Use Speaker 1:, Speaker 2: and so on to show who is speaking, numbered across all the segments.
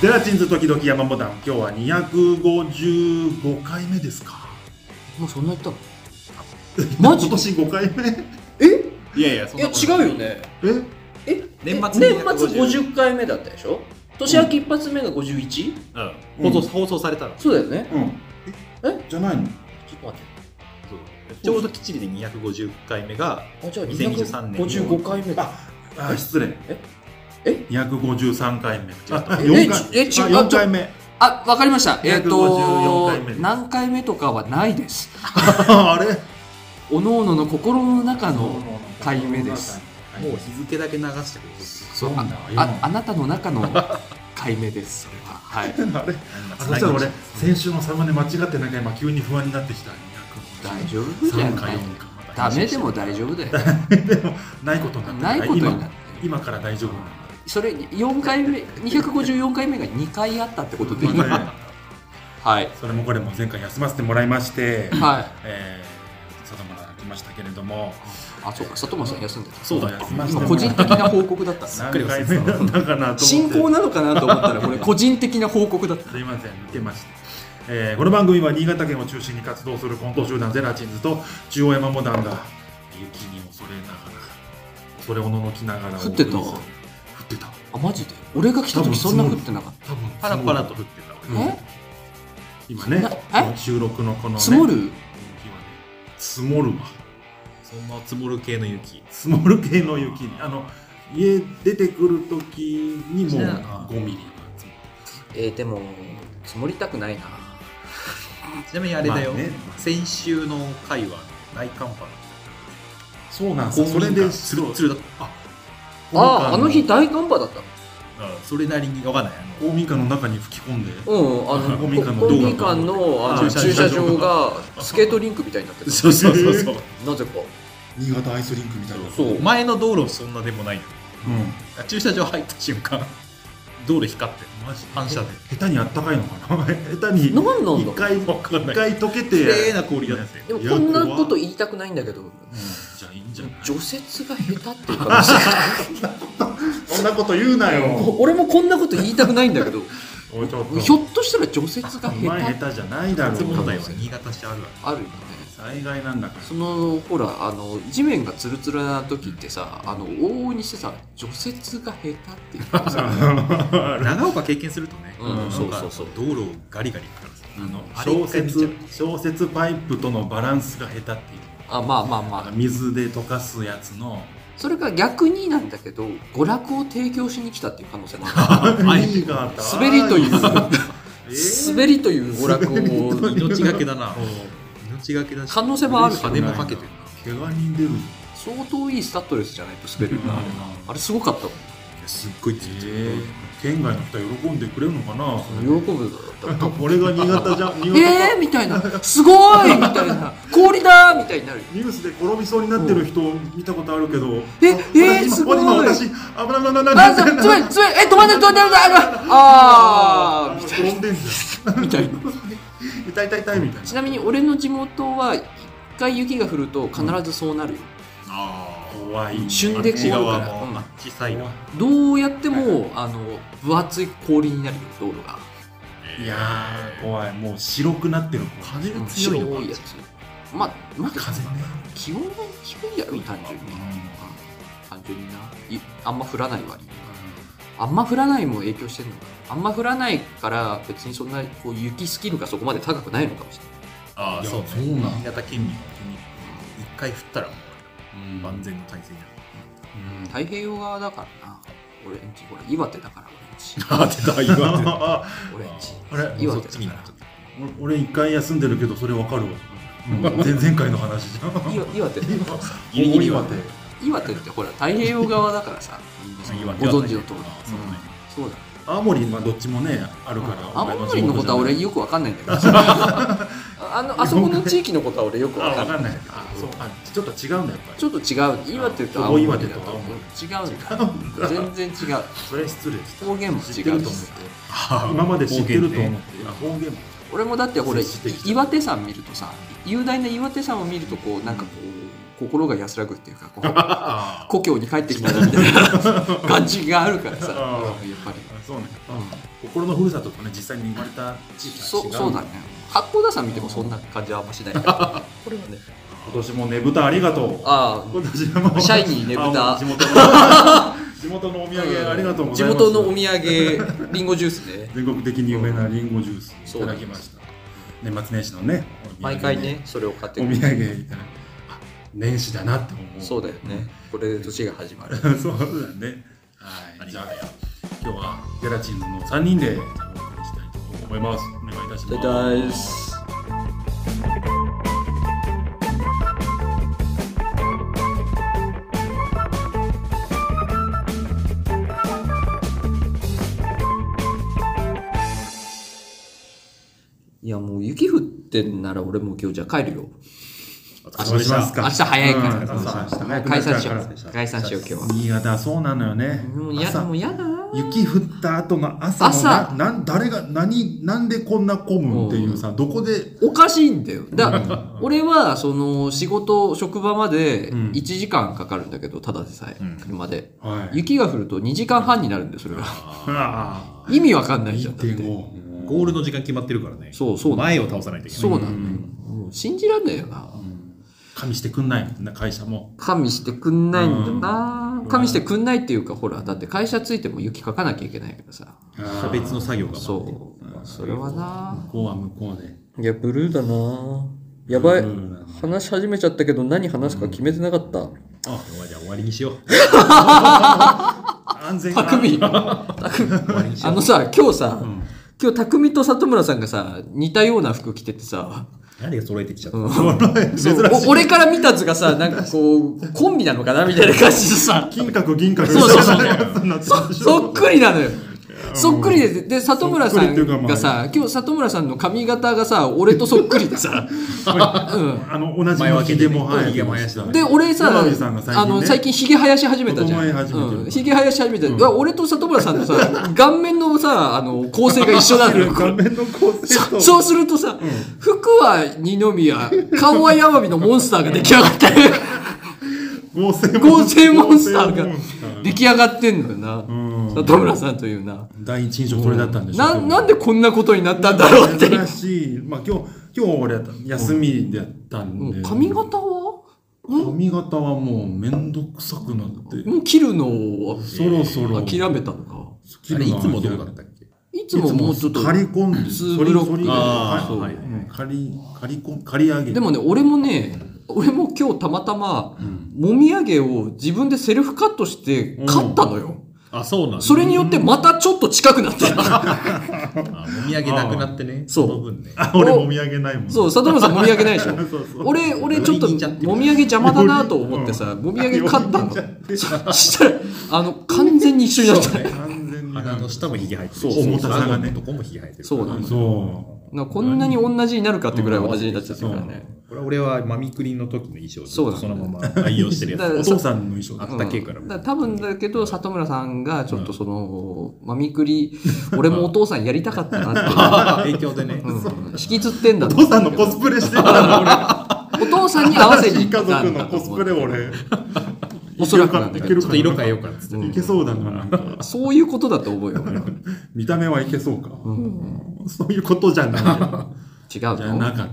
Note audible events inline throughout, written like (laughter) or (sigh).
Speaker 1: ゼラチンズ時々山ボタン今日は255回目ですか
Speaker 2: もうそんな言ったのマ
Speaker 1: 今
Speaker 2: ジ
Speaker 1: 年5回目
Speaker 2: え
Speaker 3: いやいや、そ
Speaker 2: い
Speaker 3: ん
Speaker 2: や
Speaker 3: な
Speaker 2: 違
Speaker 3: こと
Speaker 2: う
Speaker 3: ない
Speaker 2: よ。ね
Speaker 1: え
Speaker 2: え
Speaker 3: 年末
Speaker 2: え
Speaker 3: 250
Speaker 2: 年末50回目だったでしょ年明け一発目が 51?、
Speaker 3: うん。放
Speaker 1: うん
Speaker 3: 送、放送されたら。
Speaker 2: そうだよね
Speaker 1: うん
Speaker 2: え
Speaker 1: じゃないの
Speaker 2: ちょっと待って
Speaker 3: ちょうどきっちりで250回目が、
Speaker 2: あじゃあ
Speaker 3: 2023年
Speaker 2: 255回目だ
Speaker 1: あ失礼
Speaker 2: ええ
Speaker 1: 253回目あ
Speaker 2: え
Speaker 1: 4回
Speaker 2: えちえち
Speaker 1: あ
Speaker 2: ょ
Speaker 1: 4回目
Speaker 2: あわかりましたえっ、
Speaker 1: 254
Speaker 2: と
Speaker 1: 回目です
Speaker 2: 何回目とかはないです
Speaker 1: (laughs) あれ
Speaker 2: おのおのの心の中の回目です
Speaker 1: はい
Speaker 3: もう日付だけ流してくれる。
Speaker 2: そう
Speaker 1: なんだ
Speaker 2: ああなたの中の回目ですそれははい
Speaker 1: あれあそしたら俺先週のサムネ間違ってなきゃ今急に不安になってきた
Speaker 2: 大丈夫じゃ
Speaker 1: 3
Speaker 2: な
Speaker 1: か
Speaker 2: い
Speaker 1: 4か
Speaker 2: ダメでも大丈夫だよ
Speaker 1: でもないことになってる
Speaker 2: ないことになってる
Speaker 1: 今今から大丈夫なんだ
Speaker 2: それ4回目254回目が2回あったってことでいい
Speaker 1: まあね
Speaker 2: はい
Speaker 1: それもこれも前回休ませてもらいまして、
Speaker 2: はい
Speaker 1: えー、佐藤村が来ましたけれども
Speaker 2: あそうか佐藤間さん休んでた
Speaker 3: そうだよ。
Speaker 1: 休ませて
Speaker 2: 今
Speaker 1: も
Speaker 2: 個
Speaker 1: らい
Speaker 2: 人的な報告だった
Speaker 3: っかり
Speaker 1: (laughs)
Speaker 3: 忘
Speaker 1: 何回
Speaker 3: れてた
Speaker 1: 目なんだかなと思って
Speaker 2: 進行なのかなと思ったらこれ個人的な報告だった
Speaker 1: すいません抜けました、えーこの番組は新潟県を中心に活動するコント集団ゼラチンズと中央山モダンが雪に恐れながら恐れおののきながら
Speaker 2: 降ってた
Speaker 1: お送りする降ってた
Speaker 2: あマジで俺が来た時そんな降ってなかっ
Speaker 1: 多分
Speaker 3: パラパラと降ってた。
Speaker 1: うん
Speaker 2: え
Speaker 1: 今ね
Speaker 2: え
Speaker 1: この収録のこの、
Speaker 2: た
Speaker 1: ね、
Speaker 2: 積もる
Speaker 1: 雪はね積もるわ
Speaker 3: そんな積もる系の雪。
Speaker 1: 積もる系の雪にあの家出てくる時にもう
Speaker 3: じゃあ
Speaker 1: 5ミリ
Speaker 2: えーでも積もりたくないな
Speaker 3: ちなみにあれだよ
Speaker 1: まあね。
Speaker 3: 先週の回は、大寒波の
Speaker 1: そうなん
Speaker 3: 公
Speaker 1: それ
Speaker 3: 民館
Speaker 1: で
Speaker 3: ツルッツルだった。あ、
Speaker 2: ああの日
Speaker 1: 公
Speaker 2: 大寒波だった
Speaker 3: うんそれなりに、わかんない。あの
Speaker 1: 民館の中に吹き込んで
Speaker 2: うんあの
Speaker 1: 公民館の
Speaker 2: 公民館のあの
Speaker 1: あ
Speaker 2: 駐車場がスケートリンクみたいになってた
Speaker 3: そうそうそうそう。
Speaker 2: なぜか
Speaker 1: 新潟アイスリンクみたいな
Speaker 2: そう
Speaker 3: 前の道路そんなでもないよ
Speaker 1: うん
Speaker 3: あ駐車場入った瞬間道路光って
Speaker 1: マジ
Speaker 3: 反射で
Speaker 1: 下手にあったかいのかな (laughs) 下手に
Speaker 2: 何なんだろう
Speaker 1: 一回一
Speaker 3: 分かんない
Speaker 1: 回溶けて
Speaker 3: 綺麗な氷だって
Speaker 2: でもこんなこと言いたくないんだけど
Speaker 1: うんじゃあいいんじゃない
Speaker 2: 除雪が下手っていうか
Speaker 1: そんなこと言うなよ
Speaker 2: 俺もこんなこと言いたくないんだけど
Speaker 1: おいちょっと
Speaker 2: ひょっとしたら除雪が
Speaker 1: お前
Speaker 2: 下手
Speaker 1: 下手じゃないだろ
Speaker 3: 夏問題
Speaker 1: う
Speaker 3: は新潟市あるあ
Speaker 2: あるよね
Speaker 1: 災害なん
Speaker 3: (laughs)
Speaker 1: だから
Speaker 2: そのほらあの地面がツルツルな時ってさあの往々にしてさ除雪が下手っていうか (laughs) さ
Speaker 3: る長岡経験するとね、
Speaker 2: うん
Speaker 3: なんか
Speaker 2: そうそうそう
Speaker 3: 道路をガリガリ行くからさ
Speaker 2: あの
Speaker 3: あれ
Speaker 1: 小
Speaker 3: 一回見ちゃう
Speaker 1: 説小説パイプとのバランスが下手っていう
Speaker 2: あまあまあま
Speaker 1: あ
Speaker 2: あ
Speaker 1: 水で溶かすやつの
Speaker 2: それが逆になんだけど娯楽を提供しに来たっていう可能性もあ
Speaker 3: ああえて
Speaker 1: 意味があった
Speaker 2: 滑りという
Speaker 1: え
Speaker 2: (laughs) る
Speaker 1: ー
Speaker 2: 滑りという娯楽を
Speaker 3: 命がけだな
Speaker 1: そう
Speaker 3: 命がけだし
Speaker 2: 可能性もあるし
Speaker 3: 金もかけてる
Speaker 1: 怪我人出るよ
Speaker 2: 相当いいスタッドレスじゃないと滑るよなあれなあれすごかったもん
Speaker 3: なすっごいついてる、
Speaker 1: えー県外の人は喜んでくれるのかな
Speaker 2: 喜ぶだろう (laughs) 多分
Speaker 1: 俺が新潟じゃ (laughs) 新潟
Speaker 2: えーみたいなすごいみたいな氷だみたいになる
Speaker 1: ニュースで転びそうになってる人見たことあるけど
Speaker 2: え
Speaker 1: あ
Speaker 2: えー
Speaker 1: 今
Speaker 2: すごい
Speaker 1: 今私危ない危ない危ない
Speaker 2: あ、
Speaker 1: 危ない
Speaker 2: つまり、つまり、え、止まんない、止まんない、止まんない、あー
Speaker 1: 転んでんじゃん
Speaker 2: みたいな。
Speaker 1: 痛い痛い痛いみたいな
Speaker 2: ちなみに、俺の地元は、一回雪が降ると、必ずそうなるよ。
Speaker 3: あー
Speaker 1: 怖い
Speaker 2: 旬
Speaker 3: あ
Speaker 2: で
Speaker 3: っ
Speaker 2: 凍
Speaker 3: ち
Speaker 2: る
Speaker 3: 側
Speaker 2: から。
Speaker 3: も、
Speaker 2: うん
Speaker 3: あっちサイド
Speaker 2: どうやっても、あの、分厚い氷になるよ、道路が。
Speaker 1: いやー怖いもう白くなってる
Speaker 3: 風が強
Speaker 2: 白
Speaker 3: いのか
Speaker 2: いやつ。まあ、まあ、
Speaker 1: 風ね
Speaker 2: 気温が低いやろ、単純に。単純にな。いあんま降らない割に。あんま降らないも影響してるのかな。あんま降らないから、別にそんな、こう、雪スキルがそこまで高くないのかもしれない。
Speaker 3: ああ
Speaker 1: いや
Speaker 3: そうね
Speaker 1: そうなん
Speaker 3: 新潟県民は本当に一回降ったらも
Speaker 1: うん
Speaker 3: う万全の体制になる
Speaker 1: うん
Speaker 2: 太平洋側だからな俺んちほら岩手だから
Speaker 3: あ出た岩手だ
Speaker 1: あ
Speaker 2: 俺んち
Speaker 1: あれ
Speaker 2: 岩
Speaker 3: そ
Speaker 2: 手
Speaker 3: っちになっちゃった
Speaker 1: お (laughs) 俺一回休んでるけどそれわかるわ、前前回の話じゃん
Speaker 2: 俺んち岩岩手
Speaker 3: ギリギリは
Speaker 1: 大
Speaker 2: 岩手ってほら太平洋側だからさみんなそ
Speaker 3: 岩手
Speaker 2: ご存知の通り
Speaker 3: あそうね
Speaker 2: そうだ
Speaker 1: 青森まあどっちもねあるから
Speaker 2: 青森のことは俺よくわかんないんだけど (laughs) あのあそこの地域のことは俺よくわ
Speaker 1: あ
Speaker 2: かん
Speaker 1: 分
Speaker 2: ない
Speaker 1: (laughs) かんないあそうあちょっと違うんだやっぱり
Speaker 2: ちょっと違う岩手と青森だとうん違うんだ全然違う
Speaker 1: それ失礼した
Speaker 2: 方言も違う
Speaker 1: 知ってると思って今まで知ってると思ってあ方言も
Speaker 2: 俺もだってほら
Speaker 1: 接してきた
Speaker 2: 岩手山見るとさ雄大な岩手山を見るとこうなんかこう心が安らぐっていうかこう
Speaker 1: あ (laughs)
Speaker 2: 故郷に帰ってきたなみたいな感じがあるからさやっ
Speaker 1: あ
Speaker 2: ぱり、
Speaker 1: そうね
Speaker 2: うん
Speaker 1: 心のふるさととね実際に生まれた地域が違
Speaker 2: そううそうだね八甲田山見てもそんな感じはあんましないからこれはね
Speaker 1: 今年もねぶたありがとう
Speaker 2: あ
Speaker 1: 今年も
Speaker 2: シャイニーねぶた
Speaker 1: あ地元の (laughs) 地元のお土産ありがとう
Speaker 2: あ
Speaker 1: ご
Speaker 2: 地
Speaker 1: ざいます
Speaker 2: 元のお土産りんごジュ
Speaker 1: (laughs)
Speaker 2: ースね
Speaker 1: 全国的に有名なリンゴジュース
Speaker 2: そ
Speaker 1: いうただきました年末年始のねお土産
Speaker 2: 毎回ねそれを買っ
Speaker 1: お
Speaker 2: て
Speaker 1: 土
Speaker 2: く
Speaker 1: 産い
Speaker 2: る
Speaker 1: ただいてあ年始だなって思う
Speaker 2: そうだよねこれで年が始まる
Speaker 1: (laughs) そうだね。はい。じゃあ、今日はゼラチンズの3人でお送りしたいと思います。お願いいたし
Speaker 2: 大
Speaker 1: ま
Speaker 2: 体
Speaker 1: す。
Speaker 2: いやもう雪降ってんなら俺もう今日じゃあ帰るよ
Speaker 3: お
Speaker 1: そうしますか。
Speaker 2: 明日早いから
Speaker 1: うん明日早いから
Speaker 2: 解散しよ
Speaker 1: 早くなっちゃ
Speaker 2: う解散しよう今日は
Speaker 1: うから新潟、そうなのよね。
Speaker 2: もうやだ
Speaker 1: 朝
Speaker 2: もうやだな
Speaker 1: 雪降った後の朝の
Speaker 2: 朝
Speaker 1: ななん誰が何なんでこんな混むっていうさどこで
Speaker 2: おかしいんだよだ
Speaker 1: うん
Speaker 2: 俺はその仕事職場まで
Speaker 1: うん
Speaker 2: 1時間かかるんだけどただでさえ
Speaker 3: うん
Speaker 2: 車で
Speaker 1: はい
Speaker 2: 雪が降ると2時間半になるんだよそれが
Speaker 1: あ
Speaker 2: 意味わかんないじゃんだって
Speaker 1: 1.5
Speaker 3: (laughs) ゴールの時間決まってるからね。
Speaker 2: そうそうなん
Speaker 3: 前を倒さないといけない。
Speaker 2: そうなんだよもう信じらんないよな
Speaker 1: 加味してくんないみんな会社も
Speaker 2: 加味してくんないんだな加味してくんないっていうかほらだって会社ついても雪かかなきゃいけないからさ
Speaker 3: 差別の作業が待ってる。
Speaker 2: そうそれはな
Speaker 1: 向こうは向こうで
Speaker 2: いや、ブルーだなやばい
Speaker 1: ブルーなの。
Speaker 2: 話し始めちゃったけど、何話すか決めてなかった。
Speaker 3: あ、今日はじゃあ終わりにしよう。
Speaker 1: 安全
Speaker 2: 匠 (laughs)
Speaker 3: 終わりにしよ
Speaker 2: あのさ、今日さ、今日匠と里村さんがさ、似たような服着てて (laughs) さ、
Speaker 3: う。何が揃えてきちゃった
Speaker 2: う
Speaker 3: の
Speaker 2: ん
Speaker 1: 珍しい
Speaker 2: お俺から見た図がさ、なんかこう、コンビなのかなみたいな感じでさ、
Speaker 1: 金閣銀閣
Speaker 2: そ
Speaker 1: (laughs)
Speaker 2: うそうそう
Speaker 1: みたいなやつになってるでしょ
Speaker 2: そっくりなのよ。そっくりで、で、里村さ
Speaker 1: そっくりっていうんか
Speaker 2: がさ、今日里村さんの髪型がさ、俺とそっくり
Speaker 1: (laughs)
Speaker 2: でさ、うん。
Speaker 1: あの同じ
Speaker 3: 前分け
Speaker 1: ひ
Speaker 3: で
Speaker 1: げ
Speaker 3: ね
Speaker 1: も生え
Speaker 3: ひげも生
Speaker 1: て
Speaker 3: や
Speaker 1: ま
Speaker 3: し
Speaker 1: したた
Speaker 3: ね
Speaker 2: で、俺さ、
Speaker 1: 山口さんが最近
Speaker 2: あ
Speaker 1: ね
Speaker 2: の、最近ヒゲ生やし始めたじゃん。
Speaker 1: 整え始めてる
Speaker 2: うんヒゲ生やし始めた。うわ俺と里村さんの
Speaker 1: (laughs)
Speaker 2: さ、顔面のさ、あの、構成が一緒なのよ。こ
Speaker 1: 画
Speaker 2: れ
Speaker 1: 面の構成と
Speaker 2: そうするとさ、服は二宮、顔は山火のモンスターが出来上
Speaker 1: (laughs)
Speaker 2: がって、
Speaker 1: 合成
Speaker 2: 合成モンスター
Speaker 1: 合成モンスタ
Speaker 2: が
Speaker 1: ー
Speaker 2: 出来上がってんのよな。
Speaker 1: ん
Speaker 2: 里村さんというな。
Speaker 1: 第一印象それだったんでしょ
Speaker 2: な、なん
Speaker 1: で
Speaker 2: でこんなことになったんだろうっていう。
Speaker 1: 珍しいまあ今日今日俺やった休みでやったんで
Speaker 2: 髪型は
Speaker 1: 髪型はもうめんどくさくなって
Speaker 2: もう切るのを
Speaker 1: そろそろ
Speaker 2: 諦めたのか。
Speaker 1: 切
Speaker 3: あ
Speaker 1: る
Speaker 3: れい
Speaker 1: のは
Speaker 3: つもどうだったっけ
Speaker 2: い
Speaker 1: い
Speaker 2: つももうちょっと。
Speaker 1: 刈り込んで
Speaker 2: ツーブロック
Speaker 1: 反り反り
Speaker 3: あー
Speaker 1: はい
Speaker 3: はい
Speaker 1: うん刈り刈り込ん刈り上げ
Speaker 2: でもね、俺もね、俺も今日たまたま、
Speaker 1: ん
Speaker 2: もみあげを自分でセルフカットして、買ったのよ。
Speaker 3: あ、そうなんだ。
Speaker 2: それによってまたちょっと近くなってた。
Speaker 3: あもみあげなくなってね。
Speaker 2: そう
Speaker 3: の分ね。
Speaker 1: あ (laughs) 俺もみあげないもん
Speaker 2: (laughs) そう、佐藤さんもみあげないでしょ。俺、俺ちょっと、
Speaker 3: 寄りに行っちゃってる
Speaker 2: もみあげ邪魔だなと思ってさ、もみあげ買ったの。そ (laughs) したら、あの、完全に一緒になった。
Speaker 3: ね
Speaker 1: 完全に
Speaker 3: 鼻の下もひげ生えてる
Speaker 1: そう
Speaker 3: し
Speaker 1: 重たさがね
Speaker 3: 顎のとこもひげ生えてる。
Speaker 2: そうなの
Speaker 1: そう
Speaker 2: なこんなに同じになるかってぐらい同じになっちゃってるからね。
Speaker 3: これは俺はマミクリの時の衣装で
Speaker 2: そうなんだ
Speaker 3: そのまま愛用してるやつ。
Speaker 2: だ
Speaker 1: お父さんの衣装だ
Speaker 3: あったけえから
Speaker 2: うんだ多分だけど里村さんがちょっとその、まみ
Speaker 1: (laughs)
Speaker 2: くり俺もお父さんやりたかったなっ
Speaker 3: 影響でね
Speaker 1: (laughs)
Speaker 2: て、。うん、引きずってんだ
Speaker 1: お
Speaker 2: と
Speaker 1: 父さんのコスプレしてたら
Speaker 2: お父さんに合わ
Speaker 1: 俺
Speaker 2: せ
Speaker 1: 新し
Speaker 2: に行
Speaker 1: い
Speaker 2: った
Speaker 1: 家
Speaker 2: んだ
Speaker 1: 族の
Speaker 2: と思
Speaker 1: コ
Speaker 2: う
Speaker 1: スプレ俺
Speaker 2: おそらくなんだ
Speaker 1: いけ
Speaker 2: けど
Speaker 1: る
Speaker 3: ちょ
Speaker 1: か
Speaker 3: っと
Speaker 1: な
Speaker 3: 色変えようかっつって。
Speaker 1: いけそうだななんか
Speaker 2: そういうことだと思うよ、
Speaker 1: 見た目はいけそうか
Speaker 2: うん、
Speaker 1: そういうことじゃないよ
Speaker 2: 違うの
Speaker 1: じゃなかっ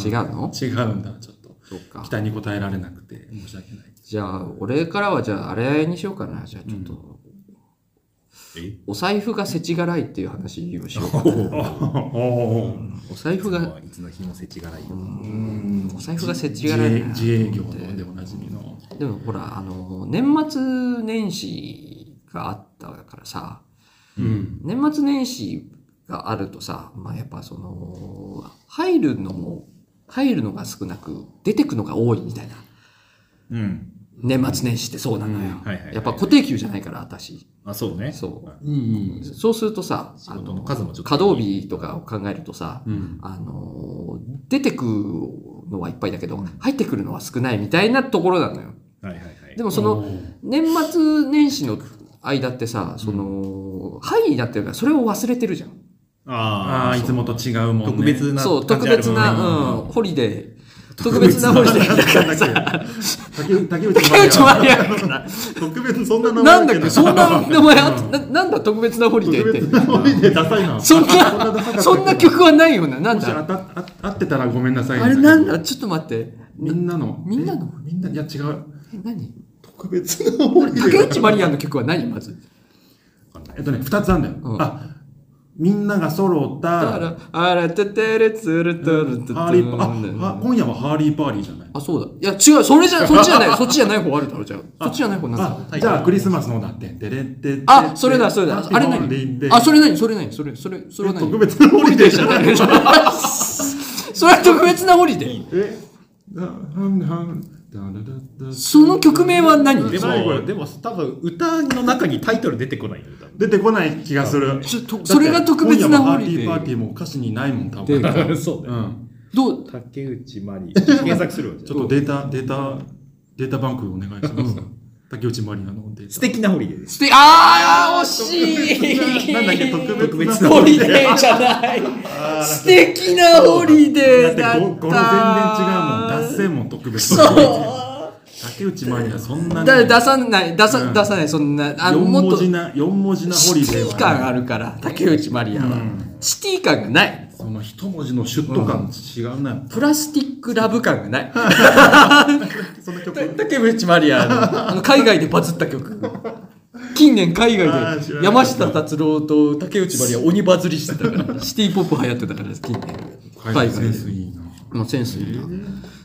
Speaker 1: た
Speaker 2: 違うの
Speaker 1: 違うんだちょっと
Speaker 2: そうか
Speaker 1: 期待に応えられなくて申し訳ない
Speaker 2: (laughs) じゃあ俺からはじゃああれにしようかなじゃあちょっと、
Speaker 3: え
Speaker 2: お財布が世知辛いっていう話をしよ
Speaker 1: (laughs)
Speaker 2: うかな
Speaker 1: お
Speaker 2: お財布が
Speaker 3: いつの日も世知辛いよ。
Speaker 2: お財布が世知
Speaker 1: 自
Speaker 2: 辛い
Speaker 1: 営
Speaker 2: な
Speaker 1: 自営業のでおなじみの
Speaker 2: でもほら、あの、年末年始があったからさ、
Speaker 1: うん
Speaker 2: 年末年始があるとさ、まあやっぱその、入るのも、入るのが少なく、出てくのが多いみたい
Speaker 3: う
Speaker 2: な。
Speaker 3: ん。
Speaker 2: 年末年始ってそうなのよ。
Speaker 3: はいはいはい
Speaker 2: やっぱ固定給じゃないから、私。
Speaker 3: あ、そうね。。
Speaker 2: そう
Speaker 1: うん
Speaker 2: そうするとさ、
Speaker 3: 仕事の数もちょっと
Speaker 2: 稼働日とかを考えるとさ、
Speaker 1: うん
Speaker 2: あの、出てくのはいっぱいだけど、入ってくるのは少ないみたいなところなのよ。
Speaker 3: はいはいはい。
Speaker 2: でもその、
Speaker 1: おー
Speaker 2: 年末年始の間ってさ、その、範囲になってるから、それを忘れてるじゃん。
Speaker 1: あ
Speaker 3: あ
Speaker 1: あ
Speaker 3: あ、
Speaker 1: いつもと違うもんね
Speaker 3: 特別な
Speaker 2: そう、
Speaker 3: 感
Speaker 2: 特
Speaker 3: じある
Speaker 2: 別な、
Speaker 3: もんね
Speaker 2: うん、ホリデー。特別なホリデーだからさ、
Speaker 1: 竹内竹内
Speaker 2: 竹内
Speaker 1: ま
Speaker 2: まり (laughs)
Speaker 1: りや
Speaker 2: やかな。
Speaker 1: (laughs) 特別そんな名前
Speaker 2: なんだっけ、そんな名前あった、ななんだ、特別なホリデ
Speaker 1: (laughs) 特
Speaker 2: ー
Speaker 1: 別
Speaker 2: って。
Speaker 1: な思いでダサいな
Speaker 2: そんな
Speaker 1: ダサかったっけ
Speaker 2: そんな曲はないよな、なん
Speaker 1: もしあ
Speaker 2: だ。
Speaker 1: たああってたらごめんなさい
Speaker 2: あれなんだ、ちょっと待って。
Speaker 1: みんなの
Speaker 2: みんなの
Speaker 1: えみんないや違う
Speaker 2: え何
Speaker 1: 特別な思い出
Speaker 2: 竹内まりやの曲は何まず。
Speaker 1: えっとね2つあんだよ、
Speaker 2: うん
Speaker 1: あみんなが揃った
Speaker 2: あら、あら、ててれつるとると
Speaker 1: ハーリーパああ今夜はハーリーパーリーじゃない
Speaker 2: あ、そうだ。いや、違う、それじゃ、そっちじゃない、そっちじゃない方あるだろ、じゃあ。そっちじゃない方なんだ。
Speaker 1: あじゃあクリスマスのだってでれってって
Speaker 2: あ、それだ、それだ。あれ
Speaker 1: でで
Speaker 2: 何あ、それ何それ何それ、それ、それは何
Speaker 1: 特別な思い出じ
Speaker 2: (laughs)
Speaker 1: ゃない
Speaker 2: それは特別なホリデー。
Speaker 1: えななんなんだだだだ
Speaker 2: その曲名は何
Speaker 3: で
Speaker 2: そ
Speaker 1: そう
Speaker 3: もでも多分歌の中にタイトル出てこないよ多分
Speaker 1: 出てこない気がする
Speaker 2: ちょとそれが特別なホ
Speaker 1: ハー
Speaker 2: リ
Speaker 1: リ
Speaker 2: デ
Speaker 1: ーパーティ
Speaker 2: ー。
Speaker 1: ーも歌詞にないもん多
Speaker 2: で
Speaker 1: 分
Speaker 3: (laughs)
Speaker 2: か
Speaker 3: そう
Speaker 1: う
Speaker 3: よ
Speaker 1: ん
Speaker 2: どう
Speaker 3: 竹内まり (laughs) 検索するわ
Speaker 1: ちょっとデータ、データ、データバンクお願いします。竹内まりなのデータ。
Speaker 3: 素敵なホリデーです
Speaker 2: すて、あー、惜しい
Speaker 1: なんだっけ、特別な
Speaker 2: ホリデーじゃない。素敵なホリデーだ
Speaker 1: だって
Speaker 2: った。
Speaker 1: 語語呂全然違うもん。脱線も特別な
Speaker 2: そう。
Speaker 1: 竹内まりな、そんな
Speaker 2: だ
Speaker 1: ね、
Speaker 2: 出さない、出さ、
Speaker 1: うん
Speaker 2: 出さない、そんな、あの、
Speaker 1: 四
Speaker 2: もっ
Speaker 1: 文
Speaker 2: と、
Speaker 1: 字
Speaker 2: シ
Speaker 1: な、四文字なホリ
Speaker 2: テ
Speaker 1: デー
Speaker 2: ィ感あ
Speaker 1: る。
Speaker 2: るから、竹内まりやは
Speaker 1: ん。
Speaker 2: シティ感がない。
Speaker 1: その一文字のシュッと感違うな。
Speaker 2: プラスティックラブ感がない。
Speaker 1: その
Speaker 2: た
Speaker 1: 曲。
Speaker 2: 竹内まりやのあの海外でバズった曲近年海
Speaker 1: あ
Speaker 2: 外
Speaker 1: ー知らなかっ
Speaker 2: で
Speaker 1: た
Speaker 2: 山下達郎と竹内まりや鬼バズりしてたからシティポップ流行ってたから近年海外
Speaker 1: センス
Speaker 2: で
Speaker 1: いいな。
Speaker 2: もうセンスいいな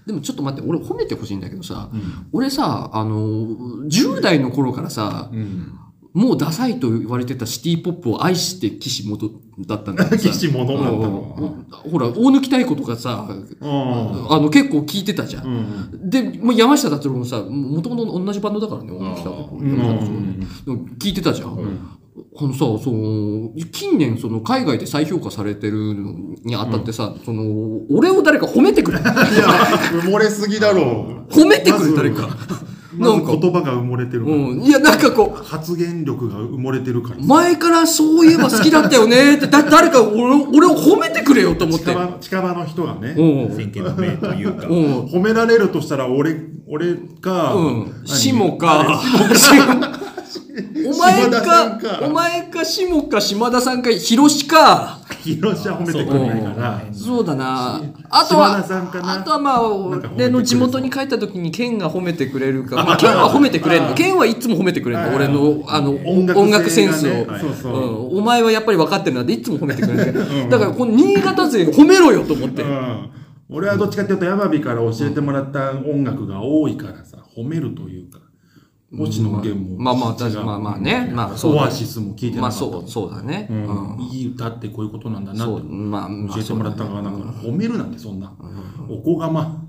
Speaker 2: でもちょっと待って俺褒めてほしいんだけどさ、俺さあの10代の頃からさ、
Speaker 1: うん。
Speaker 2: もうダサいと言われてたシティポップを愛して岸本だったんだけどさ
Speaker 1: (laughs) 岸本だったの
Speaker 2: うんほら大貫妙子とかさ
Speaker 1: うん。
Speaker 2: あの結構聞いてたじゃん
Speaker 1: うん。
Speaker 2: で、もう山下達郎もさ、もともと同じバンドだからね、音楽だ
Speaker 1: うんうん
Speaker 2: 聞いてたじゃん。
Speaker 1: ん
Speaker 2: あのさ、その、近年、その、海外で再評価されてるのにあたってさ、その、俺を誰か褒めて
Speaker 1: (laughs)
Speaker 2: くれ。
Speaker 1: いや、埋もれすぎだろう。
Speaker 2: 褒めてくれ、
Speaker 1: まず
Speaker 2: 誰か。
Speaker 1: ま
Speaker 2: な
Speaker 1: ず
Speaker 2: んか、
Speaker 1: 言葉が埋もれてるから。
Speaker 2: うん。いや、なんかこう、
Speaker 1: 発言力が埋もれてるから。
Speaker 2: 前からそういえば好きだったよねって、だ、誰か俺を、俺を褒めてくれよと思って
Speaker 1: 近。場近場の人がね、
Speaker 2: うん。
Speaker 3: 先見の明と (laughs) いうか
Speaker 2: うん。
Speaker 1: 褒められるとしたら俺俺か、
Speaker 2: うん。
Speaker 1: 何
Speaker 2: しもか、お前
Speaker 1: 島田さん
Speaker 2: か、
Speaker 1: か
Speaker 2: お前か、しもか、島田さんか、ひろしか。
Speaker 1: 広島褒めてくれないから
Speaker 2: そうだな。
Speaker 1: あ
Speaker 2: あとは
Speaker 1: 島田さんか、な
Speaker 2: あとはまあ、
Speaker 1: なんか褒めてくれそう
Speaker 2: 俺の地元に帰った時に、ケンが褒めてくれるか。まあ、ケンは褒めてくれる
Speaker 1: あ
Speaker 2: の。
Speaker 1: ー
Speaker 2: ケンはいつも褒めてくれる
Speaker 1: あ
Speaker 2: の。
Speaker 1: ー
Speaker 2: 俺の、あの、
Speaker 1: 音楽性がね
Speaker 2: 音楽センスを。
Speaker 1: はいそうそう
Speaker 2: うんお前はやっぱり分かってるなっていつも褒めてくれるんだけど。だから、この新潟勢褒めろよと思って
Speaker 1: う。ん、俺はどっちかっていうと山火から教えてもらった音楽が多いからさ褒めるというか星野源も、
Speaker 2: まあまあ確か
Speaker 1: 違う
Speaker 2: まあまあねまあそう
Speaker 1: オアシスも聞いてな
Speaker 2: ま
Speaker 1: か
Speaker 2: あ、
Speaker 1: った、
Speaker 2: そう、そうだね。
Speaker 1: うん
Speaker 2: うん
Speaker 1: いい歌ってこういうことなんだな
Speaker 2: そ
Speaker 1: っ
Speaker 2: う、
Speaker 1: て
Speaker 2: まあ、まあ
Speaker 1: 教えてもらったからなんか褒めるなんてそんな、おこがま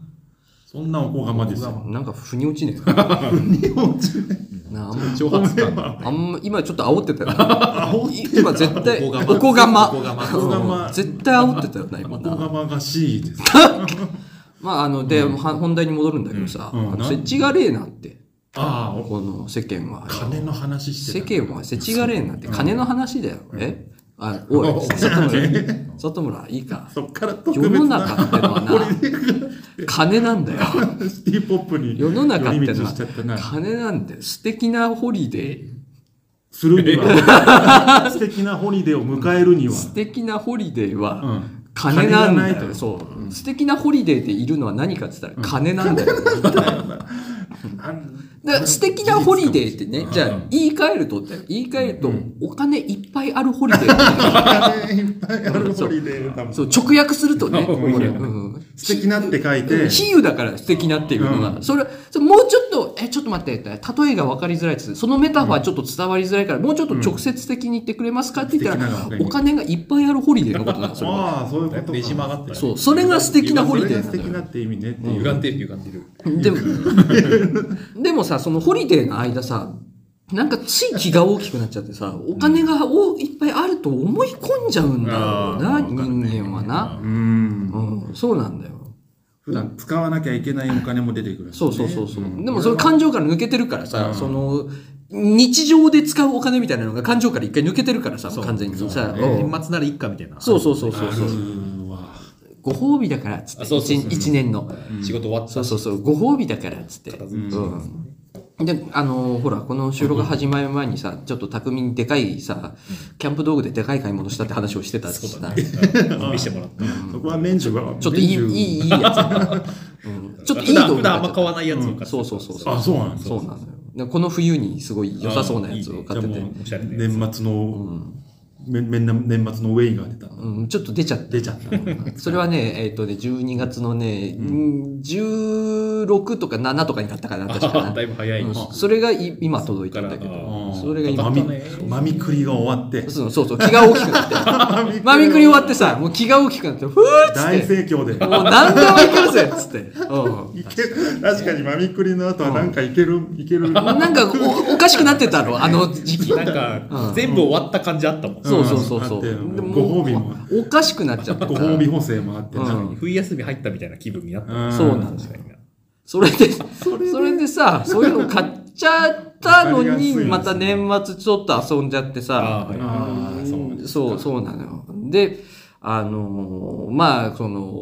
Speaker 1: そんなおこがまですよ
Speaker 2: なんか腑に落ちねえな。なあんま
Speaker 3: 挑発感が
Speaker 2: あんま、今ちょっと煽ってたよな。
Speaker 1: 煽って
Speaker 2: 今絶対、
Speaker 3: おこがま
Speaker 2: おこがま。
Speaker 3: おこがま
Speaker 1: おこがま
Speaker 2: うん (laughs) 絶対煽ってたよな、今
Speaker 1: おこ
Speaker 2: な。
Speaker 1: がまがしいです
Speaker 2: まあ、あの、で、は本題に戻るんだけどさ、
Speaker 1: うんうん
Speaker 2: あの
Speaker 1: なん
Speaker 2: せちがれえなって、
Speaker 1: ああ、
Speaker 2: この世間は。
Speaker 1: 金の話して
Speaker 2: 世
Speaker 1: た。
Speaker 2: 間はせちがれえなって、金の話だよ。えあ、おい、里村、いいか。
Speaker 1: そっから特
Speaker 2: 世
Speaker 1: 別
Speaker 2: の
Speaker 1: な
Speaker 2: 中ってのはな、金なんだよ。
Speaker 1: シティポップに
Speaker 2: 世の中って
Speaker 1: 寄り
Speaker 2: の
Speaker 1: 道しちゃったな
Speaker 2: は、金なんだよ。素敵なホリデー。
Speaker 1: するには、素敵なホリデーを迎えるには、
Speaker 2: 素敵なホリデー
Speaker 1: う
Speaker 2: は
Speaker 1: ん、
Speaker 2: 金な
Speaker 1: 金
Speaker 2: んだよ、
Speaker 1: がないと
Speaker 2: そう、素敵なホリデーでいるのは何かって言ったら金なんだよ、
Speaker 1: (laughs) あ
Speaker 2: だから素敵なホリデーってね、
Speaker 1: うん
Speaker 2: じゃあ言い換えるとだよ言い換えると、お金いっぱいあるホリデ
Speaker 1: (laughs)
Speaker 2: ー、
Speaker 1: 金いっぱいあるホリデーだもん
Speaker 2: そう直訳すると
Speaker 1: (laughs)
Speaker 2: ね、
Speaker 1: ん
Speaker 2: これうん
Speaker 1: 素敵なって書いて、
Speaker 2: 比喩だから素敵なっていうのが、それそれもうちょっとえちょっと待って例えが分かりづらいですそのメタファーちょっと伝わりづらいから、もうちょっと直接的に言ってくれますかって言った
Speaker 1: うん素敵なのが
Speaker 2: ら、
Speaker 1: ね
Speaker 2: お金がいっぱいあるホリデーのことなんですよ
Speaker 1: ああ、そういうことか。
Speaker 3: ねじ曲がってる
Speaker 2: そうそれが素敵なホリデー
Speaker 1: それが素
Speaker 2: なんだ
Speaker 1: 敵
Speaker 2: よ
Speaker 1: なって意味ねっていう。
Speaker 3: 歪んでる歪んでる
Speaker 2: でも、でもさ、そのホリデーの間さ、なんかつい気が大きくなっちゃってさ、お金がおいっぱいあると思い込んじゃうんだろうな、
Speaker 3: あー
Speaker 2: 人間はな。
Speaker 1: うん
Speaker 2: うん、そうなんだよ。
Speaker 1: 普段使わなきゃいけないお金も出てくる。
Speaker 2: そうそうそうそう。
Speaker 1: ねん
Speaker 2: でもその感情から抜けてるからさ、その、日常で使うお金みたいなのが感情から一回抜けてるからさ、完全にさ、うん
Speaker 3: 年末ならいっかみたいな
Speaker 2: そうそうそうそう
Speaker 1: あ
Speaker 2: そう。
Speaker 1: るわ。
Speaker 2: ご褒美だからっつって
Speaker 4: あそうそうそう
Speaker 2: 一一年の
Speaker 3: うん
Speaker 4: 仕事終わった
Speaker 2: そうそうそうご褒美だからっつって
Speaker 4: 片付いてますね
Speaker 2: であのーほらこの収録始まる前にさちょっと匠にでかいさキャンプ道具ででかい買い物したって話をしてたし
Speaker 4: そ
Speaker 2: さ
Speaker 4: う
Speaker 2: う
Speaker 4: だね
Speaker 2: んち
Speaker 4: うん見せてもらった
Speaker 1: そこは免除が
Speaker 2: ょっといいい
Speaker 1: 免除
Speaker 2: いいいやつ、うんちょっといい
Speaker 4: 普段
Speaker 2: 道具
Speaker 4: 普段あ
Speaker 2: 買っちゃ
Speaker 4: んま
Speaker 2: った
Speaker 4: 買わないやつを買っ
Speaker 2: う
Speaker 4: て
Speaker 2: んそうそうそうそう
Speaker 1: あそうなんです
Speaker 2: そうなのよでこの冬にすごい良さそうなやつを買ってて
Speaker 4: あーいいねじゃあもうおしゃれなや
Speaker 1: 年
Speaker 4: つ
Speaker 1: 末
Speaker 2: う
Speaker 1: の、
Speaker 2: ん
Speaker 1: めめんな年末のウェイが出た
Speaker 2: うん、ちょっと出ちゃって
Speaker 1: 出ちゃった
Speaker 2: それはね、えっ、とね、12月のね、うん16とか7とかになったかな、確か
Speaker 4: あー
Speaker 2: な
Speaker 4: (laughs) だいぶ早い
Speaker 2: うんそれがい今届いたんだけ
Speaker 4: そっか
Speaker 2: ど、
Speaker 4: らあ
Speaker 2: それが今
Speaker 1: ま
Speaker 4: ま
Speaker 1: み (laughs)
Speaker 4: み
Speaker 1: まみくりが終わって
Speaker 2: そうそうそう、気が大きくなって。まみくり終わってさ、もう気が大きくなって、ふーっつ
Speaker 1: 大
Speaker 2: って、
Speaker 1: 盛況で
Speaker 2: もう何でもいけるぜっつって。うん
Speaker 1: いけ確かにまみくりの後はなんかいける、いける
Speaker 2: なんかおおかしくなってたろ、あの時期。
Speaker 4: なんか
Speaker 2: うん
Speaker 4: 全部終わった感じあったもん
Speaker 2: そうそうそうそう。
Speaker 1: だって
Speaker 2: でも
Speaker 1: ご褒美も
Speaker 2: おかしくなっちゃった。
Speaker 1: ご褒美補正もあってな、
Speaker 2: うん
Speaker 4: 冬休み入ったみたいな気分になった
Speaker 1: うん
Speaker 2: そうなんだ
Speaker 4: 確かにな
Speaker 2: それで、それでさ、そういうの買っちゃったのに、また年末ちょっと遊んじゃってさ、
Speaker 4: あーはい
Speaker 1: あー
Speaker 4: そうなん
Speaker 2: う
Speaker 4: で
Speaker 2: ん
Speaker 4: す
Speaker 2: そう、そうなのよ。で、あのーまあ、その、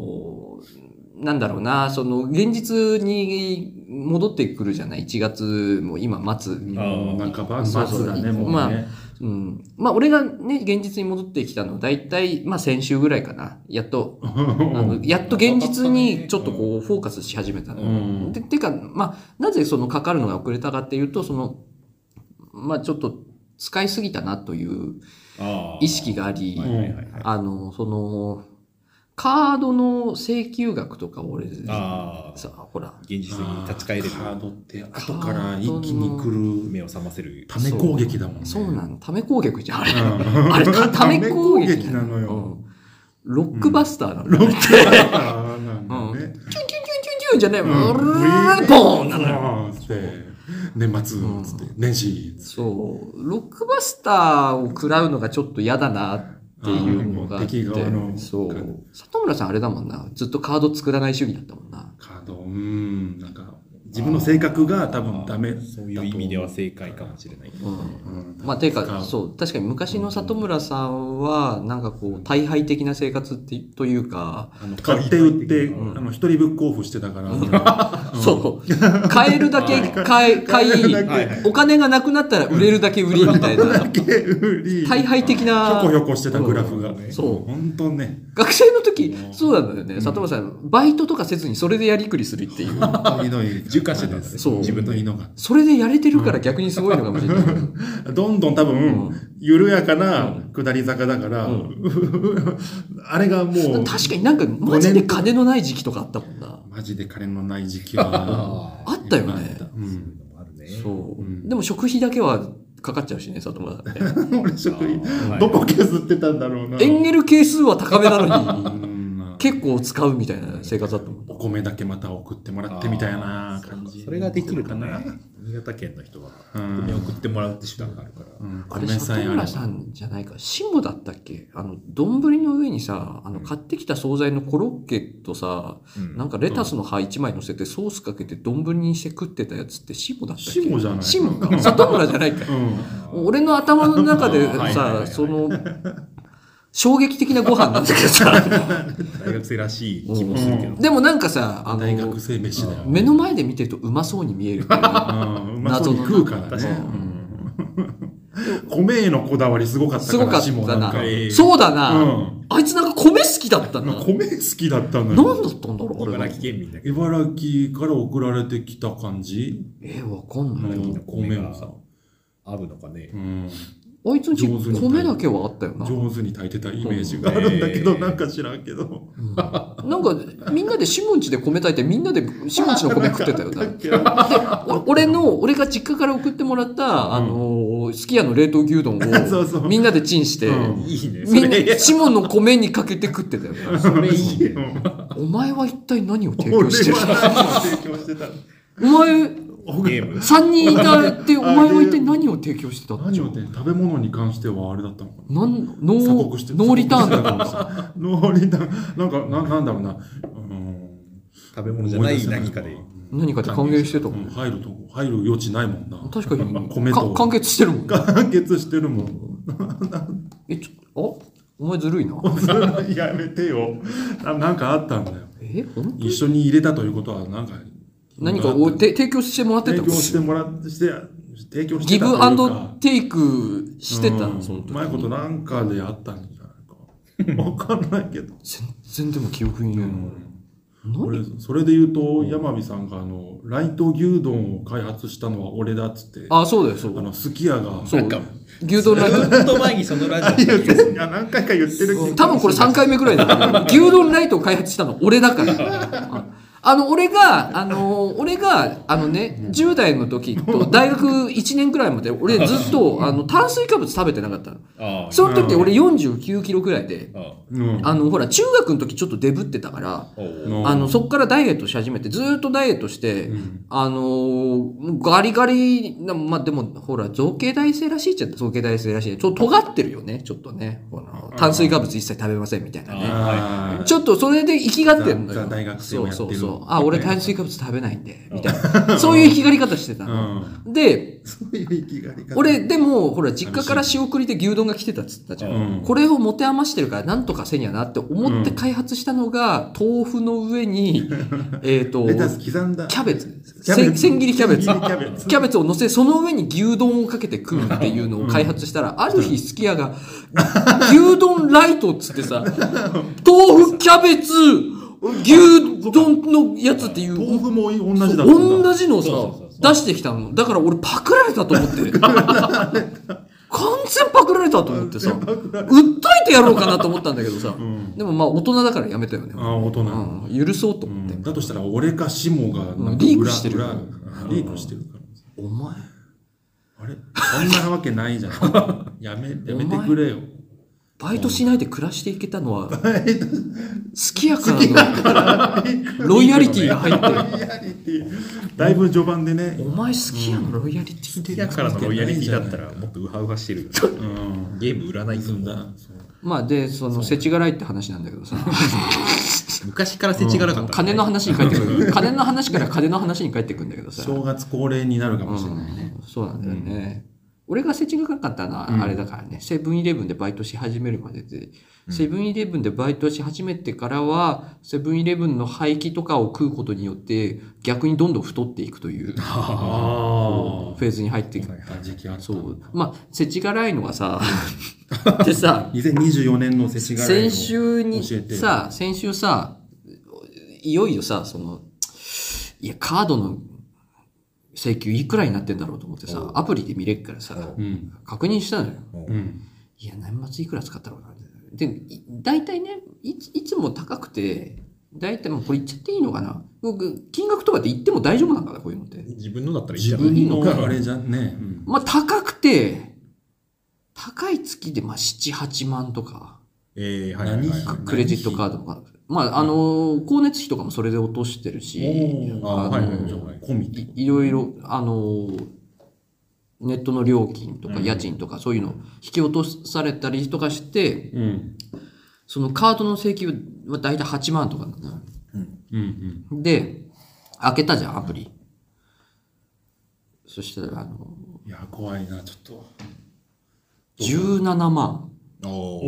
Speaker 2: なんだろうな、その、現実に戻ってくるじゃない ?1 月も今末。
Speaker 4: あー
Speaker 1: なんかバ
Speaker 2: そ
Speaker 1: バ
Speaker 2: うそう
Speaker 1: ツだねもうね、
Speaker 2: まあうん。まあ、俺がね、現実に戻ってきたのは、だいたい、まあ、先週ぐらいかな。やっ
Speaker 4: (laughs)
Speaker 2: と、あのやっと現実にちょっとこう、フォーカスし始めたのよ。
Speaker 1: うん
Speaker 2: でてか、まあ、なぜそのかかるのが遅れたかっていうと、その、まあ、ちょっと使いすぎたなという
Speaker 4: あー
Speaker 2: 意識があり、
Speaker 4: はいはいはいはい
Speaker 2: あの、その、カードの請求額とか俺、
Speaker 4: ああ
Speaker 2: さ、ほら、
Speaker 4: 現実に立ち返れる
Speaker 1: カードって後から一気に来る
Speaker 4: 目を覚ませる
Speaker 1: ため攻撃だもんね
Speaker 2: そうなの、ため攻撃じゃん、あれ。
Speaker 1: うん
Speaker 2: あれ、
Speaker 1: (laughs)
Speaker 2: たため
Speaker 1: た
Speaker 2: 攻
Speaker 1: め
Speaker 2: 撃
Speaker 1: 攻なのよ、
Speaker 2: うんロックバスターなの、ね。
Speaker 1: ロ
Speaker 2: キュンキュンキュン
Speaker 1: ックバーなんだね、
Speaker 2: キュンじゃねえ、
Speaker 1: う
Speaker 2: うんーボーンなのよ。
Speaker 1: うんつって年末つって年始つって
Speaker 2: そう、ロックバスターを食らうのがちょっと嫌だなっていうのがあっ
Speaker 1: あーもう敵
Speaker 2: て
Speaker 1: 側の、
Speaker 2: そう。里村さんあれだもんな、ずっとカード作らない主義だったもんな。
Speaker 1: カードうんなんか自分の性格が多分ダメ
Speaker 4: あーそういう意味では正解かもしれない
Speaker 2: うん
Speaker 1: うん
Speaker 2: まあ、ていう
Speaker 1: 使
Speaker 2: か、そう、確かに昔の里村さんは、なんかこう、大敗的な生活ってというか、
Speaker 1: あの買って売って、
Speaker 2: うん
Speaker 1: あの一人ぶっ交付してたから、ん
Speaker 2: そう、買えるだけ買い、買
Speaker 1: 買える
Speaker 2: い
Speaker 1: だけ、
Speaker 4: はいはい
Speaker 2: お金がなくなったら売れるだけ売りみ
Speaker 1: (laughs)
Speaker 2: たいな、
Speaker 1: だけ売り
Speaker 2: 大敗的
Speaker 1: ひょ
Speaker 2: な
Speaker 1: こ、ひょこしてたグラフが、
Speaker 4: うん
Speaker 2: そう
Speaker 1: 本当ね
Speaker 2: 学生の時、そうなんだよね、里村さん、バイトとかせずにそれでやりくりするっていう、
Speaker 1: 本当にのいい
Speaker 4: 循環してたんだね
Speaker 2: そう
Speaker 1: 自
Speaker 4: 自
Speaker 1: 分
Speaker 4: 分
Speaker 1: の
Speaker 4: の
Speaker 1: いいのが
Speaker 2: それでやれてるから逆にすごいのかもしれない。
Speaker 1: どんどん多分、
Speaker 2: う
Speaker 1: 緩やかな下り坂だから、
Speaker 2: う
Speaker 1: あれがもう
Speaker 2: 確かになんか、マジで金のない時期とかあったもんな。
Speaker 1: マジで金のない時期は
Speaker 2: あったよね
Speaker 1: あったう
Speaker 4: そうい
Speaker 1: ん
Speaker 4: うのもあるね
Speaker 2: そう
Speaker 1: うん。
Speaker 2: でも食費だけはかかっちゃうしね、里村さんって。
Speaker 1: 俺職員
Speaker 4: はい
Speaker 1: どこ削ってたんだろうな、
Speaker 2: エンゲル係数は高めなの
Speaker 1: う
Speaker 2: に、
Speaker 1: ん
Speaker 2: (laughs) 結構使うみたいな生活だったもん。
Speaker 1: お米だけまた送ってもらってみたいな感じ
Speaker 4: それができるかな新潟県の人は
Speaker 1: うん
Speaker 4: 米送ってもらうって手段があるから
Speaker 1: うん
Speaker 2: あれ、
Speaker 1: 米さ
Speaker 2: 里
Speaker 1: えあれば
Speaker 2: 村さんじゃないか。シモだったっけあの、丼の上にさ、あの、買ってきた惣菜のコロッケとさ、
Speaker 4: うん
Speaker 2: なんかレタスの葉1枚乗せてソースかけて丼にして食ってたやつってシモだったっけ
Speaker 1: シモじゃない
Speaker 2: シモか。里村じゃない
Speaker 1: (laughs)
Speaker 2: か。
Speaker 1: うん
Speaker 2: 俺の頭の中で
Speaker 4: はいはいはいは
Speaker 2: さ、
Speaker 4: い
Speaker 2: その、衝撃的なご飯なんだけどさ、
Speaker 4: 大学生らしい気もするけど
Speaker 2: でもなんかさ、あ
Speaker 1: 大学
Speaker 2: の、
Speaker 1: 生飯だよ、
Speaker 2: 目の前で見てるとうまそうに見えるっていう
Speaker 1: う
Speaker 2: か
Speaker 1: んうまそうに食うから
Speaker 4: 謎の
Speaker 1: ね
Speaker 4: な、
Speaker 1: うん米へのこだわりすごかった
Speaker 2: す
Speaker 1: から
Speaker 2: ごかっ
Speaker 1: 私も
Speaker 2: た
Speaker 1: ん
Speaker 2: な
Speaker 1: かええ。
Speaker 2: そうだな、
Speaker 1: うん
Speaker 2: あいつなんか米好きだったな。
Speaker 1: 米好きだったのよ
Speaker 2: 何だったんだろうあれ
Speaker 4: 茨城県民だけど
Speaker 1: 茨城から送られてきた感じ
Speaker 2: えー、わかん
Speaker 1: の
Speaker 2: ない。
Speaker 1: 米をさ、
Speaker 4: 合うのかね
Speaker 1: うん、
Speaker 2: あいつんち
Speaker 1: 上手に
Speaker 2: 米だけはあったよな。
Speaker 1: 上手に炊いてたイメージがあるんだけど、
Speaker 4: うん
Speaker 1: なんか知らんけど
Speaker 2: うんなんか、みんなでシモンチで米炊いて、みんなでシモンチの米食って
Speaker 1: (laughs)
Speaker 2: たよな。でお俺の、俺が実家から送ってもらった、あのー、すき家の冷凍牛丼
Speaker 1: (laughs) そうそう
Speaker 2: を、みんなでチンして、
Speaker 1: うん
Speaker 4: いいねそ
Speaker 2: みんな、
Speaker 4: れ
Speaker 2: シモンの米にかけて食ってたよ
Speaker 1: (laughs)
Speaker 2: な。
Speaker 4: それいいね
Speaker 2: お前は一体何を提
Speaker 1: 俺
Speaker 2: 供してる
Speaker 1: は何を提供してたの
Speaker 2: お前、
Speaker 4: ゲーム
Speaker 2: 三人いたって、お前は一体何を提供してたっ
Speaker 1: 何
Speaker 2: て
Speaker 1: をね食べ物に関してはあれだったのかな
Speaker 2: なんノ
Speaker 1: 鎖国して
Speaker 2: ー、ノーリターンだからさ。
Speaker 1: さ (laughs) ノーリターンなんかななんだろうな、うん、
Speaker 4: 食べ物じゃない何かで
Speaker 2: 何かで還元してたも
Speaker 1: うん
Speaker 2: ん。
Speaker 1: 入るとこ入る余地ないもんな
Speaker 2: 確かに、
Speaker 1: 米と
Speaker 2: か完結してるもん。
Speaker 1: 完結してるもん (laughs)
Speaker 2: え、ちょ、あおお前ずるいな。
Speaker 1: やめてよな。なんかあったんだよ。
Speaker 2: え本当
Speaker 1: 一緒に入れたということは、なんか。
Speaker 2: 何かをて提供してもらって
Speaker 1: 提
Speaker 2: た
Speaker 1: 供してもらって、して、提供して
Speaker 2: ギ
Speaker 1: たという
Speaker 2: ブ
Speaker 1: か
Speaker 2: アンドテイクしてた
Speaker 1: う
Speaker 2: の、
Speaker 1: ん
Speaker 2: その時
Speaker 1: うまいことなんかであったんじゃ
Speaker 2: (laughs)
Speaker 1: ないか。わかんないけど。
Speaker 2: 全然でも記憶にねえな。
Speaker 1: 俺
Speaker 2: 何
Speaker 1: それで言うと、山美さんがあのライト牛丼を開発したのは俺だっつって、あ
Speaker 2: あ、そうだよ、そうだよ。
Speaker 1: のすき家が、
Speaker 2: そう
Speaker 4: なんか
Speaker 2: 牛丼ライ
Speaker 3: ずっと前にそのラジオで言う
Speaker 1: いや何回か言ってる
Speaker 2: ト。多分これ3回目くらいだけど、牛丼ライトを開発したの俺だから。ああの、俺が、あの、俺が、あのね、10代の時と大学1年くらいまで、俺ずっと、あの、炭水化物食べてなかったの。
Speaker 4: ああ
Speaker 2: その時俺49キロくらいで、
Speaker 4: ああ
Speaker 1: うん
Speaker 2: あの、ほら、中学の時ちょっとデブってたから、
Speaker 4: おう
Speaker 1: の
Speaker 2: あの、そっからダイエットし始めて、ずーっとダイエットして、
Speaker 1: うん
Speaker 2: あのーガリガリな、まあ、でも、ほら、造形大生らしいっちゃ造形大生らしい。ちょっと尖ってるよね、ちょっとね。ほら炭水化物一切食べませんみたいなね。
Speaker 1: あー
Speaker 2: ちょっとそれで生きがってんの
Speaker 1: ザ
Speaker 2: よ。
Speaker 1: ザ大学生をやってる
Speaker 2: そうそうそう。あ、俺炭水化物食べないんで、みたい
Speaker 1: (laughs)
Speaker 2: な。そういう生きがり方してたの。で、
Speaker 1: そういう生きがり方
Speaker 2: 俺、でも、ほら、実家から仕送りで牛丼が来てたっつったじゃん。
Speaker 1: うん
Speaker 2: これを持て余してるから、なんとかせにゃなって思って開発したのが、豆腐の
Speaker 1: (laughs)
Speaker 2: 上に、えっと、
Speaker 1: レタス刻んだ
Speaker 2: キャベツ。
Speaker 1: キャベ
Speaker 2: せ
Speaker 1: ツ
Speaker 2: ん千切りキャベツ。
Speaker 1: 千切りキャベツ
Speaker 2: キャベツを乗せ、その上に牛丼をかけて食うっていうのを開発したら、ある日、すき家が、牛丼ライトっつっ
Speaker 1: (laughs)
Speaker 2: てさ、豆腐、キャベツ、牛丼のやつっていう、
Speaker 1: 豆腐も同じだったんだ
Speaker 2: 同じのをさ
Speaker 4: そうそうそう、そ
Speaker 2: 出してきたの。だから俺パクられたと思って。完全パクられたと思ってさ、訴えてやろうかなと思ったんだけどさ、
Speaker 1: ん
Speaker 2: でもまあ大人だからやめたよね。
Speaker 1: あー大人、
Speaker 2: うん、許そうと思って。
Speaker 1: うんだとしたら俺かシモがなんか裏
Speaker 2: うんリークしてる
Speaker 1: 裏リークしてるから
Speaker 2: お前、
Speaker 1: あれそんなわけないじ (laughs) ゃんやめやめてくれよ
Speaker 2: バイトしないで暮らしていけたのは、好きやからのロイヤリティが入ってる。
Speaker 1: だいぶ序盤でね
Speaker 2: お、前好きやのロイヤリティで。
Speaker 3: いやからのロイヤリティだったらもっとウハウハしてるよ
Speaker 1: うん、
Speaker 3: ゲーム売らない
Speaker 1: だ
Speaker 3: ん
Speaker 2: まあで、その、世知辛いって話なんだけどさ、 (laughs)
Speaker 3: 昔から世知辛かった
Speaker 2: 金の話に帰ってくる。金の話から金の話に帰ってくるんだけどさ。
Speaker 1: 正月恒例になるかもしれないね、
Speaker 2: うんそうなんだよね。俺が世知辛かったのは、あれだからね、セブンイレブンでバイトし始めるまでで、セブンイレブンでバイトし始めてからは、セブンイレブンの廃棄とかを食うことによって、逆にどんどん太っていくという、
Speaker 1: あ
Speaker 2: フェーズに入っていく。
Speaker 1: あ断食あった
Speaker 2: そう。まあ、世知辛いのが (laughs) さ、でさ、
Speaker 1: 2024年の世知辛いの
Speaker 2: 先週に
Speaker 1: 教えてよ
Speaker 2: さ、先週さ、いよいよさ、その、いや、カードの請求いくらになってんだろうと思ってさ、アプリで見れっからさ、
Speaker 1: うん
Speaker 2: 確認したのよ。
Speaker 1: うん
Speaker 2: いや、年末いくら使ったろうな。で、い大体ね、いついつも高くて、大体もうこれ言っちゃっていいのかな僕金額とかって言っても大丈夫なんかな、こういうのって。
Speaker 3: 自分のだったらいいんじ
Speaker 1: 自
Speaker 3: ゃない
Speaker 1: 分のあれじゃんね、
Speaker 2: まあ、高くて、高い月でまあ7、8万とか、
Speaker 3: ええはいはいはい
Speaker 1: 何
Speaker 2: クレジットカードとか、まあ、あのー、光熱費とかもそれで落としてるし、
Speaker 1: おー
Speaker 2: あのー
Speaker 3: はいはいはい
Speaker 1: 込みってこと
Speaker 2: いいろいろ、あのー、ネットの料金とか家賃とかそういうの引き落とされたりとかして、
Speaker 1: うん
Speaker 2: そのカードの請求は大体8万とかなんだよ。
Speaker 1: うんうん
Speaker 2: で、開けたじゃん、アプリ。そしたら、あの、
Speaker 1: いや怖いなちょっと
Speaker 2: 17万。
Speaker 3: おー
Speaker 1: お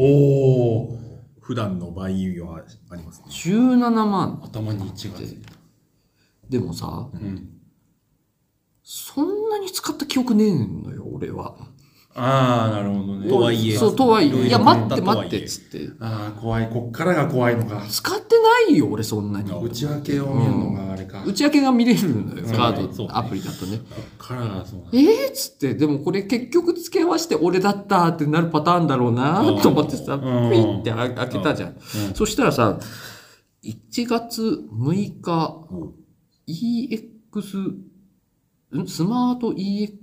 Speaker 1: お
Speaker 3: 普段の倍はありますね
Speaker 2: 17万。
Speaker 1: 頭に血がつい
Speaker 2: でもさ、
Speaker 1: た、うん、
Speaker 2: そんなに使った記憶ねえのよ、俺は。
Speaker 1: ああなるほどね
Speaker 3: とはいえ
Speaker 2: そう、とはいえ。いや、
Speaker 3: ろろ
Speaker 2: 待って
Speaker 3: とは
Speaker 2: 待
Speaker 3: いえ
Speaker 2: って、つって。
Speaker 1: ああ怖いこっからが怖いのか
Speaker 2: 使ってないよ、俺そんなに。
Speaker 1: 内訳を見るのがあれか、こっ
Speaker 2: 内訳が見れるのよ、
Speaker 1: そうね
Speaker 2: カー
Speaker 3: そうね
Speaker 2: ド、アプリだとね。
Speaker 1: からがそうなんだ
Speaker 2: えーっつって、でもこれ結局付け合わせて俺だったってなるパターンだろうなと思ってさ、
Speaker 1: ん
Speaker 2: ピッてあ開けたじゃん。そしたらさ、1月6日、EX、んスマート EX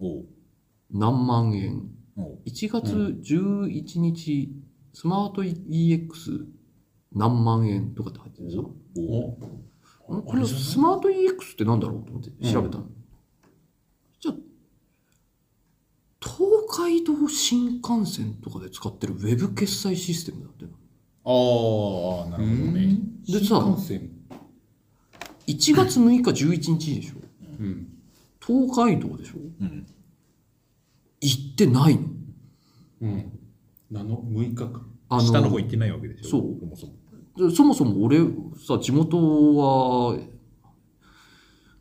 Speaker 3: おう
Speaker 2: 何万円。
Speaker 3: おう
Speaker 2: 1月11日、スマート EX 何万円とかって入ってるさ。
Speaker 3: おう
Speaker 2: んこれスマート EX ってなんだろうと思って調べたの。じゃあ、東海道新幹線とかで使ってるウェブ決済システムだってな。
Speaker 3: ああなるほどね
Speaker 2: でさ
Speaker 1: 新幹線
Speaker 2: 1月6日11日でしょ
Speaker 1: うん
Speaker 2: 東海道でしょ
Speaker 3: うん
Speaker 2: 行ってないの
Speaker 1: うん7日か
Speaker 2: あ
Speaker 4: 下の方行ってないわけでしょ。
Speaker 2: そう
Speaker 4: そもそも。
Speaker 2: そもそも俺さ、地元は、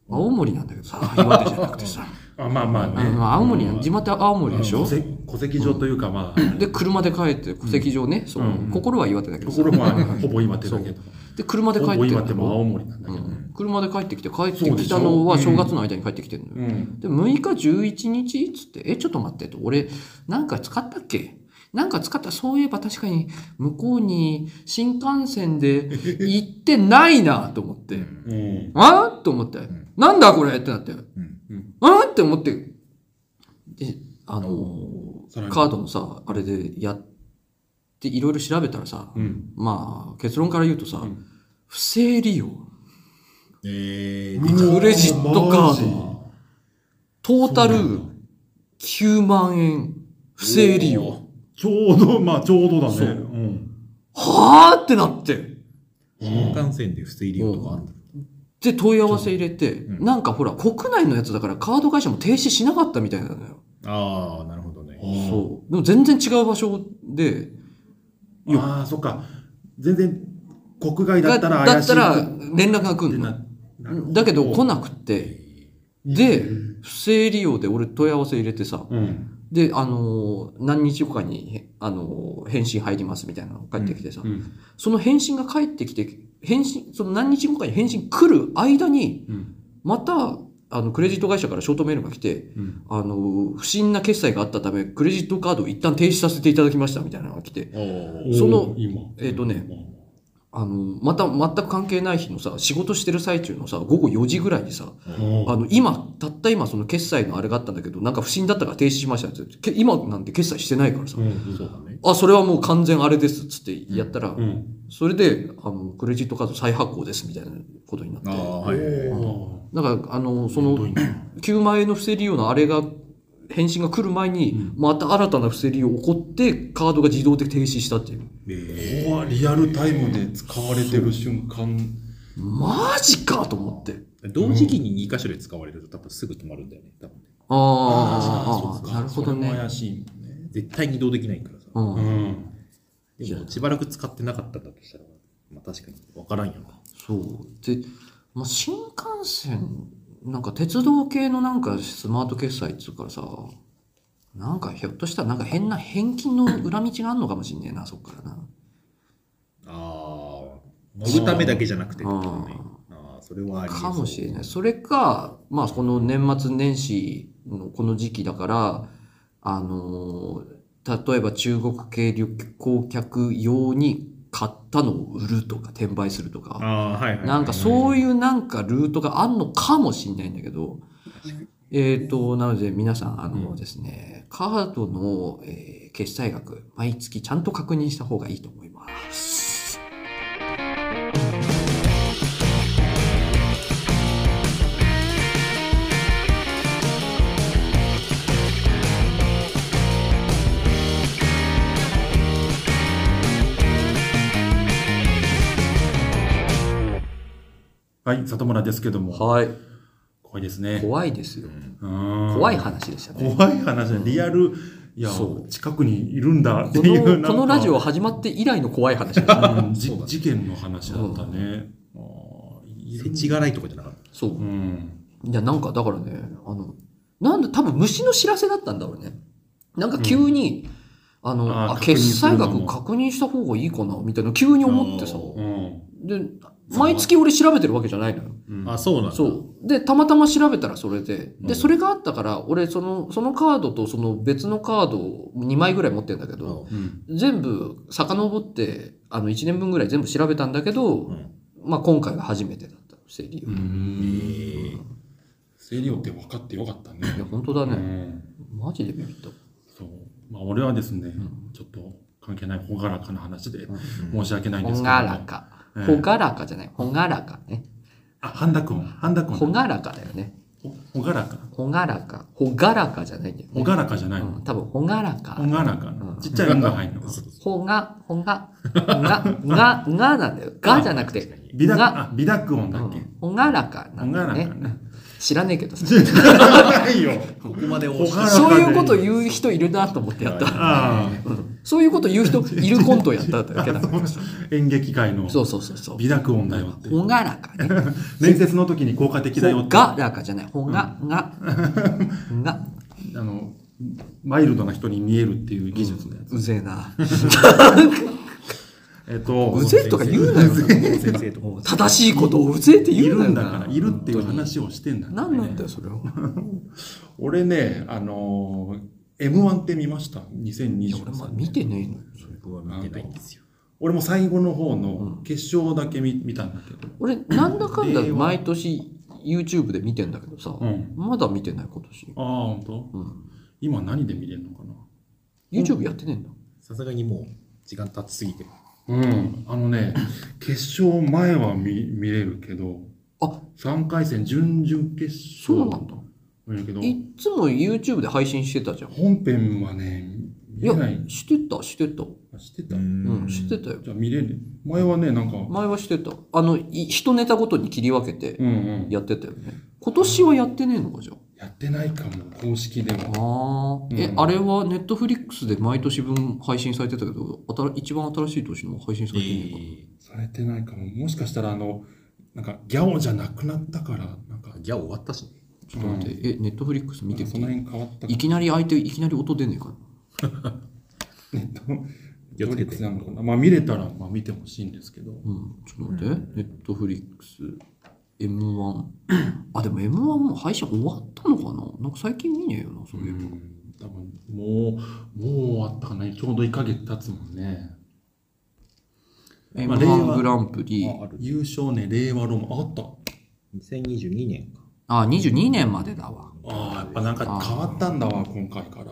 Speaker 2: 青森なんだけどさ、岩手じゃなくてさ。
Speaker 1: あまあまあ
Speaker 2: あ
Speaker 1: ね、
Speaker 2: の青森やん地元は青森でしょ
Speaker 1: 戸籍戸籍上というかまあ
Speaker 2: で、車で帰って、戸籍上ね、そ
Speaker 1: うん
Speaker 2: の心は岩手だけどさ。
Speaker 1: 心はほぼ今手だけど
Speaker 2: で、車で帰っ
Speaker 1: ほ
Speaker 2: て
Speaker 1: ぼ
Speaker 2: く
Speaker 1: 今手
Speaker 2: る
Speaker 1: も青
Speaker 2: の。
Speaker 1: 森なんだけど、
Speaker 2: うん車で帰ってきて、帰っ
Speaker 1: そ
Speaker 2: て
Speaker 1: うで
Speaker 2: き
Speaker 1: したょ
Speaker 2: のは
Speaker 1: うん
Speaker 2: 正月の間に帰ってきてるのよ。
Speaker 1: うん
Speaker 2: で、6日11日っつって、え、ちょっと待ってと、俺、なんか使ったっけなんか使った、そういえば確かに、向こうに新幹線で行ってないなと思って、
Speaker 1: うん
Speaker 2: あーと思って、
Speaker 4: ん
Speaker 2: なんだこれってなって、
Speaker 4: うん
Speaker 2: あーって思って、で、あのー
Speaker 1: さらに
Speaker 2: カードのさ、あれでやって、いろいろ調べたらさ、
Speaker 1: うん
Speaker 2: まあ、結論から言うとさ、
Speaker 1: ん
Speaker 2: 不正利用、
Speaker 4: え
Speaker 2: クレジットカード、
Speaker 1: ド
Speaker 2: トータル9万円不正利用。
Speaker 1: ちょうどまあちょうどだね
Speaker 2: そう
Speaker 1: うん
Speaker 2: はーってなって。
Speaker 4: ー、新幹線で不正利用とかあんだ。
Speaker 2: で、問い合わせ入れて、
Speaker 4: うん
Speaker 2: なんかほら、国内のやつだからカード会社も停止しなかったみたいなのよ。
Speaker 4: ああ、なるほどね。
Speaker 2: そう。でも全然違う場所で、よ
Speaker 1: ああそっか全然国外だ
Speaker 2: だ
Speaker 1: ったら
Speaker 2: だ
Speaker 1: 怪
Speaker 2: っ
Speaker 1: したい
Speaker 2: ら連絡が来
Speaker 1: って
Speaker 2: るの。
Speaker 1: ななるほ
Speaker 2: だけど来なくて、で、不正利用で俺問い合わせ入れてさ、
Speaker 1: うん
Speaker 2: で、あのー何日後かに、あのー返信入りますみたいなのが返ってきてさ、
Speaker 1: うん
Speaker 2: その返信が返ってきて、返信、その何日後かに返信来る間に、
Speaker 1: うん
Speaker 2: また、あの、クレジット会社からショートメールが来て、
Speaker 1: うん
Speaker 2: あの、不審な決済があったため、クレジットカードを一旦停止させていただきました、みたいなのが来て、
Speaker 4: お
Speaker 2: その
Speaker 1: 今
Speaker 2: えっ、とね、あの、また、全く関係ない日のさ、仕事してる最中のさ、午後4時ぐらいにさ、
Speaker 1: うん
Speaker 2: あの、今、たった今、その決済のあれがあったんだけど、なんか不審だったから停止しましたって言って、け今なんて決済してないからさ、
Speaker 1: うん
Speaker 4: そうだね。
Speaker 2: あ、それはもう完全あれです、つってやったら、
Speaker 1: うん
Speaker 2: それで、あの、クレジットカード再発行ですみたいなことになって
Speaker 4: あ。あ、はいはいはい。
Speaker 1: そ
Speaker 2: だから、あの、その、9万円の不正利用のあれが、返信が来る前に、また新たな不正利用起こって、カードが自動で停止したっていう。
Speaker 4: え
Speaker 1: ここはリアルタイムで使われてる瞬間
Speaker 2: マジかと思って。
Speaker 4: ー同時期に2箇所で使われると多分すぐ止まるんだよね。多分ね
Speaker 2: あ
Speaker 1: そう
Speaker 2: あ、
Speaker 1: か
Speaker 2: なるほ
Speaker 1: そ
Speaker 2: ど
Speaker 1: れも
Speaker 2: ね。
Speaker 1: 怪しいもんね
Speaker 4: 絶対に移動できないからさ。
Speaker 2: うん。
Speaker 1: うん
Speaker 2: い
Speaker 4: で
Speaker 2: や
Speaker 4: もしばらく使ってなかったんだとしたら、まあ確かに分からんよな。
Speaker 2: そう。で、まあ、新幹線、なんか鉄道系のなんかスマート決済っつうからさ、なんかひょっとしたらなんか変な返金の裏道があるのかもしんねえな、そっからな。
Speaker 4: ああ、乗るためだけじゃなくてってことね。ああ、それはありえそ
Speaker 2: か
Speaker 4: う
Speaker 2: もしれない。それか、まあ、この年末年始のこの時期だから、あのー例えば中国系旅行客用に買ったのを売るとか転売するとか、
Speaker 4: ああ、はいはいはい。
Speaker 2: なんかそういうなんかルートがあんのかもしれないんだけど、えっ、と、なので皆さん、あのですね、カードの、えー決済額、毎月ちゃんと確認した方がいいと思います。
Speaker 1: はい里村ですけども
Speaker 2: はい。
Speaker 1: 怖いですね
Speaker 2: 怖いですよ。
Speaker 1: 怖
Speaker 2: 怖い話でしたね。
Speaker 1: 怖い話だリアルいや
Speaker 2: そう
Speaker 1: 近くにいるんだって
Speaker 2: こ
Speaker 1: いう
Speaker 2: の
Speaker 1: なんか
Speaker 2: このラジオ始まって以来の怖い話だ
Speaker 1: うんじ事件の話だったねあーい
Speaker 4: 設
Speaker 1: る
Speaker 4: 置がないとかじゃなかった。
Speaker 2: (laughs) そううんいやなんかだからねあのなんだ多分虫の知らせだったんだろうねなんか急に、あの
Speaker 1: あー
Speaker 2: あ
Speaker 1: 確認
Speaker 2: 決
Speaker 1: する
Speaker 2: 済
Speaker 1: のも
Speaker 2: 額確認した方がいいかなみたいな急に思ってさ
Speaker 1: うん
Speaker 2: で毎月俺調べてるわけじゃないのよ
Speaker 1: うん
Speaker 4: あ、そうなんだ。
Speaker 2: そうでたまたま調べたらそれで
Speaker 4: う
Speaker 2: で
Speaker 4: ん
Speaker 2: それがあったから俺そのそのカードとその別のカードを2枚ぐらい持ってるんだけど、
Speaker 1: うん
Speaker 2: 全部遡ってあの1年分ぐらい全部調べたんだけど、
Speaker 4: ん
Speaker 2: まあ、今回が初めてだった整理を、
Speaker 1: う
Speaker 2: い
Speaker 1: ん生理用って分かってよかったね
Speaker 2: や本当だ
Speaker 1: う
Speaker 2: ね、
Speaker 1: ん
Speaker 2: マジでビビった
Speaker 1: そう、まあ、俺はですね、
Speaker 2: ん
Speaker 1: ちょっと関係ないほがらかな話で
Speaker 2: うん
Speaker 1: 申し訳ないんで
Speaker 2: ほ
Speaker 1: すけども、
Speaker 2: がらか、
Speaker 1: ええ
Speaker 2: ほがらかじゃないほがらかね
Speaker 1: あ、半田君、半田君、
Speaker 2: ほがらかだよね
Speaker 1: ほほがらか、
Speaker 2: ほがらかほがらかじゃないんだよ、ね、
Speaker 1: ほがらかじゃないの、
Speaker 2: うん、多分ほがら
Speaker 1: ほ
Speaker 2: か
Speaker 1: がらか、
Speaker 2: うん
Speaker 1: ちっちゃい「ん」が入るのか、
Speaker 2: ほがほががががなんだよがじゃなくて
Speaker 1: 美濁
Speaker 2: が
Speaker 1: あ美濁音
Speaker 2: う
Speaker 1: だっけ、
Speaker 2: んほがらかな
Speaker 1: ほ
Speaker 2: んだ
Speaker 1: が
Speaker 2: よ
Speaker 1: らか
Speaker 2: ね
Speaker 1: ね。
Speaker 2: 知らねえ
Speaker 1: (laughs)
Speaker 2: けどさ
Speaker 1: ないよ。
Speaker 4: ここまで
Speaker 1: ほ
Speaker 4: 押し
Speaker 1: がらか
Speaker 2: そういうこと
Speaker 1: う。
Speaker 2: 言う人いるなと思ってやった
Speaker 1: ああ、
Speaker 2: そういうこと言う人いるコントやっただけだ
Speaker 1: (laughs)
Speaker 2: からさ。
Speaker 1: 演劇界の
Speaker 2: そうそうそうそう。
Speaker 1: 美濁音だよって
Speaker 2: ほがらかね。
Speaker 1: 面接の時に効果的だよ
Speaker 2: ほ
Speaker 1: って
Speaker 2: がらかじゃない。ほが、が、が。
Speaker 1: あのマイルドな人に見えるっていう技術のやつ、
Speaker 2: うぜえな。
Speaker 1: えっと
Speaker 2: うぜえとか言うなよ
Speaker 1: うぜえ
Speaker 4: 先生とも
Speaker 2: 正しいことをうぜえって
Speaker 1: い
Speaker 2: 言
Speaker 1: る
Speaker 2: うん
Speaker 1: だ
Speaker 2: なよ
Speaker 1: か
Speaker 2: な。
Speaker 1: らいるっていう話をしてんだから、
Speaker 2: 何なんだよ、それは。
Speaker 1: 俺ねあの m 1って見ました
Speaker 2: いや俺
Speaker 1: 2023
Speaker 2: まだ見てねえのよ。
Speaker 4: 僕は見てないんですよ。
Speaker 1: 俺も最後の方の
Speaker 2: うん
Speaker 1: 決勝だけ見見たんだけど、
Speaker 2: 俺、なんだかんだ
Speaker 1: 令和
Speaker 2: 毎年 YouTube で見てんだけどさ、
Speaker 1: ん、
Speaker 2: まだ見てない今年
Speaker 1: あ。あ本当
Speaker 2: うん。
Speaker 1: 今何で見れるのかな
Speaker 2: YouTube やってねえんだ。
Speaker 4: さすがにもう時間経ちすぎて。
Speaker 1: うんあのね決勝前は見見れるけど
Speaker 2: あ、
Speaker 1: 3回戦準々決
Speaker 2: そう
Speaker 1: 勝
Speaker 2: なんだ。
Speaker 1: 見れるけど
Speaker 2: いっつも YouTube で配信してたじゃん。
Speaker 1: 本編はね
Speaker 2: い
Speaker 1: 見
Speaker 2: や
Speaker 1: れない、
Speaker 2: してた、してた。
Speaker 1: あしてた、
Speaker 2: うん、してたよ。
Speaker 1: じゃあ見れる前はねなんか
Speaker 2: 前はしてた。あの、い一ネタごとに切り分けて
Speaker 1: うんうんや
Speaker 2: やってたよね。今年はやってねえのかじゃあ。
Speaker 1: ってないかも公式では
Speaker 2: あーえ、
Speaker 1: うん
Speaker 2: あれはネットフリックスで毎年分配信されてたけど、あたら一番新しい年の配信されてねえのかな。
Speaker 1: されてないかももしかしたらあのなんかギャオじゃなくなったからなんか
Speaker 4: ギャオ終わったしね。
Speaker 2: ちょっと待って、え、ネットフリックス見てみ
Speaker 1: そ
Speaker 2: て
Speaker 1: の。辺変わったか
Speaker 2: いきなり相手、いきなり音出ねえかな。
Speaker 1: ネット
Speaker 4: 気をつけて
Speaker 1: どれなのかなまあ見れたらまあ見てほしいんですけど
Speaker 2: うん、ちょっと待って、ネットフリックス、M1。あ、でも M1 も配信終わったのかななんか最近見ねえよな、そうういえば。
Speaker 1: ん多分もうもう終わったかなちょうど1ヶ月経つもんねまあ令
Speaker 2: M1
Speaker 1: 和
Speaker 2: グランプリ、
Speaker 4: ある。
Speaker 1: 優勝ね令和ロマンあった
Speaker 4: 2022年か。
Speaker 2: あ、22年までだわ。
Speaker 1: ああやっぱなんか変わったんだわ今回から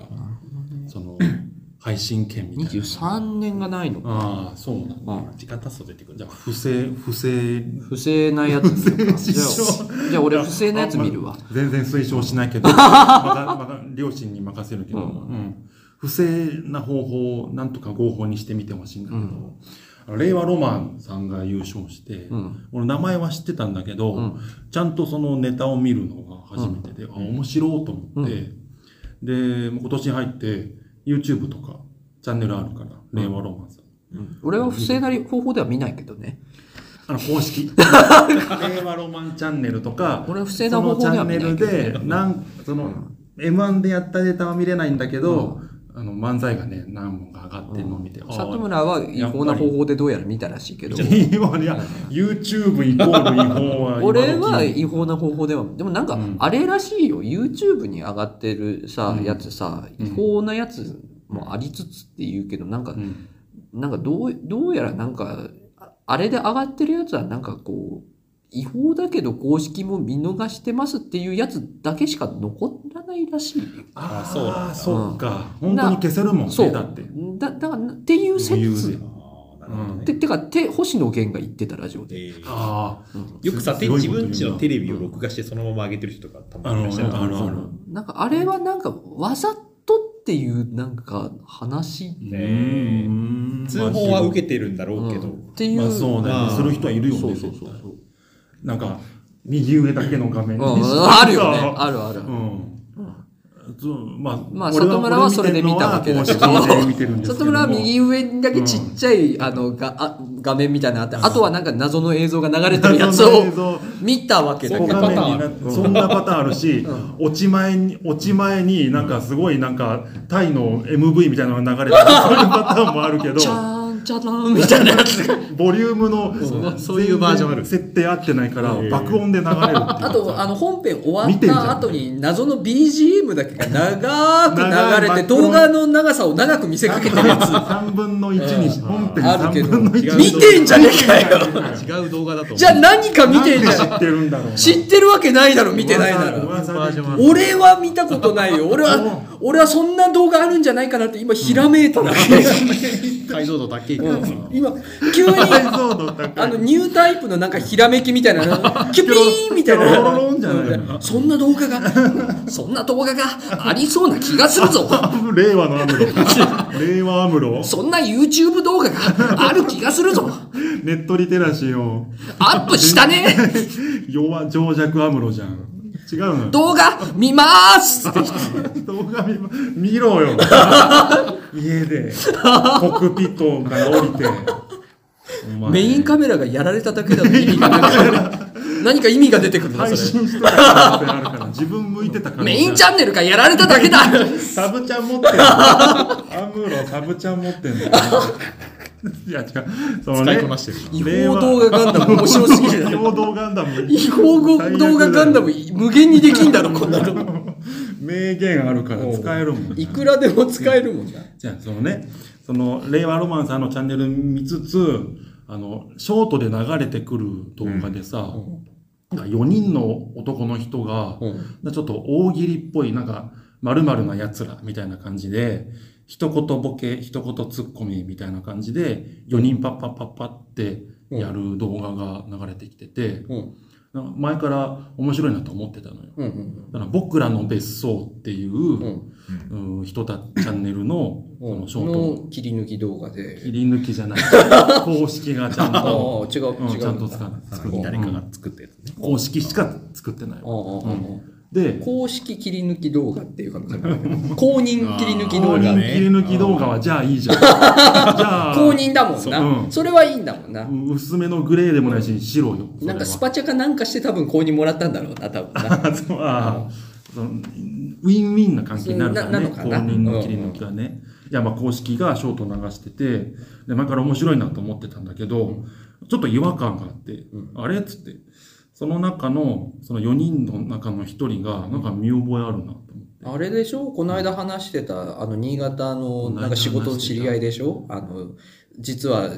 Speaker 1: その配信権みたいな
Speaker 2: 23年がないのか。
Speaker 1: ああそうだ
Speaker 2: うん
Speaker 4: 時間経つと出てくる。
Speaker 1: じゃあ不正不正
Speaker 2: (laughs) 不正なやつ見るか。じゃ
Speaker 1: 失
Speaker 2: あ、じゃあ俺不正なやつ見るわ
Speaker 1: あ。ま全然推奨しない
Speaker 2: (laughs)
Speaker 1: けどまだまだ両親に任せるけど、
Speaker 2: うん
Speaker 1: うん不正な方法をなんとか合法にしてみてほしいんだけど、
Speaker 2: うん
Speaker 1: あの令和ロマンさんが優勝して、
Speaker 2: うん。
Speaker 1: 俺名前は知ってたんだけど、
Speaker 2: うん
Speaker 1: ちゃんとそのネタを見るのが初めてで、あ面白いと思って、でもう今年入って YouTube とかチャンネルあるから令和ロマンさん、
Speaker 2: 俺は不正な方法では見ないけどね。
Speaker 1: あの公式令和ロマンチャンネルとか
Speaker 2: 俺は不正な方法では見ないけど
Speaker 1: そのチャンネルでなんその、M1 でやったデータは見れないんだけど、あの漫才がね何本か上がってるのを見て、ああ
Speaker 2: 里村は違法な方法でどうやら見たらしいけど。
Speaker 1: 今いや YouTube イコール違法は今時
Speaker 2: 俺は違法な方法ではでもなんか
Speaker 1: うん
Speaker 2: あれらしいよ YouTube に上がってるさ
Speaker 1: うん
Speaker 2: やつさ
Speaker 1: うん
Speaker 2: 違法なやつもありつつって言うけどなんか
Speaker 1: うん
Speaker 2: なんかどうどうやらなんかああれで上がってるやつはなんかこう違法だけど公式も見逃してますっていうやつだけしか残らないらしいよ
Speaker 1: ああ
Speaker 4: あそうなんだ
Speaker 1: そうか、
Speaker 2: ん
Speaker 1: 本当に消せるもん
Speaker 2: そ
Speaker 1: ね
Speaker 2: う
Speaker 1: だって
Speaker 2: だだからっていう
Speaker 1: 余
Speaker 2: 説
Speaker 1: 裕で
Speaker 4: ああ、なるほどね
Speaker 2: て。てかて星野源が言ってたラジオで、
Speaker 4: えー
Speaker 1: あ
Speaker 2: うん
Speaker 4: よくさ、
Speaker 1: す
Speaker 4: て
Speaker 1: ごい
Speaker 4: 自
Speaker 1: こと言うな
Speaker 4: 分ちのテレビを録画してそのまま上げてる人とかたまにいらっしゃると思
Speaker 1: あ
Speaker 4: う
Speaker 1: るある
Speaker 2: なんかあれはなんかわざとっていうなんか
Speaker 1: あ、
Speaker 2: 話
Speaker 4: ねえ
Speaker 1: うん
Speaker 4: 通報は受けてるんだろうけど、
Speaker 2: うんっていう、
Speaker 1: まあそうだよ
Speaker 4: う
Speaker 1: ね。
Speaker 4: ん
Speaker 1: する人はいるよね。
Speaker 2: そうそうそう
Speaker 1: 絶対なんか、右上だけの画面
Speaker 2: うん
Speaker 1: にして
Speaker 2: あるよねあるある、
Speaker 1: うん。そうまあ、
Speaker 2: まあ
Speaker 1: 俺は
Speaker 2: 里村はそれで見たわけだけど
Speaker 1: 俺見てるのは公式で見てるんですけど
Speaker 2: 外村は右上にだけちっちゃい、
Speaker 1: うん
Speaker 2: あのがあ画面みたいなのあってあとはなんか謎の映像が流れてるやつを見たわけだ
Speaker 1: そ
Speaker 2: け
Speaker 1: んな
Speaker 2: ど
Speaker 1: パターンあるそんなパターンあるし、落ち前に、落ち前になんかすごいなんか、タイの MV みたいなのが流れてる、そういうパターンもあるけど、
Speaker 2: チャーンチャランみたいなやつが
Speaker 1: ボリュームの、
Speaker 4: んそういうバージョンある
Speaker 1: 設定合ってないから、
Speaker 4: へえ
Speaker 1: 爆音で流れるっていう。
Speaker 2: あとあの本編終わっ
Speaker 1: 見てんじ
Speaker 2: た
Speaker 1: ゃん
Speaker 2: 後に謎の BGM だけが長く流れて
Speaker 1: 長い
Speaker 2: 動画の長さを長く見せかけてるやつ
Speaker 1: 3分の1にし、本編
Speaker 2: あるけ
Speaker 1: 3
Speaker 2: ど
Speaker 1: 分の1
Speaker 4: 違う
Speaker 2: 見てんじゃねえかよ
Speaker 4: 違う動画だと思
Speaker 2: (laughs)
Speaker 4: う。
Speaker 2: じゃあ何か見てんじ
Speaker 1: なんで知
Speaker 2: ゃ
Speaker 1: っ
Speaker 2: ん
Speaker 1: てるんだろうな。
Speaker 2: 知ってるわけないだろ見てないなら
Speaker 1: 噂噂で聞いた
Speaker 2: 俺は見たことないよ俺は俺はそんな動画あるんじゃないかなって今ひらめいただけ
Speaker 4: 解像度だけいくやつな
Speaker 2: 今急に
Speaker 1: 解像度高い。
Speaker 2: あのニュータイプのなんかひらめきみ (laughs) たいなのキュピーンみたい
Speaker 1: キョロロロンじゃない
Speaker 2: なそんな動画がそんな動画がありそうな気がするぞ
Speaker 1: 令和のアムロ。令和アムロ。
Speaker 2: そんな YouTube 動画がある気がするぞ
Speaker 1: ネットリテラシーを。
Speaker 2: アップしたね
Speaker 1: 弱、情弱アムロじゃん。違うのよ。
Speaker 2: 動画見まーす
Speaker 1: 動画見ま見ろよ。家で、コックピットから降りて、お前
Speaker 2: メインカメラがやられただけだと意味がなく (laughs) 何か意味が出てくるな
Speaker 1: 配
Speaker 2: それ
Speaker 1: 信してた可能性あるから、自分向いてたから。
Speaker 2: メインチャンネルがやられただけだ
Speaker 1: サブちゃん持ってんの。アムロサブちゃん持ってんの。いや違う。その
Speaker 3: 使
Speaker 1: ね
Speaker 3: いこなしてるな
Speaker 2: 違違法動画ガンダム面白すぎる
Speaker 1: 違法動画ガンダム。
Speaker 2: 違法動画ガンダム無限にできんだろこんなの
Speaker 1: 名言あるから使えるもん。
Speaker 2: いくらでも使えるもんな
Speaker 1: じゃあそのね、その令和ロマンさんのチャンネル見つつ、あのショートで流れてくる動画でさ、なんか4人の男の人が、
Speaker 2: うん
Speaker 1: ちょっと大喜利っぽい、なんか、〇〇な奴らみたいな感じで、一言ボケ、一言ツッコミみたいな感じで、4人パッパッパッパってやる動画が流れてきてて、
Speaker 2: うん
Speaker 1: なんか前から面白いなと思ってたのよ。
Speaker 2: うんうん
Speaker 1: だから僕らの別荘っていう、
Speaker 2: うん
Speaker 1: うん人たチャンネルのそのショート、
Speaker 2: の切り抜き動画で
Speaker 1: 切り抜きじ
Speaker 2: (laughs)
Speaker 1: ゃない、公式がちゃん
Speaker 2: ああ
Speaker 1: と、
Speaker 2: 違う
Speaker 1: うん
Speaker 2: 違う
Speaker 1: ちゃんと使
Speaker 2: あ
Speaker 1: う
Speaker 4: 作った誰かが作ったやつね。
Speaker 1: 公式しか作ってない
Speaker 2: ああ。あ
Speaker 1: で、
Speaker 2: 公式切り抜き動画っていうかもしれないけど公認切り抜き
Speaker 1: 公
Speaker 2: 動画
Speaker 1: 認
Speaker 4: ね
Speaker 1: 切り抜き動画はじゃあいい
Speaker 2: (laughs)
Speaker 1: じゃん。じゃあ、
Speaker 2: 公認だもんな
Speaker 1: そ
Speaker 2: そ,、
Speaker 1: うん
Speaker 2: れはいいんだもんな、
Speaker 1: 薄めのグレーでもないし、白よ。
Speaker 2: なんかス
Speaker 1: イ
Speaker 2: パチャかなんかして多分公認もらったんだろうな多分な
Speaker 1: ああそのウィンウィンな関係になるからね、公
Speaker 2: そうななのかな
Speaker 1: 認の切り抜きはね。いや、まあ公式がショート流してて、で、前から面白いなと思ってたんだけど、ちょっと違和感があって、あれっつって、その中の、その4人の中の1人が、なんか見覚えあるなと思って。
Speaker 2: (laughs) あれでしょこの間話してたあの新潟のなんか仕事の知り合いでしょあの実は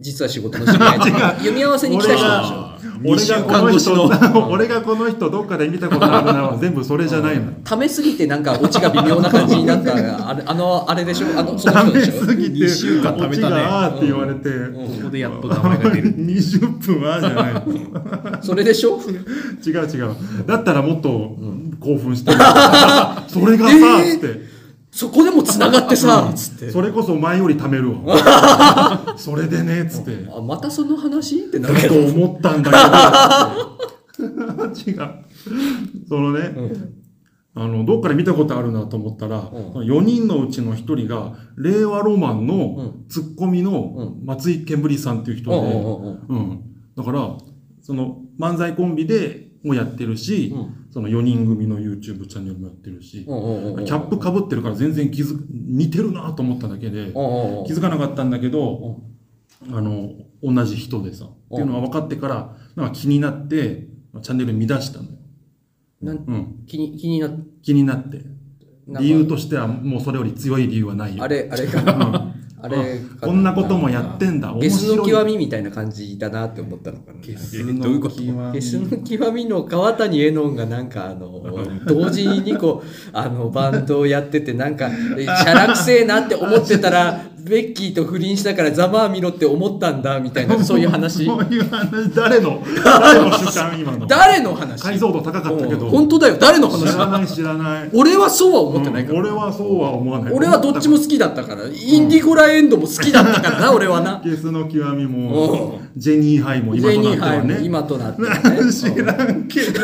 Speaker 2: 実は仕事の知り (laughs) 合いで読み合わせに来た人でしょ
Speaker 1: あ俺がこの人、 (laughs) 俺がこの人どっかで見たことあるなは全部それじゃないの。
Speaker 2: ためすぎてなんかオチが微妙な感じになった (laughs) あれあのあれでしょあ (laughs) のその
Speaker 1: ダ
Speaker 2: 人
Speaker 1: メ
Speaker 2: でしょ
Speaker 1: すぎて、
Speaker 4: 二週間貯めたね
Speaker 1: オチがあーって言われて、
Speaker 4: ここでやっと名前が出
Speaker 1: (laughs)
Speaker 4: る。
Speaker 1: 20分はじゃないの
Speaker 2: それでしょ
Speaker 1: 違う違うだったらもっと興奮
Speaker 2: (laughs)
Speaker 1: してるそれがさ、
Speaker 2: えー
Speaker 1: つって
Speaker 2: そこでも繋がってさつって
Speaker 1: それこそ前より貯めるわ
Speaker 2: (laughs)
Speaker 1: それでねっつって
Speaker 2: あまたその話ってなる
Speaker 1: だ
Speaker 2: け
Speaker 1: と
Speaker 2: ど
Speaker 1: 思ったんだけど (laughs) 違うそのね、あのどっかで見たことあるなと思ったら、
Speaker 2: ん
Speaker 1: 4人のうちの1人が令和ロマンの
Speaker 2: う
Speaker 1: ツッコミの松井けんぶりさんっていう人で、
Speaker 2: うんうんうん
Speaker 1: うん、だからその漫才コンビでもやってるし、
Speaker 2: うん
Speaker 1: その4人組の YouTube チャンネルもやってるし、
Speaker 2: うんうんうんうん
Speaker 1: キャップかぶってるから全然気づ似てるなと思っただけで
Speaker 2: うんうんうん
Speaker 1: 気づかなかったんだけど、あの同じ人でさっていうのは分かってからなんか気になってチャンネル見出したのよ、
Speaker 2: なん
Speaker 1: うん、
Speaker 2: 気に気になっ
Speaker 1: 気になって
Speaker 2: なんか
Speaker 1: 理由としてはもうそれより強い理由はないよ
Speaker 2: あれあれ
Speaker 1: う
Speaker 2: か
Speaker 1: ん
Speaker 2: あれか
Speaker 1: こんなこともやってんだ
Speaker 2: ゲスの
Speaker 1: 面白
Speaker 2: 極
Speaker 1: い
Speaker 2: みみたいな感じだなって思ったのかな
Speaker 1: ゲ
Speaker 2: ゲス
Speaker 1: スの極み
Speaker 2: の極みの川谷絵音がなんかあ
Speaker 1: (laughs)
Speaker 2: の同時にこうあのバンドをやっててなんかえチャラくせえなって思ってたらベッキーと不倫したからざまあみろって思ったんだみた
Speaker 1: (laughs)
Speaker 2: いなそういう話
Speaker 1: そういう話、誰
Speaker 2: (laughs)
Speaker 1: の、誰の主観今の。
Speaker 2: 誰の話
Speaker 1: 解像度高かったけど。
Speaker 2: うん本当だよ誰の
Speaker 1: 知
Speaker 2: 話
Speaker 1: らない知らない。
Speaker 2: 俺はそうは思ってないから、
Speaker 1: 俺はそうは思わない。
Speaker 2: 俺はどっちも好きだったから、インディゴラエンドも好きだったからな、俺はな。
Speaker 1: ゲスの極み
Speaker 2: う
Speaker 1: も、ジェニーハイも今となっては
Speaker 2: ゼニーハイも
Speaker 1: ね。
Speaker 2: 今となってはね。
Speaker 1: (laughs) 知らんけど。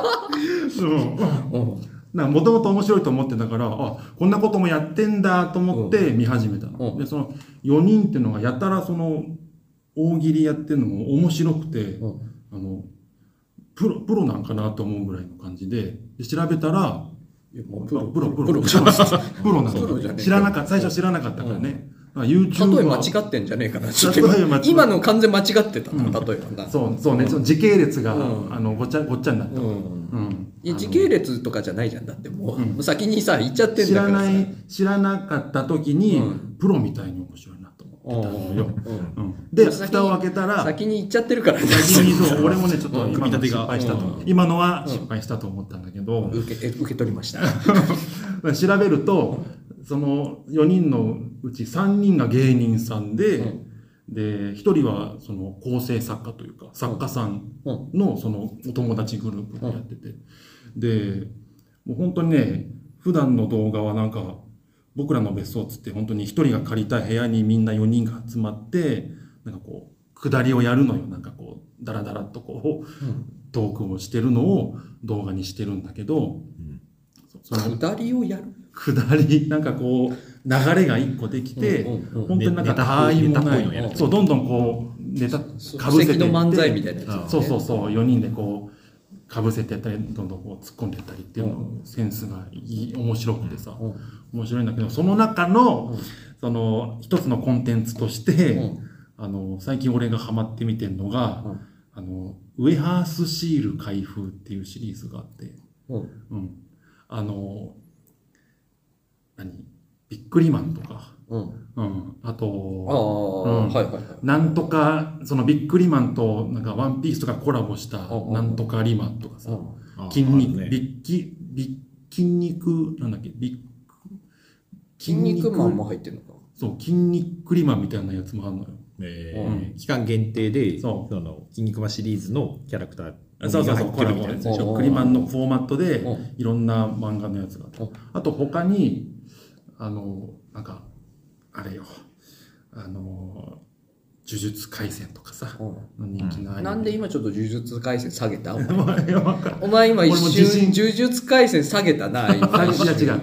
Speaker 1: うん
Speaker 2: うんうん
Speaker 1: なんかもともと面白いと思ってたから、あ、こんなこともやってんだと思って見始めたの。
Speaker 2: うん
Speaker 1: で、その4人っていうのがやたらその大喜利やってるのも面白くて、
Speaker 2: うん
Speaker 1: あのプロプロなんかなと思うぐらいの感じでで調べたら
Speaker 2: いやもう
Speaker 1: プ
Speaker 2: プロ
Speaker 1: ロプロプロ
Speaker 2: プ
Speaker 1: プ (laughs)
Speaker 2: ロ
Speaker 1: ロなん
Speaker 2: プロじゃねえ
Speaker 1: 知らなかった最初知らなかったからね、まあ YouTube
Speaker 2: 例え間
Speaker 1: は
Speaker 2: 違ってんじゃねえかな、ちょっと
Speaker 1: 例え (laughs) 間違
Speaker 2: 今
Speaker 1: っ
Speaker 2: 今の完全間違ってたな、例えばな。
Speaker 1: そうそうね、その時系列が、
Speaker 2: うん
Speaker 1: あのごっちゃごっちゃになった、
Speaker 2: う
Speaker 1: うん
Speaker 2: んいや時系列とかじゃないじゃんだってもう、
Speaker 1: うん
Speaker 2: もう先にさ言っちゃってん
Speaker 1: 知
Speaker 2: だかららさ
Speaker 1: ない知らなかった時に、
Speaker 2: うん
Speaker 1: プロみたいに面白いなと思ってたのよ、
Speaker 2: うん
Speaker 1: うんで
Speaker 2: 先に
Speaker 1: 蓋を開けたら
Speaker 2: 先に言っちゃってるからね
Speaker 1: 先にそう俺もねちょっと
Speaker 4: うん
Speaker 1: 今の
Speaker 4: 組み立て
Speaker 1: 失
Speaker 4: が
Speaker 1: 敗したと、
Speaker 2: うん
Speaker 1: 今のは失敗したと思ったんだけど、
Speaker 2: 受けえ受け取りました
Speaker 1: (laughs) 調べるとその4人のうち3人が芸人さんで、
Speaker 2: うん
Speaker 1: で1人はその構成作家というか作家さん
Speaker 2: うん
Speaker 1: のそのお友達グループでやってて、でもう本当にね普段の動画はなんか僕らの別荘っつって本当に1人が借りたい部屋にみんな4人が集まってなんかこう下りをやるのよなんかこうダラダラっとこう、トークをしてるのを動画にしてるんだけど、そその
Speaker 2: 下りをやる
Speaker 1: 下りなんかこう流れが一個できて、
Speaker 2: うんうんうん
Speaker 1: 本当になんか
Speaker 3: ネタ
Speaker 1: 他愛もな
Speaker 3: ネタっぽいのや
Speaker 1: い
Speaker 3: る
Speaker 1: そうどんどんこうネタか
Speaker 2: か
Speaker 1: ぶ
Speaker 2: ぶ
Speaker 1: せていって
Speaker 2: の漫才みたいなやつ、
Speaker 3: うん
Speaker 1: そうそうそう4人でこうかぶせてやったりどんどんこう突っ込んでったりっていうのをセンスがいい面白くてさ、
Speaker 2: うん
Speaker 1: 面白いんだけどその中の、
Speaker 2: うん
Speaker 1: その一つのコンテンツとして、あの最近俺がハマって見てるのが、
Speaker 2: うん
Speaker 1: あのウェハースシール開封っていうシリーズがあって、
Speaker 2: うん
Speaker 1: うん、あの何ビックリマンとか、
Speaker 2: うん
Speaker 1: うん、あ
Speaker 2: あ
Speaker 1: と
Speaker 2: あ、
Speaker 1: うん
Speaker 2: はいはいはい
Speaker 1: なんとかそのビックリマンとなんかワンピースとかコラボした
Speaker 2: うんうん
Speaker 1: なんとかリマンとかさ、
Speaker 2: うん
Speaker 1: 筋肉、
Speaker 4: あるね
Speaker 1: ビッキ、ビッ、筋肉、なんだっけ、ビック、
Speaker 2: 筋肉マンも入ってるのか
Speaker 1: そう、筋肉リマンみたいなやつもあるのよ。
Speaker 4: え
Speaker 1: う
Speaker 4: ー期間限定で、
Speaker 1: そ
Speaker 4: その、筋肉マンシリーズのキャラクター
Speaker 1: あそうそうそう、コ
Speaker 4: コ
Speaker 1: ラ
Speaker 4: ラ
Speaker 1: ボ
Speaker 4: ボ
Speaker 1: で
Speaker 4: で
Speaker 1: し
Speaker 4: す
Speaker 2: ね
Speaker 1: ょ。クリマンのフォーマットで
Speaker 2: う、ん
Speaker 1: いろんな漫画のやつがあって
Speaker 2: う。
Speaker 1: あと、他に、あの、なんか、あれよ、あの、呪術廻戦とかさ、
Speaker 2: う
Speaker 1: 人気のアニメ
Speaker 2: ん、なんで今ちょっと呪術廻戦下
Speaker 1: (laughs)
Speaker 2: げたお
Speaker 1: い
Speaker 2: 前お前今一
Speaker 1: 俺も自
Speaker 2: 瞬
Speaker 1: 信
Speaker 2: 呪術廻戦下げたな今
Speaker 1: や、違う。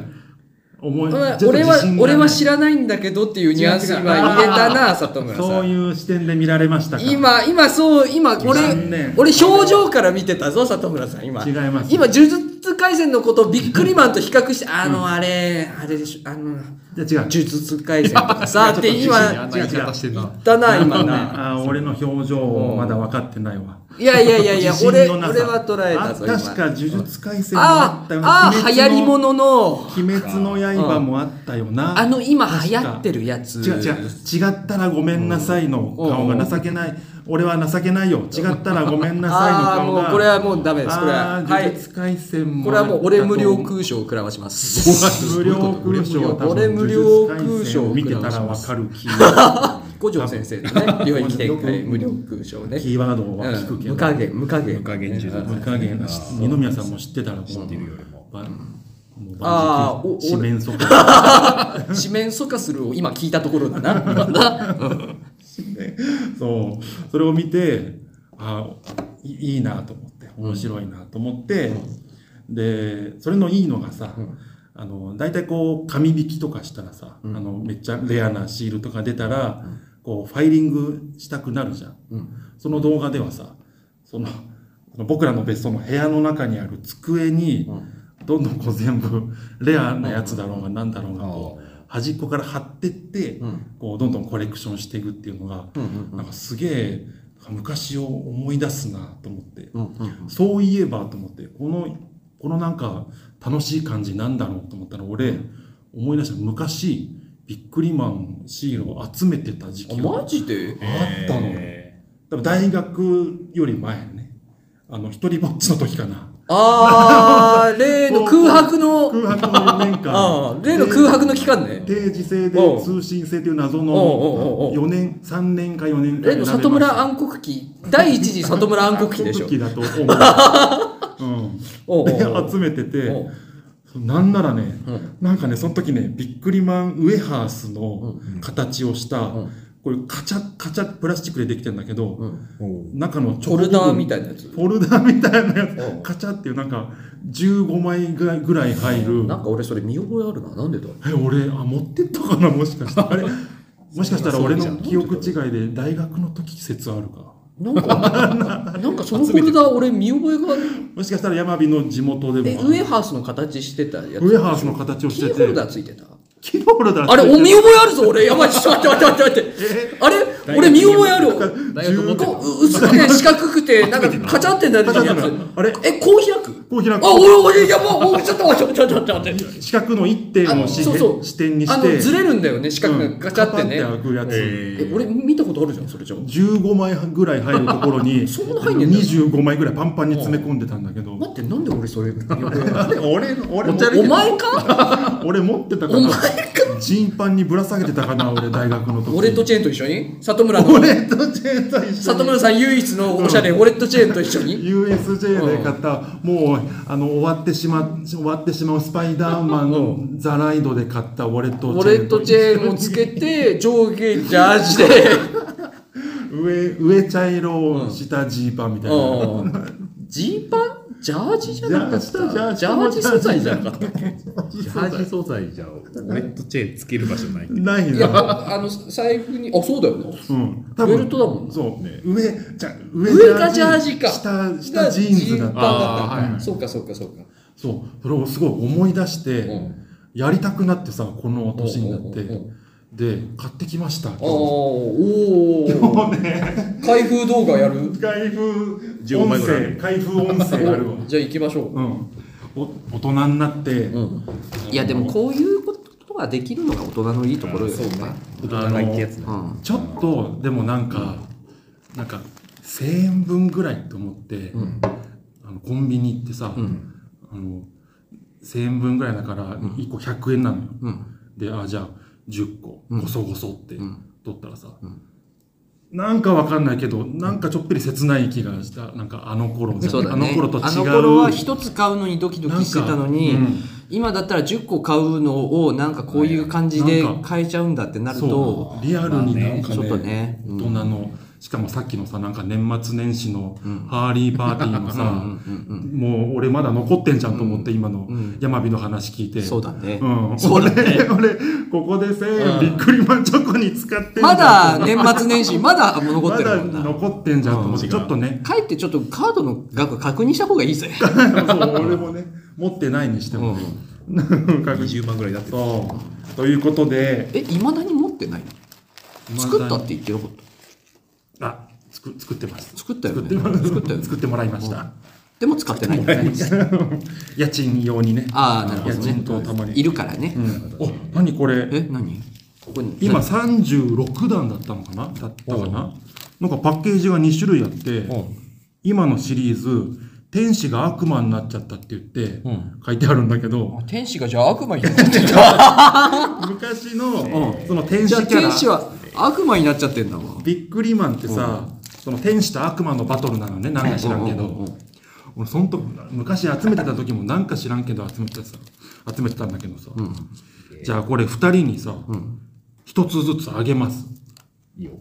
Speaker 1: 思い
Speaker 2: お前
Speaker 1: ちょっと
Speaker 2: 俺
Speaker 1: 自信が
Speaker 2: は
Speaker 1: ない
Speaker 2: 俺は知らないんだけどっていうニュアンス今入れたな里村
Speaker 1: そ
Speaker 2: さ
Speaker 1: うんいう視点で見られましたか。
Speaker 2: 今今そう今
Speaker 1: 残
Speaker 2: 俺
Speaker 1: 念
Speaker 2: 俺表情から見てたぞ里村さん今
Speaker 1: 違います
Speaker 2: 今呪術廻戦のことをビックリマンと比較してあのあれあれでしょあの呪
Speaker 1: じゃあ違う。
Speaker 2: 術廻戦とかさって今
Speaker 1: 違う違う
Speaker 3: してんな
Speaker 2: 言ったな今な
Speaker 1: あー俺の表情をまだ分かってないわ。
Speaker 2: いやいやいやい
Speaker 1: (laughs)
Speaker 2: や、
Speaker 1: 自信
Speaker 2: 俺、
Speaker 1: のなさ
Speaker 2: 俺は捉えたぞ、
Speaker 1: あ
Speaker 2: 今。
Speaker 1: 確か呪術廻戦もあ
Speaker 2: あ
Speaker 1: った
Speaker 2: あ
Speaker 1: よ、
Speaker 2: ああ、流行り
Speaker 1: もの
Speaker 2: 物の、
Speaker 1: 鬼滅の刃もあったよな。
Speaker 2: あの今流行ってるやつ。
Speaker 1: 違う違う。違ったらごめんなさいの顔が情けない。俺は情けないよ。違ったらごめんなさいの
Speaker 2: ああ、
Speaker 1: 顔
Speaker 2: もう
Speaker 1: が。
Speaker 2: これはもうダメです。これ
Speaker 1: あ
Speaker 2: は、
Speaker 1: ー
Speaker 2: は
Speaker 1: 呪
Speaker 2: い。
Speaker 1: 術廻戦も
Speaker 2: これはもう俺無料空賞を食らわします。
Speaker 1: 無料空賞は多分
Speaker 2: 俺無料空
Speaker 1: 呪術廻戦
Speaker 2: 賞を
Speaker 1: を見てたら分かる気
Speaker 2: 五条先生のね、病院来て
Speaker 1: よく
Speaker 2: 無料空賞ね。
Speaker 1: キーワードは
Speaker 2: うん
Speaker 1: 聞くけど。
Speaker 2: 無加減、無加減。
Speaker 4: 無加減中
Speaker 1: 無加減なし二宮さんも知ってたらもう知ってるよもう
Speaker 2: あーお
Speaker 1: 四面楚歌
Speaker 2: 四面楚歌するを今聞いたところだ
Speaker 1: (laughs)
Speaker 2: な。今なうん
Speaker 1: そうそれを見てあいいいなと思って面白いなと思って、でそれのいいのがさ、
Speaker 2: うん
Speaker 1: あの大体こう紙引きとかしたらさ、あのめっちゃレアなシールとか出たら、こうファイリングしたくなるじゃん
Speaker 2: うん
Speaker 1: その動画ではさそのその僕らの別荘の部屋の中にある机に、どんどんこう全部レアなやつだろうが何だろうがこう端っこから貼ってって、
Speaker 2: うん
Speaker 1: こうどんどんコレクションしていくっていうのが、
Speaker 2: うんうん
Speaker 1: なんかすげえ昔を思い出すなと思って、
Speaker 2: うんうん
Speaker 1: そういえばと思ってこのこのなんか楽しい感じなんだろうと思ったら俺思い出した昔ビックリマンシールを集めてた時期
Speaker 2: あ
Speaker 1: が
Speaker 2: マジで
Speaker 1: あったの、多分大学より前ねあの一人ぼっちの時か
Speaker 2: (laughs)
Speaker 1: な
Speaker 2: あー、例の空白の、
Speaker 1: 空白の4年間
Speaker 2: ああ、例の空白の期間ね。
Speaker 1: 定時制
Speaker 2: お
Speaker 1: で
Speaker 2: う
Speaker 1: 通信制という謎
Speaker 2: おうおうお
Speaker 1: の4
Speaker 2: う
Speaker 1: 年3年か4年か
Speaker 2: 例の里村暗黒期、第一次里村暗黒期でしょ。
Speaker 1: 暗黒期だと思う、
Speaker 2: お
Speaker 1: うん、
Speaker 2: うおうお
Speaker 1: で (laughs)
Speaker 2: う
Speaker 1: 集めて
Speaker 2: お
Speaker 1: て
Speaker 2: う
Speaker 1: なんならね、
Speaker 2: うん
Speaker 1: なんかねその時ねビックリマンウェハースの形をした、
Speaker 2: うん
Speaker 1: これカチャカチャプラスチックでできてるんだけど、
Speaker 2: うん
Speaker 1: 中の
Speaker 2: フォルダーみ
Speaker 1: い
Speaker 2: たいなやつ。
Speaker 1: フォルダーみたいなや
Speaker 2: うん
Speaker 1: つカチャっていうなんか15枚ぐらいぐらい入る
Speaker 2: なんか俺それ見覚えあるな。なんでだ
Speaker 1: え俺あ持ってったかなもし
Speaker 2: (laughs)
Speaker 1: かしてあれもしかしたら俺の記憶違いで大学の時説あるか
Speaker 2: なんか、なんかそのフォルダー俺見覚えがある。
Speaker 1: もしかしたら山火の地元で
Speaker 2: え、
Speaker 1: も
Speaker 2: ウエハースの形してたやつ。
Speaker 1: ウエハースの形をし
Speaker 2: キ
Speaker 1: て
Speaker 2: ーホル
Speaker 1: て
Speaker 2: ダーついてた。
Speaker 1: キーホルダー
Speaker 2: あれ、
Speaker 1: ついて
Speaker 2: お
Speaker 1: て
Speaker 2: 見覚えあるぞ、俺。やばい、ちょっと待って待って待って。あれ俺見覚えあるわ。
Speaker 1: 大学持ってた (laughs)
Speaker 2: こう薄くて四角くて、なんかカチャンってなる
Speaker 1: カチャン
Speaker 2: や
Speaker 1: ってなる
Speaker 2: つ。
Speaker 1: あれ
Speaker 2: え、こう開く
Speaker 1: こう開く
Speaker 2: あ、おいおい、やばい、おいちょっと待って、ちょっと待って、ちょっと待って。
Speaker 1: 四角の一点
Speaker 2: あ
Speaker 1: を
Speaker 2: の
Speaker 1: 視
Speaker 2: そうそう
Speaker 1: 点視点に
Speaker 2: あ
Speaker 1: し
Speaker 2: の、
Speaker 1: て
Speaker 2: ずれるんだよね、四角がガチャってね。
Speaker 1: うんカパッて開くやつ、
Speaker 2: え、俺見たことあるじゃん、それじゃあ。
Speaker 1: 15枚ぐらい入るところに
Speaker 2: (laughs) そんな入んねんだ
Speaker 1: 25枚ぐらいパンパンに詰め込んでたんだけど
Speaker 2: 待って、なんで俺それ見覚えある
Speaker 1: (laughs) 俺俺
Speaker 2: お前か
Speaker 1: (laughs) 俺持ってたか
Speaker 2: お前
Speaker 1: な
Speaker 2: か
Speaker 1: ジーンパンにぶら下げてたか
Speaker 2: (laughs)
Speaker 1: な俺大学の時
Speaker 2: 俺とチェーンと一緒に里村の、
Speaker 1: 俺とチェーンと一緒に
Speaker 2: 里村さん唯一のおしゃれ、俺とチェーンと一緒に。
Speaker 1: USJ で買った、もうあの終わってしま終わってしまうスパイダーマンのザライドで買ったウォレットチェーン
Speaker 2: (laughs) 俺とチェーンをつけて、上下ジャージ (laughs) で。
Speaker 1: 上上茶色、下ジーパンみたいな、
Speaker 2: うんジーパンジャージじゃなかった。ジ
Speaker 5: ジャ
Speaker 2: ャ
Speaker 5: ージ
Speaker 2: ージ素材じゃなかった。
Speaker 5: ジャージ素材じゃん。
Speaker 4: ウェットチェーンつける場所ない。
Speaker 1: ない
Speaker 2: いや、
Speaker 1: な。
Speaker 2: あの、財布に、あ、そうだよね。
Speaker 1: うん。
Speaker 2: ベルトだもんな。
Speaker 1: そう、
Speaker 4: ね
Speaker 1: 上、じゃ上
Speaker 2: 上がジャージか
Speaker 1: 下、下ジーンズだっ
Speaker 2: ジーンズ
Speaker 1: た。
Speaker 5: あーはいはい
Speaker 2: そうか、そうか、そうか。
Speaker 1: そう、それをすごい思い出して、
Speaker 2: うん
Speaker 1: やりたくなってさ、この年になって。
Speaker 2: うんうんうん
Speaker 1: で、買ってきました。
Speaker 2: あーお
Speaker 1: も
Speaker 2: お。
Speaker 1: うね、
Speaker 2: 開封動画やる
Speaker 1: 開封
Speaker 4: 15枚
Speaker 1: 音
Speaker 4: ぐらいあ
Speaker 1: 声、開封音声あるわ。
Speaker 2: じゃあ行きましょう。
Speaker 1: うん。お大人になって、
Speaker 2: いやでもこういうことができるのが大人のいいところよ、
Speaker 4: そうね
Speaker 2: やっ
Speaker 4: 大人が行ってやつね
Speaker 2: ぱ。うん
Speaker 1: ちょっと、でもなんか、なんか、1000円分ぐらいと思って、
Speaker 2: うん
Speaker 1: あのコンビニ行ってさ、
Speaker 2: うん
Speaker 1: あの1000円分ぐらいだから1個100円なのよ、
Speaker 2: うん
Speaker 1: であじゃあ10個
Speaker 2: うん
Speaker 1: ごそごそって
Speaker 2: うん
Speaker 1: 取ったらさ、
Speaker 2: うん
Speaker 1: なんかわかんないけどなんかちょっぴり切ない気がしたなんかあの頃じゃ
Speaker 2: そうだ
Speaker 1: あの
Speaker 2: ね、
Speaker 1: 頃と違う
Speaker 2: あの頃は一つ買うのにドキドキしてたのに、
Speaker 1: なんかうん
Speaker 2: 今だったら10個買うのをなんかこういう感じで
Speaker 1: なんか
Speaker 2: 買えちゃうんだってなると、
Speaker 1: そうリアルになんかね,、
Speaker 2: まあねちょっとねうん
Speaker 1: 大人のしかもさっきのさなんか年末年始の
Speaker 2: うん
Speaker 1: ハーリーパーティーのさ、
Speaker 2: うんうん
Speaker 1: もう俺まだ残ってんじゃんと思って今の
Speaker 2: うん
Speaker 1: 山火の話聞いて、
Speaker 2: うんそうだね。
Speaker 1: うん、
Speaker 2: そう
Speaker 1: (laughs)
Speaker 2: だね
Speaker 1: 俺、俺、ここで1000円
Speaker 2: うん
Speaker 1: びっくりマンチョコに使ってんじゃん
Speaker 2: まだ、年末年始、まだ残ってるもん
Speaker 1: まだ
Speaker 2: な。
Speaker 1: 残ってんじゃんと思って、
Speaker 4: うん
Speaker 1: ちょっとね、
Speaker 2: 帰ってちょっとカードの額確認した方がいいぜ。
Speaker 1: (laughs) そう俺もね、持ってないにしても、ね、確実
Speaker 4: 20万ぐらいだって。
Speaker 1: そう。ということで、
Speaker 2: え、いまだに持ってないの作ったって言ってなかった
Speaker 1: あ、つく作ってます。
Speaker 2: 作ったよ
Speaker 1: 作っ
Speaker 2: ね。
Speaker 1: てます
Speaker 2: 作ったよね。
Speaker 1: 作ってもらいました。
Speaker 2: でも使ってないんだね。
Speaker 1: (laughs) 家賃用にね。
Speaker 2: ああ、なるほど
Speaker 1: 家賃とたま
Speaker 2: ね。
Speaker 1: に。
Speaker 2: いるからね
Speaker 1: う。んお、何これ。
Speaker 2: え、何ここに。
Speaker 1: 今
Speaker 2: な
Speaker 1: 36段だったのかなだったかななんかパッケージが2種類あって、今のシリーズ、天使が悪魔になっちゃったって言って、書いてあるんだけど、
Speaker 2: 天使がじゃあ悪魔になっちゃってた。
Speaker 1: 昔の、その天
Speaker 2: じゃ
Speaker 1: 使
Speaker 2: あ
Speaker 1: キャラ
Speaker 2: 天、使は悪魔になっちゃってんだわ。
Speaker 1: ビックリマンってさ、その天使と悪魔のバトルなのね、なんか知らんけ
Speaker 2: うんうんうん
Speaker 1: ど、俺、その時、昔集めてた時もなんか知らんけど集めてたさ、集めてたんだけどさ、
Speaker 2: うん。
Speaker 1: じゃあこれ二人にさ、
Speaker 2: うん。
Speaker 1: 一つずつあげます。
Speaker 4: いいよ。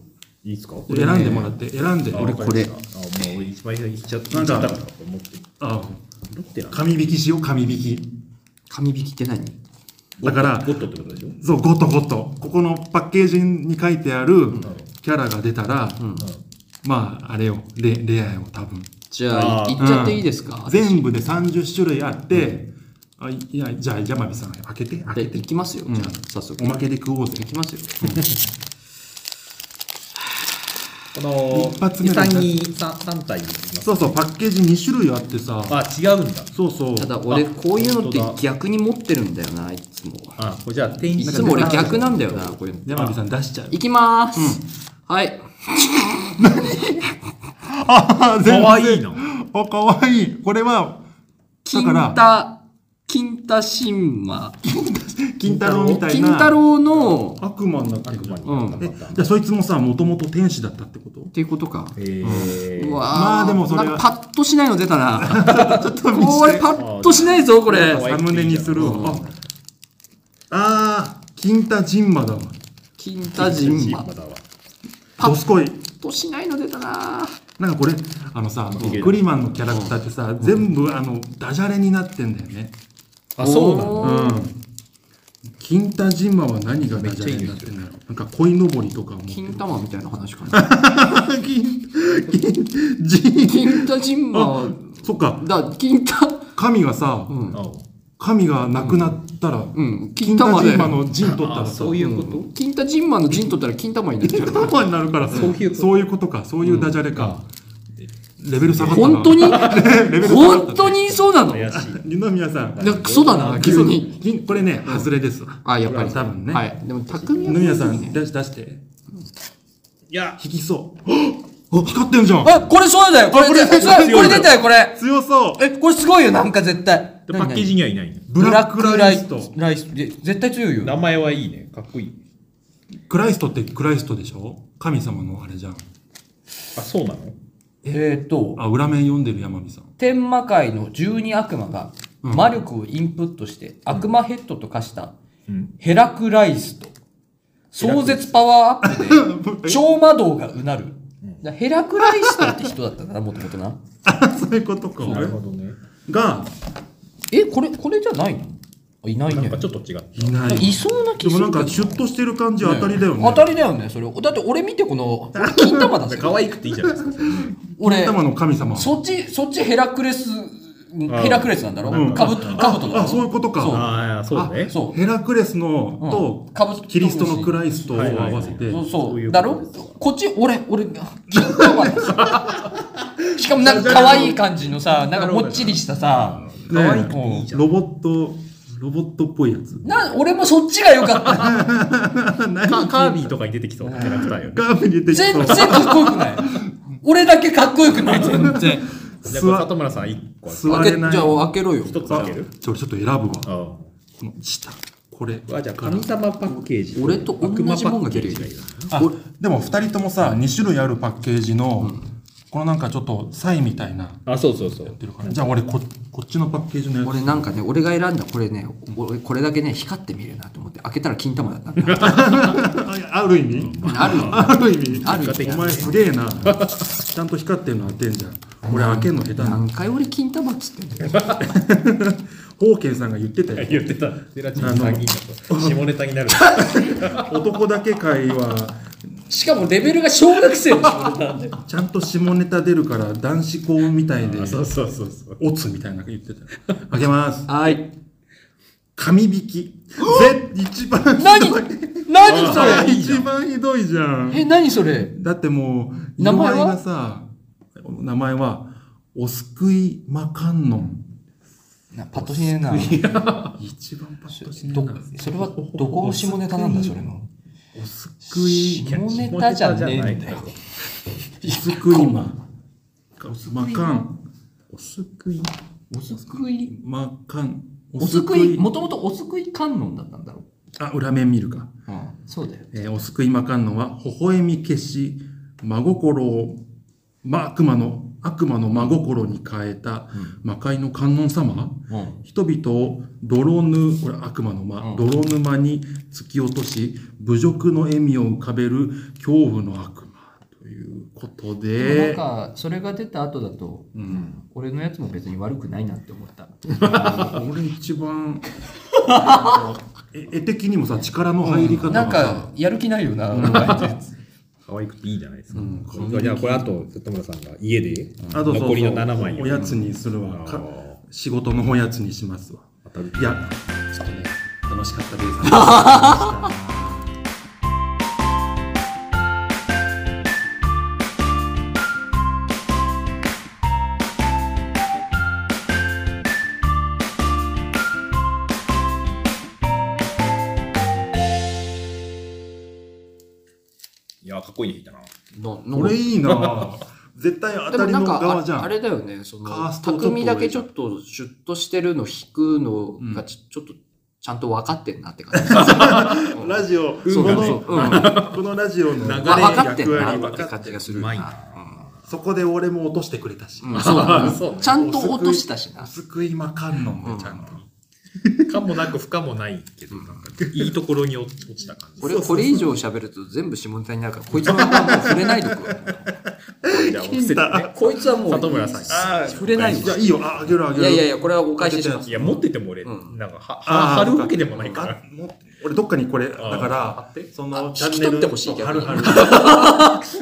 Speaker 4: いいっすか
Speaker 1: 選んでもらって、選んで、俺
Speaker 4: あ
Speaker 1: こ
Speaker 4: わか
Speaker 1: れ、
Speaker 4: りましたあ、もう一枚いっちゃった。
Speaker 1: なんか
Speaker 4: いっちゃったと思って。
Speaker 1: あ、
Speaker 4: ロッテなの
Speaker 1: 紙引きしよう、紙引き。
Speaker 2: 神引きって何
Speaker 1: だから
Speaker 4: ゴ、ッドってことでしょ
Speaker 1: そう、ゴトゴト。ここのパッケージに書いてあるキャラが出たら、まあ、あれよ、レレアよ、多分。
Speaker 2: じゃあ、
Speaker 4: あー
Speaker 2: 言っちゃっていいですか
Speaker 1: 全部で30種類あって、あいいやじゃあ山火さん開けて開
Speaker 2: で、
Speaker 1: け
Speaker 2: い
Speaker 1: て
Speaker 2: きますよ。じゃあ、早速。
Speaker 1: おまけで食おうぜ
Speaker 2: いきますよ。
Speaker 4: この、
Speaker 1: 一発目の
Speaker 4: 三に三三体いきます。
Speaker 1: そうそうパッケージ2種類あってさ
Speaker 4: あ、違うんだ。
Speaker 1: そうそう
Speaker 2: ただ俺こういうのって
Speaker 4: 本当だ
Speaker 2: 逆に持ってるんだよないつも
Speaker 4: あ、これじゃあ、天
Speaker 2: い
Speaker 4: 使
Speaker 2: つも俺逆なんだよなこういうの
Speaker 1: 山火さん出しちゃう
Speaker 2: いきまーすはい
Speaker 1: あ
Speaker 4: かわいいの。
Speaker 1: あかわいいこれはだ
Speaker 2: 金
Speaker 1: から
Speaker 2: 太金太神魔
Speaker 1: 金太郎みたい
Speaker 2: 金
Speaker 1: な
Speaker 2: 太郎のっ
Speaker 1: 悪魔になってるじゃん
Speaker 2: うん
Speaker 1: えじゃあそいつもさもともと天使だったってこと
Speaker 2: ていうことか
Speaker 4: えー
Speaker 2: うわ
Speaker 1: まあでもそれは
Speaker 2: なんかパッとしないの出たな
Speaker 1: (laughs) ちょっと見
Speaker 2: これ
Speaker 1: せて
Speaker 2: パッとしないぞこれ
Speaker 1: サムネにするわ、ああー金太神魔だわ
Speaker 2: 金太神魔
Speaker 4: まだわ
Speaker 2: パッ
Speaker 1: どすこい
Speaker 2: パッとしないの出たな
Speaker 1: なんかこれあのさビックリマンのキャラクターってさ、全部あのダジャレになってんだよね
Speaker 4: あ、そうなんだ。
Speaker 1: う
Speaker 2: だ
Speaker 1: ん金太神馬は何がダジャレになってんだろうなんか鯉のぼりとかも
Speaker 2: 金玉みたいな話か
Speaker 1: (laughs)
Speaker 2: な
Speaker 1: 金金神
Speaker 2: 金太神魔
Speaker 1: あ (laughs) そっか
Speaker 2: だ金太
Speaker 1: 神がさ、
Speaker 2: うん
Speaker 4: あ
Speaker 1: 神が亡くなったら、
Speaker 2: うん金
Speaker 1: 金
Speaker 2: 玉
Speaker 1: 太
Speaker 2: で
Speaker 1: 神馬の陣取ったらさ
Speaker 4: そういうこと
Speaker 2: うん金太ジンマのジン取ったら金玉になっちゃ
Speaker 1: (laughs)
Speaker 2: う
Speaker 1: 神になるからそう
Speaker 4: いうこ
Speaker 1: こ
Speaker 4: と
Speaker 1: とかそういうダジャレか、レベル下がったな
Speaker 2: 本当に
Speaker 1: (laughs) レベル下がった
Speaker 2: 本当にそうなの
Speaker 4: 怪しい。
Speaker 1: 二宮さん
Speaker 2: なんかクソだな急に
Speaker 1: 金これね外れですわ
Speaker 2: あやっぱり
Speaker 1: 多分ね、
Speaker 2: はいでも匠
Speaker 1: 二
Speaker 2: は
Speaker 1: 宮さん
Speaker 2: ね
Speaker 1: 出し出して
Speaker 4: いや、
Speaker 1: 引きそう光ってんじゃん
Speaker 2: あこれそうだよこれ
Speaker 1: あこれ
Speaker 2: これこれ出たよこれ
Speaker 1: 強そう
Speaker 2: えこれすごいよなんか絶対
Speaker 4: でパッケージにはいないの。
Speaker 1: ブラックライス
Speaker 2: ブラッ
Speaker 1: ト
Speaker 2: クライスライス絶対強い
Speaker 4: 名
Speaker 2: よ
Speaker 4: 前はいいね。かっこいい。
Speaker 1: クライストってクライストでしょ神様のあれじゃん
Speaker 4: あ、そうなの
Speaker 2: えっと
Speaker 1: あ裏面読んでる山 (laughs) 美さん
Speaker 2: 天魔界の十二悪魔が魔力をインプットして悪魔ヘッドと化した
Speaker 4: うん。
Speaker 2: ヘラクライスト。壮絶パワーアップで、超魔導がうなる。ヘラクライストって人だったんだな、もともとな。
Speaker 1: そういうことか
Speaker 4: なるほどね。
Speaker 1: が、
Speaker 2: えこれこれじゃないのあいない
Speaker 4: な
Speaker 2: ね
Speaker 4: んかちょっと違う。
Speaker 5: いない
Speaker 2: いそうな気
Speaker 1: ですも
Speaker 2: る
Speaker 1: なんか
Speaker 2: けど
Speaker 1: シュッとしてる感じは当たりだよね。
Speaker 2: 当たりだよねそれだって俺見てこの金玉
Speaker 1: (laughs)
Speaker 2: だぜ
Speaker 4: 可愛くていいじゃないですか。
Speaker 2: 俺
Speaker 1: 頭の神様。
Speaker 2: そっちそっちヘラクレスヘラクレスなんだろ
Speaker 1: うん
Speaker 2: かぶかぶと
Speaker 1: あ、そういうこと
Speaker 2: そう
Speaker 1: か。
Speaker 4: ああ、そうね。
Speaker 2: そ
Speaker 1: ヘラクレスの
Speaker 2: う
Speaker 1: と、
Speaker 2: かぶ
Speaker 1: キリストのクライストを合わせて、
Speaker 2: そう
Speaker 4: そう
Speaker 2: そ
Speaker 4: いうう
Speaker 2: だ
Speaker 4: こと
Speaker 2: ろ
Speaker 4: です
Speaker 2: こっち俺俺 (laughs) 金玉だぜしかもなんか可愛い感じのさなんかもっちりしたさ
Speaker 1: ね
Speaker 4: 可愛くていいじゃん。
Speaker 1: ロボット、ロボットっぽいやつ。
Speaker 2: な俺もそっちが良
Speaker 1: (laughs)
Speaker 2: かった
Speaker 4: カカービィとかに出てきそうなキャラクターよね。
Speaker 1: ガーフに出てき (laughs)
Speaker 2: 全
Speaker 1: そう
Speaker 2: 然。かっこよくない俺だけかっこよくない全然
Speaker 4: じゃあこれ
Speaker 1: 座
Speaker 4: 里村さん一個ある
Speaker 1: 座れない。
Speaker 2: じゃあ開けろよ
Speaker 4: 一つ開ける。
Speaker 1: じゃあ俺ちょっと選ぶわ。
Speaker 4: ああ。
Speaker 1: この下。これ。
Speaker 4: はじゃあ神様パッケージ。
Speaker 2: 俺と同じもんが
Speaker 4: 悪魔パッケージがいいな。
Speaker 1: あでも2人ともさ2種類あるパッケージの、このなんかちょっとサイみたいな
Speaker 4: あ、そうそうそう。
Speaker 1: ってるからじゃあ俺ここっちのパッケージのや
Speaker 2: 俺なんかね俺が選んだこれね俺これだけね光って見えるなと思って開けたら金玉だったんだ
Speaker 1: つあある意味
Speaker 2: あるよ
Speaker 1: ある意味
Speaker 2: ある
Speaker 1: お前すげえなちゃんと光ってるの当てんじゃん俺開けんの下手な
Speaker 2: 何回俺金玉っつってんだよ
Speaker 1: ホーケンさんが言ってたよ
Speaker 4: 言ってた。ゼラチン3人だと下ネタになる。
Speaker 1: 男だけ会は
Speaker 2: しかもレベルが小学生の人だった
Speaker 1: ちゃんと下ネタ出るから男子校みたいで
Speaker 4: そうそうそうそう。
Speaker 1: オツみたいなの言ってたよ開けます
Speaker 2: はい
Speaker 1: 神引きぜ一番
Speaker 2: 何何そ
Speaker 1: あ
Speaker 2: れ
Speaker 1: 一番ひどいじゃん
Speaker 2: え何それ
Speaker 1: だってもう、名
Speaker 2: 名前は
Speaker 1: 前がさ、名前は、お救いまかんのん。
Speaker 2: なパッとしねえな
Speaker 1: 一番パッとしねえ
Speaker 2: ど
Speaker 1: な。
Speaker 2: それはどこの下ネタなんだそれの
Speaker 1: お救い、
Speaker 2: 下ネタじゃねえんだよ
Speaker 1: お救いま。おすまかん。お救い、
Speaker 2: おすくい
Speaker 1: まかん。
Speaker 2: おすくいもともとおすくい観音だったんだろ
Speaker 1: あ、裏面見るか。
Speaker 2: う、ん、そうだよ
Speaker 1: えーお救いまかんのは、微笑み消し、真心を、ま、悪魔の、悪魔の真心に変えた、魔界の観音様
Speaker 2: うん
Speaker 1: 人々を泥ぬ、これ悪魔の間、
Speaker 2: うん
Speaker 1: 泥沼に突き落とし、侮辱の笑みを浮かべる恐怖の悪魔ということ
Speaker 2: なん
Speaker 1: で、
Speaker 2: かそれが出た後だと、
Speaker 1: うん
Speaker 2: 俺のやつも別に悪くないなって思った
Speaker 1: 俺一番、 (laughs) え絵的にもさ、力の入り方
Speaker 2: な
Speaker 1: が
Speaker 2: んか
Speaker 1: さ、
Speaker 2: やる気ないよな、
Speaker 4: 可愛くていいじゃないですか。
Speaker 1: うん
Speaker 4: じゃあこれあと里村さんが家で
Speaker 1: あとそうそう
Speaker 4: 残りの7枚を
Speaker 1: おやつにするわ。
Speaker 4: あ
Speaker 1: か
Speaker 4: ー
Speaker 1: 仕事のおやつにしますわ。
Speaker 4: 当たる
Speaker 1: いや、ちょっとね、楽しかったです。
Speaker 2: (laughs)
Speaker 4: いやかっこいいね引いたな。
Speaker 2: な
Speaker 1: これいいな絶対当た
Speaker 2: でも
Speaker 1: り
Speaker 2: な
Speaker 1: の
Speaker 2: んか
Speaker 1: 側
Speaker 2: あ
Speaker 1: じゃん。
Speaker 2: あれだよねその
Speaker 1: カーストをちょっと
Speaker 2: 匠だけちょっとシュッとしてるの引くのがち,、ょっとちゃんと分かってんなって感じうん
Speaker 1: ラジ (laughs) オ、
Speaker 2: そう
Speaker 1: こ
Speaker 2: だね
Speaker 1: の
Speaker 2: うん
Speaker 1: このラジオの
Speaker 4: 流れ
Speaker 2: あ分かってん
Speaker 1: 役割
Speaker 2: な
Speaker 1: 分
Speaker 2: って
Speaker 1: かっ
Speaker 2: 感じがする
Speaker 4: う
Speaker 2: な
Speaker 4: まい
Speaker 1: そこで俺も落としてくれたし。
Speaker 2: うんそうだねちゃんと落としたし
Speaker 1: お
Speaker 2: な
Speaker 1: 救いまかんのんでちゃんと。
Speaker 4: かもなく不可もないけどなんかいいところに落落ちた感じ。
Speaker 2: これこれ以上喋ると全部下ネタになるからこいつはもう触れないでく
Speaker 4: じゃあ伏せてね。
Speaker 2: こいつはもう
Speaker 4: 里村さん
Speaker 1: あー
Speaker 2: 触れない
Speaker 1: じゃあ
Speaker 2: で
Speaker 1: いいよ、あ、あげるあげ
Speaker 2: い
Speaker 1: る。
Speaker 2: やいやいやこれはお返しします
Speaker 4: いや持ってても俺
Speaker 2: うん
Speaker 4: なんかはは
Speaker 1: あー、
Speaker 4: 貼るわけでもないか
Speaker 1: あ
Speaker 4: ら。
Speaker 1: もう俺どっかにこれ、だ
Speaker 4: あー
Speaker 1: か
Speaker 4: 貼っ
Speaker 1: ら、
Speaker 4: て
Speaker 1: そ
Speaker 2: あ
Speaker 1: のチャン
Speaker 2: 引き
Speaker 1: ネル
Speaker 2: 取ってほしい
Speaker 1: 貼る貼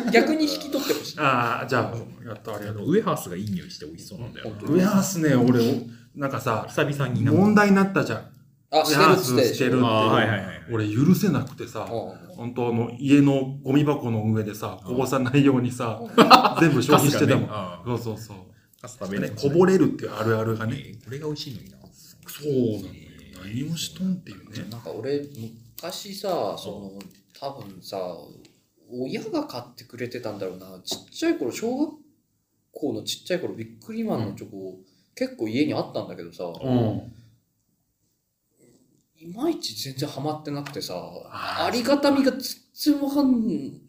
Speaker 1: る。
Speaker 2: 逆に引き取ってほしい。
Speaker 1: ああ、じゃあ、やった、あり
Speaker 4: あ
Speaker 1: がと
Speaker 4: のウエハースがいい匂いして美味しそうなんだよな。
Speaker 1: う。いやーすね、俺、おなんかさ、
Speaker 4: 久々になんか
Speaker 1: 問題になったじゃん。
Speaker 2: あ、してるっつっ
Speaker 1: ウエハー
Speaker 2: て。
Speaker 1: スしてるって。
Speaker 4: あーはいはいはい
Speaker 1: 俺許せなくてさ、本当あの家のゴミ箱の上でさ、こぼさないようにさ、全部消費してたもん。
Speaker 4: カス
Speaker 1: そうそうそう。
Speaker 4: カス食べ
Speaker 1: ね
Speaker 4: れ、
Speaker 1: こぼれるっていうあるあるがね。
Speaker 4: これが美味しいのにな。
Speaker 1: そうなのよ。何をしとんっていうね。
Speaker 2: なんか俺、昔さ、その、多分さ、親が買ってくれてたんだろうな。ちっちゃい頃、小学校のちっちゃい頃、ビックリマンのチョコ、結構家にあったんだけどさ、
Speaker 1: うん。
Speaker 2: いまいち全然ハマってなくてさ、
Speaker 1: あー
Speaker 2: ありがたみが全然わかん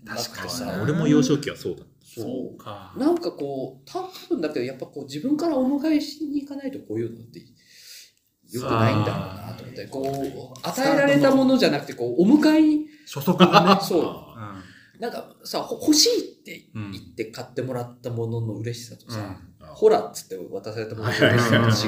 Speaker 2: なくて
Speaker 1: 確か
Speaker 2: さ
Speaker 1: に、な
Speaker 4: 俺も幼少期はそうだ。
Speaker 2: そう。
Speaker 1: か
Speaker 2: なんかこう、多分だけど、やっぱこう自分からお迎えしに行かないとこういうのって良くないんだろうなと思って、こう、与えられたものじゃなくて、こう、お迎え、
Speaker 1: 初速がね。
Speaker 2: そうう、
Speaker 1: ん
Speaker 2: なんかさ、ほ欲しいって
Speaker 1: うん
Speaker 2: 言って買ってもらったものの嬉しさとさ、
Speaker 1: うん
Speaker 4: あ
Speaker 2: ほらっつって渡されたものの
Speaker 4: はいはい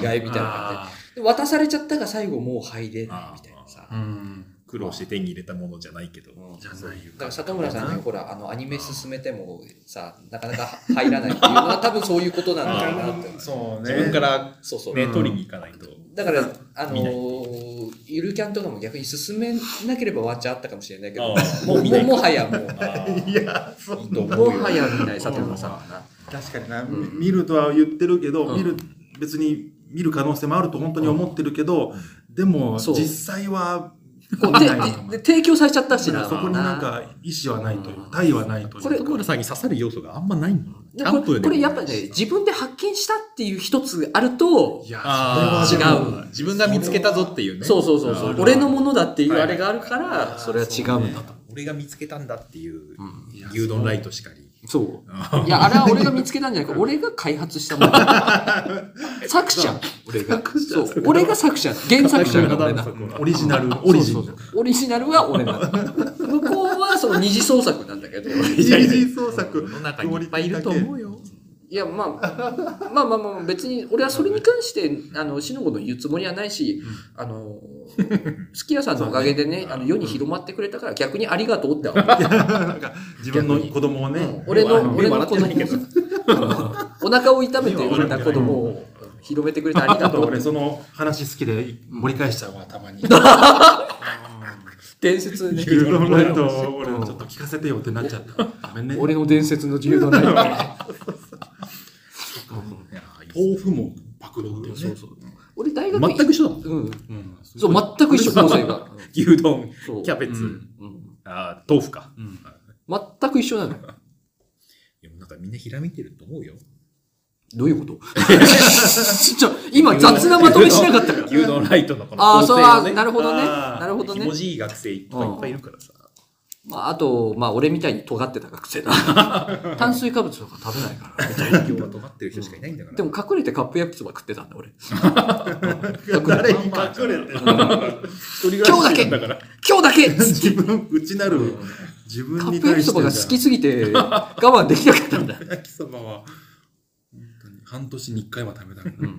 Speaker 5: は
Speaker 2: 違いみたいな感じで。で渡されちゃったが最後もう入れない
Speaker 4: あー
Speaker 2: みたいなさ。
Speaker 1: うん。
Speaker 4: 苦労して手に入れたものじゃないけど。
Speaker 2: うん
Speaker 1: じゃないよ
Speaker 2: だから里村さんね、ほら、あの、アニメ進めてもさ、なかなか入らないっていうのは多分そういうことなんだろうなって。
Speaker 1: そうね。
Speaker 4: 自分から
Speaker 2: そうそう。
Speaker 4: ね、
Speaker 5: うん
Speaker 4: 取りに行かないと。
Speaker 2: だから、あの
Speaker 4: 見ない
Speaker 2: ー、ゆるキャンとかも逆に進めなければ終わっちゃったかもしれないけど、も
Speaker 4: あー
Speaker 2: う、も
Speaker 4: 見な
Speaker 2: う
Speaker 4: い
Speaker 2: もはやもう、
Speaker 5: いや、そう
Speaker 2: いいと思うよもはや見ない里村さんはな。
Speaker 1: 確かにな、
Speaker 2: ん
Speaker 1: 見るとは言ってるけど、
Speaker 2: うん
Speaker 1: 見る別に見る可能性もあると本当に思ってるけど、でも
Speaker 2: そう
Speaker 1: 実際は
Speaker 2: こう
Speaker 1: 見
Speaker 2: て
Speaker 1: ないかも
Speaker 2: で提供されちゃったしな。
Speaker 1: そこになんか意思はないという体はないという
Speaker 2: これ
Speaker 4: 徳村さんに刺さる要素があんまないの
Speaker 2: で
Speaker 4: アン
Speaker 2: こ
Speaker 4: プ
Speaker 2: れ
Speaker 4: で
Speaker 2: これやっぱね、自分で発見したっていう一つあると、
Speaker 1: いや
Speaker 4: あ
Speaker 1: それ
Speaker 2: ー
Speaker 1: はで
Speaker 2: 違
Speaker 1: も
Speaker 2: う
Speaker 4: 自分が見つけたぞっていうね。
Speaker 2: そうそうそうそう
Speaker 4: あ、ー
Speaker 2: 俺のものだっていうあれがあるか
Speaker 1: はいはい
Speaker 2: ら、
Speaker 1: はい
Speaker 2: それは違うんだと。
Speaker 4: 俺が見つけたんだっていう
Speaker 2: うん
Speaker 1: いや
Speaker 4: 牛丼ライトしかり。
Speaker 2: そ
Speaker 4: あ
Speaker 2: う。いや、あれは俺が見つけたんじゃなくて、俺が開発したもの。作者。俺が。そう。俺が作者。原作者が俺だ。
Speaker 1: オリジナルオリジン
Speaker 2: そうそうそうオリジナルは俺なの。向こうはその二次創作なんだけど。
Speaker 1: 二次創作
Speaker 4: 世の中にいっぱいいると思うよ。
Speaker 2: いや、まあ、まあまあまあ、別に、俺はそれに関して、あの、しのごの言うつもりはないし、あの、すき家さんのおかげでね、あの、世に広まってくれたから、逆にありがとうって思う。
Speaker 1: なんか自分の子供をね
Speaker 2: 俺
Speaker 4: あ
Speaker 2: の、
Speaker 4: の
Speaker 2: 俺の子
Speaker 4: 笑
Speaker 2: 供
Speaker 4: ってないけど
Speaker 2: あ (laughs) のお腹を痛めて産んだ子供を広めてくれてあり
Speaker 1: あ
Speaker 2: がと
Speaker 1: と
Speaker 5: (laughs)
Speaker 2: うっ
Speaker 1: 俺
Speaker 2: て。
Speaker 1: その話好きで盛り返しちゃうわたま
Speaker 2: (laughs)
Speaker 1: に
Speaker 2: 伝説ね。
Speaker 1: 牛丼ライトを俺もちょっと聞かせてよってなっちゃったダメね
Speaker 2: 俺の伝説の自由のない。
Speaker 1: 豆腐もパクロっていうね
Speaker 2: 俺大学
Speaker 4: 全く一緒だもん。
Speaker 2: うん。
Speaker 1: うんすごい
Speaker 2: そう、全く一緒、構成が。
Speaker 4: 牛丼、
Speaker 2: (laughs) そう
Speaker 4: キャベツ、
Speaker 1: うん
Speaker 2: うん
Speaker 4: あー豆腐か。
Speaker 1: うん
Speaker 2: 全く一緒なの。
Speaker 4: いやなんかみんなひらめいてると思うよ。
Speaker 2: どういうことちょ、今雑なまとめしなかったから。
Speaker 4: 牛丼ライトのこの
Speaker 2: ああ、そう、あ
Speaker 4: 構成を
Speaker 2: ーなるほどね。
Speaker 1: あー
Speaker 2: なるほど
Speaker 4: ひ
Speaker 2: ね
Speaker 4: も。じい学生とかいっぱいいるからさ。
Speaker 2: まあ、あと、まあ、俺みたいに尖ってた学生だ。炭水化物とか食べないから。
Speaker 4: 今 (laughs) 日は尖ってる人しかいないんだから。
Speaker 2: でも、隠れてカップ焼きそば食ってたんだ、俺。
Speaker 1: 誰に隠れてる
Speaker 4: 一人暮らししてるんだから。
Speaker 2: 今日だけ
Speaker 1: 自分内なる自
Speaker 2: カ
Speaker 1: 分
Speaker 2: ッ
Speaker 1: に
Speaker 2: プ
Speaker 1: 対
Speaker 2: 焼き
Speaker 1: して
Speaker 2: そばが好
Speaker 1: じ
Speaker 2: きすぎて我慢できなかったんだ。
Speaker 1: ゃん焼きそばは本当に半年に1回は食べたくなる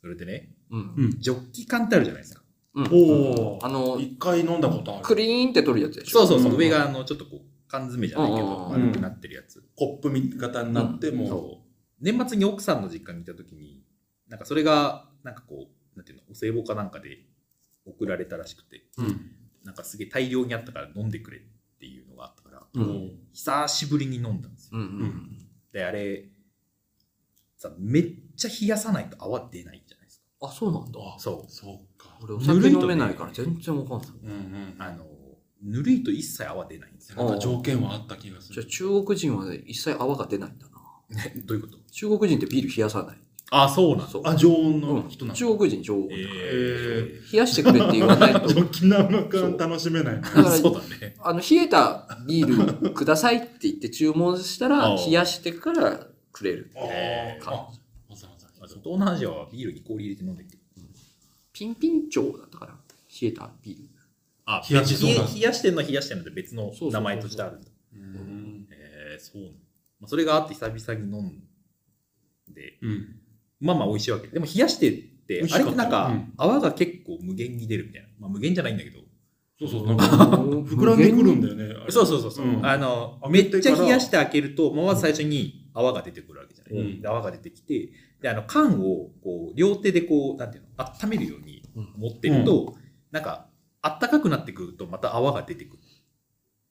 Speaker 4: それでね、
Speaker 2: うん。
Speaker 4: ジョッキ缶ってあるじゃないですか。
Speaker 1: お
Speaker 2: あの、
Speaker 1: 1回飲んだことあ
Speaker 2: ク
Speaker 1: る
Speaker 2: リーンって取るやつでしょ。
Speaker 4: そうそうそう、
Speaker 1: うん
Speaker 4: 上があのちょっとこう缶詰じゃないけ
Speaker 2: うん
Speaker 4: ど丸くなってるやつ、
Speaker 1: コップ型になっても
Speaker 4: そう年末に奥さんの実家にいた時になんかそれがなんかこうなんていうのお歳暮かなんかで送られたらしくて
Speaker 1: うん
Speaker 4: なんかすげえ大量にあったから飲んでくれっていうのがあったから
Speaker 2: うん
Speaker 4: 久しぶりに飲んだんですよ
Speaker 2: うんうん。
Speaker 4: であれさめっちゃ冷やさないと泡出ないじゃないです
Speaker 2: あ、そうなんだ。
Speaker 4: かそう
Speaker 1: そうか
Speaker 2: 俺お酒飲めないから全然わかんない。
Speaker 1: うんうん
Speaker 4: あのぬるいと一切泡出ないんですよ
Speaker 1: なんか条件はあった気がす
Speaker 2: じゃあ
Speaker 1: る
Speaker 2: 中国人はね一切泡が出ないんだな。
Speaker 4: どういうこと
Speaker 2: 中国人ってビール冷やさない。
Speaker 4: あそうなん
Speaker 2: そう。
Speaker 1: あ常温
Speaker 2: う
Speaker 1: の
Speaker 2: ん
Speaker 1: 人なの
Speaker 2: 中国人常温。
Speaker 4: え
Speaker 2: 冷
Speaker 4: ー
Speaker 2: やしてくれって言わないと。
Speaker 1: ジ
Speaker 2: だ
Speaker 1: ョ
Speaker 2: か
Speaker 1: ッキ生感楽しめないの
Speaker 2: ら、
Speaker 4: (laughs) そうだね
Speaker 2: あの、冷えたビールくださいって言って注文したら、
Speaker 4: あー
Speaker 2: 冷やしてからくれる。
Speaker 4: え
Speaker 1: あーあわざわざ
Speaker 4: あそう東南アジアはビールに氷入れて飲んでる
Speaker 2: ピンピンチョウだったから、冷えたビール。
Speaker 4: あ
Speaker 1: 冷やし
Speaker 4: 冷
Speaker 1: そうだ
Speaker 4: え冷やしてんのは冷やしてんので別の
Speaker 2: そうそうそうそう
Speaker 4: 名前としてあるんだ。
Speaker 1: うん
Speaker 4: えーそうなのまあ、それがあって久々に飲んで、
Speaker 1: うん
Speaker 4: まあまあ美味しいわけ。でも冷やしてって、
Speaker 1: 味し
Speaker 4: あ
Speaker 1: かっ
Speaker 4: れ
Speaker 1: た
Speaker 4: ってなんか、
Speaker 1: うん
Speaker 4: 泡が結構無限に出るみたいな。まあ無限じゃないんだけど。
Speaker 1: そうそうなんか膨らんでくるんだよねあれ
Speaker 4: そうそうそうそう、
Speaker 1: うん
Speaker 4: あの、め
Speaker 1: 開
Speaker 4: っ
Speaker 1: けて
Speaker 4: ち
Speaker 1: か
Speaker 4: ゃ
Speaker 1: ら
Speaker 4: 冷やして開けると、まあまず最初に泡が出てくるわけじゃない。
Speaker 1: うん
Speaker 4: で泡が出てきて、で、あの、缶を、こう、両手でこう、なんていうの、温めるように
Speaker 2: うん
Speaker 4: 持ってると、なんか、あったかくなってくると、また泡が出てくる。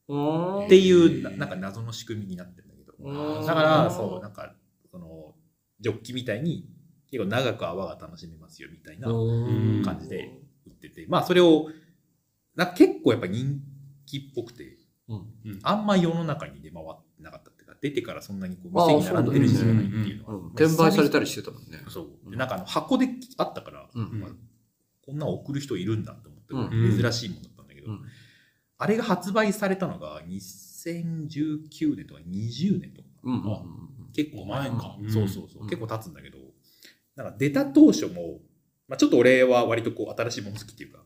Speaker 2: うん
Speaker 4: っていうな、なんか謎の仕組みになってるんだけど。
Speaker 2: うん
Speaker 4: だから、そう、なんか、その、ジョッキみたいに、結構長く泡が楽しめますよ、みたいな売
Speaker 2: うん
Speaker 4: 感じでってて、まあ、それを、なんか結構やっぱ人気っぽくて、
Speaker 2: うん
Speaker 4: あんま世の中に出回ってなかったっていうか、出てからそんなにこう、
Speaker 2: あー
Speaker 4: 店に並んでる人じゃないっていうの
Speaker 2: う
Speaker 4: は。
Speaker 2: ん転売されたりしてたもんね。
Speaker 4: そう。でなんかあの、箱であったから、
Speaker 2: うん
Speaker 1: うん
Speaker 4: まあこんなん送る人いるんだと思って、
Speaker 1: うん
Speaker 4: 珍しいものだったんだけど、
Speaker 2: うん
Speaker 4: あれが発売されたのが2019年とか20年とか、
Speaker 2: うんうん
Speaker 4: 結
Speaker 1: お
Speaker 4: 構
Speaker 1: 前か
Speaker 4: うんそうそうそう、
Speaker 2: うん
Speaker 4: 結構経つんだけど、なんか出た当初も、まあ、ちょっと俺は割とこう新しいもの好きっていうか、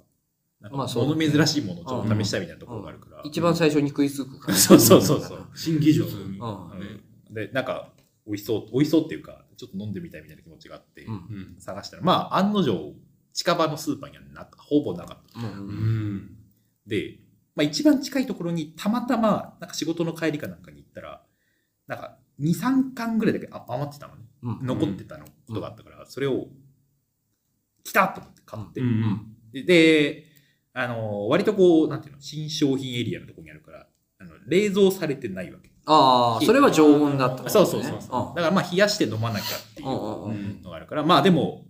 Speaker 4: なんか
Speaker 2: まあそうだ
Speaker 4: 物
Speaker 2: ね
Speaker 4: 珍しいものをちょっと試したいみたいなところがあるから。
Speaker 2: 一番最初に食いつくから。
Speaker 4: そうそうそうそう。
Speaker 1: 新技術
Speaker 2: ん
Speaker 1: ね
Speaker 4: で、なんか、美味しそう、美味しそうっていうか、ちょっと飲んでみたいみたいな気持ちがあって、
Speaker 2: うん
Speaker 3: うん。
Speaker 4: 探したら、まあ、案の定、近場のスーパーにはなかほぼなかった。
Speaker 2: うん
Speaker 3: う
Speaker 2: うん
Speaker 3: ん。
Speaker 4: で、まあ、一番近いところにたまたま、なんか仕事の帰りかなんかに行ったら、なんか2、3巻ぐらいだけあ余ってたのね。
Speaker 2: うん
Speaker 4: 残ってたのことがあったから、それを、来たと思って買って、
Speaker 3: うんうん。
Speaker 4: でで、あの、割とこう、なんていうの、新商品エリアのところにあるから、あの冷蔵されてないわけ。
Speaker 2: ああ、それは常温だった、
Speaker 4: そうそうそうだからまあ冷やして飲まなきゃってい
Speaker 2: うんうんう
Speaker 4: うんのがあるから、まあでも、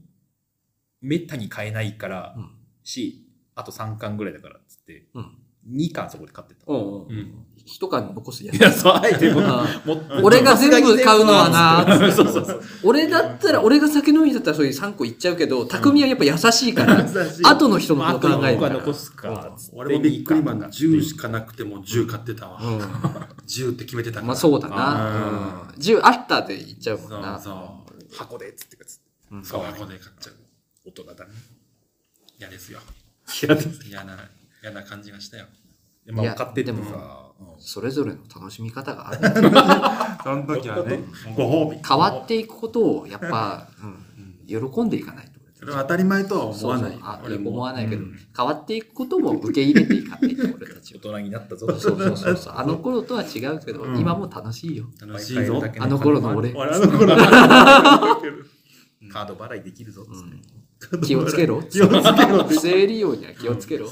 Speaker 4: めったに買えないから
Speaker 2: うん
Speaker 4: し、あと3巻ぐらいだからっつって
Speaker 2: うん、
Speaker 4: 2巻そこで買ってた。
Speaker 2: うんうんう
Speaker 3: うんん。
Speaker 2: 一缶残すや
Speaker 4: い
Speaker 2: つ。
Speaker 4: や、そう、あえて僕、
Speaker 2: あ
Speaker 4: もう
Speaker 2: 俺が全部買うのはな
Speaker 4: (laughs) そうそうそう。
Speaker 2: 俺だったら、俺が酒飲みだったらそういう3個いっちゃうけど、匠はやっぱ優しいから、後の人の
Speaker 4: まあ、あ
Speaker 2: ことと考える
Speaker 4: 1個
Speaker 2: か
Speaker 4: は
Speaker 2: ら。
Speaker 4: 残すかっつって。
Speaker 1: 俺もビックリマン
Speaker 4: 二巻
Speaker 1: 10しかなくても10買ってたわ、10って決めてたか
Speaker 2: うん
Speaker 1: ら
Speaker 2: まあそうだ
Speaker 1: あ
Speaker 2: な。うん10あったでいっちゃうもん
Speaker 1: そう
Speaker 2: な。
Speaker 1: そう
Speaker 4: 箱でっつってかつって。
Speaker 2: うん
Speaker 1: そうここで買っちゃう
Speaker 4: 大人だね。
Speaker 1: 嫌ですよ
Speaker 4: いや、で
Speaker 1: 嫌な嫌な感じがしたよ
Speaker 4: も、
Speaker 2: い
Speaker 4: ま
Speaker 2: や
Speaker 4: あ、買ってってさ、
Speaker 2: それぞれの楽しみ方がある。 (laughs)
Speaker 1: その時はねご褒美
Speaker 2: 変わっていくことをやっぱ、うん喜んでいかないと。
Speaker 1: それは当たり前とは思わない
Speaker 2: そうそうあ
Speaker 1: 俺も
Speaker 2: 思わないけど、
Speaker 1: うん
Speaker 2: 変わっていくことも受け入れていかないと、俺たち
Speaker 4: 大
Speaker 2: は。
Speaker 4: 人になったぞ。
Speaker 2: そうそうそうそう。あの頃とは違うけど、
Speaker 1: うん
Speaker 2: 今も楽しいよ。
Speaker 1: 楽しいぞ
Speaker 4: 毎回だけ
Speaker 2: あの頃の俺
Speaker 4: あの頃の俺。 (laughs) カード払いできるぞっつって。
Speaker 2: うん気をつけろ。気をつけろ。不正利用には気をつけろ。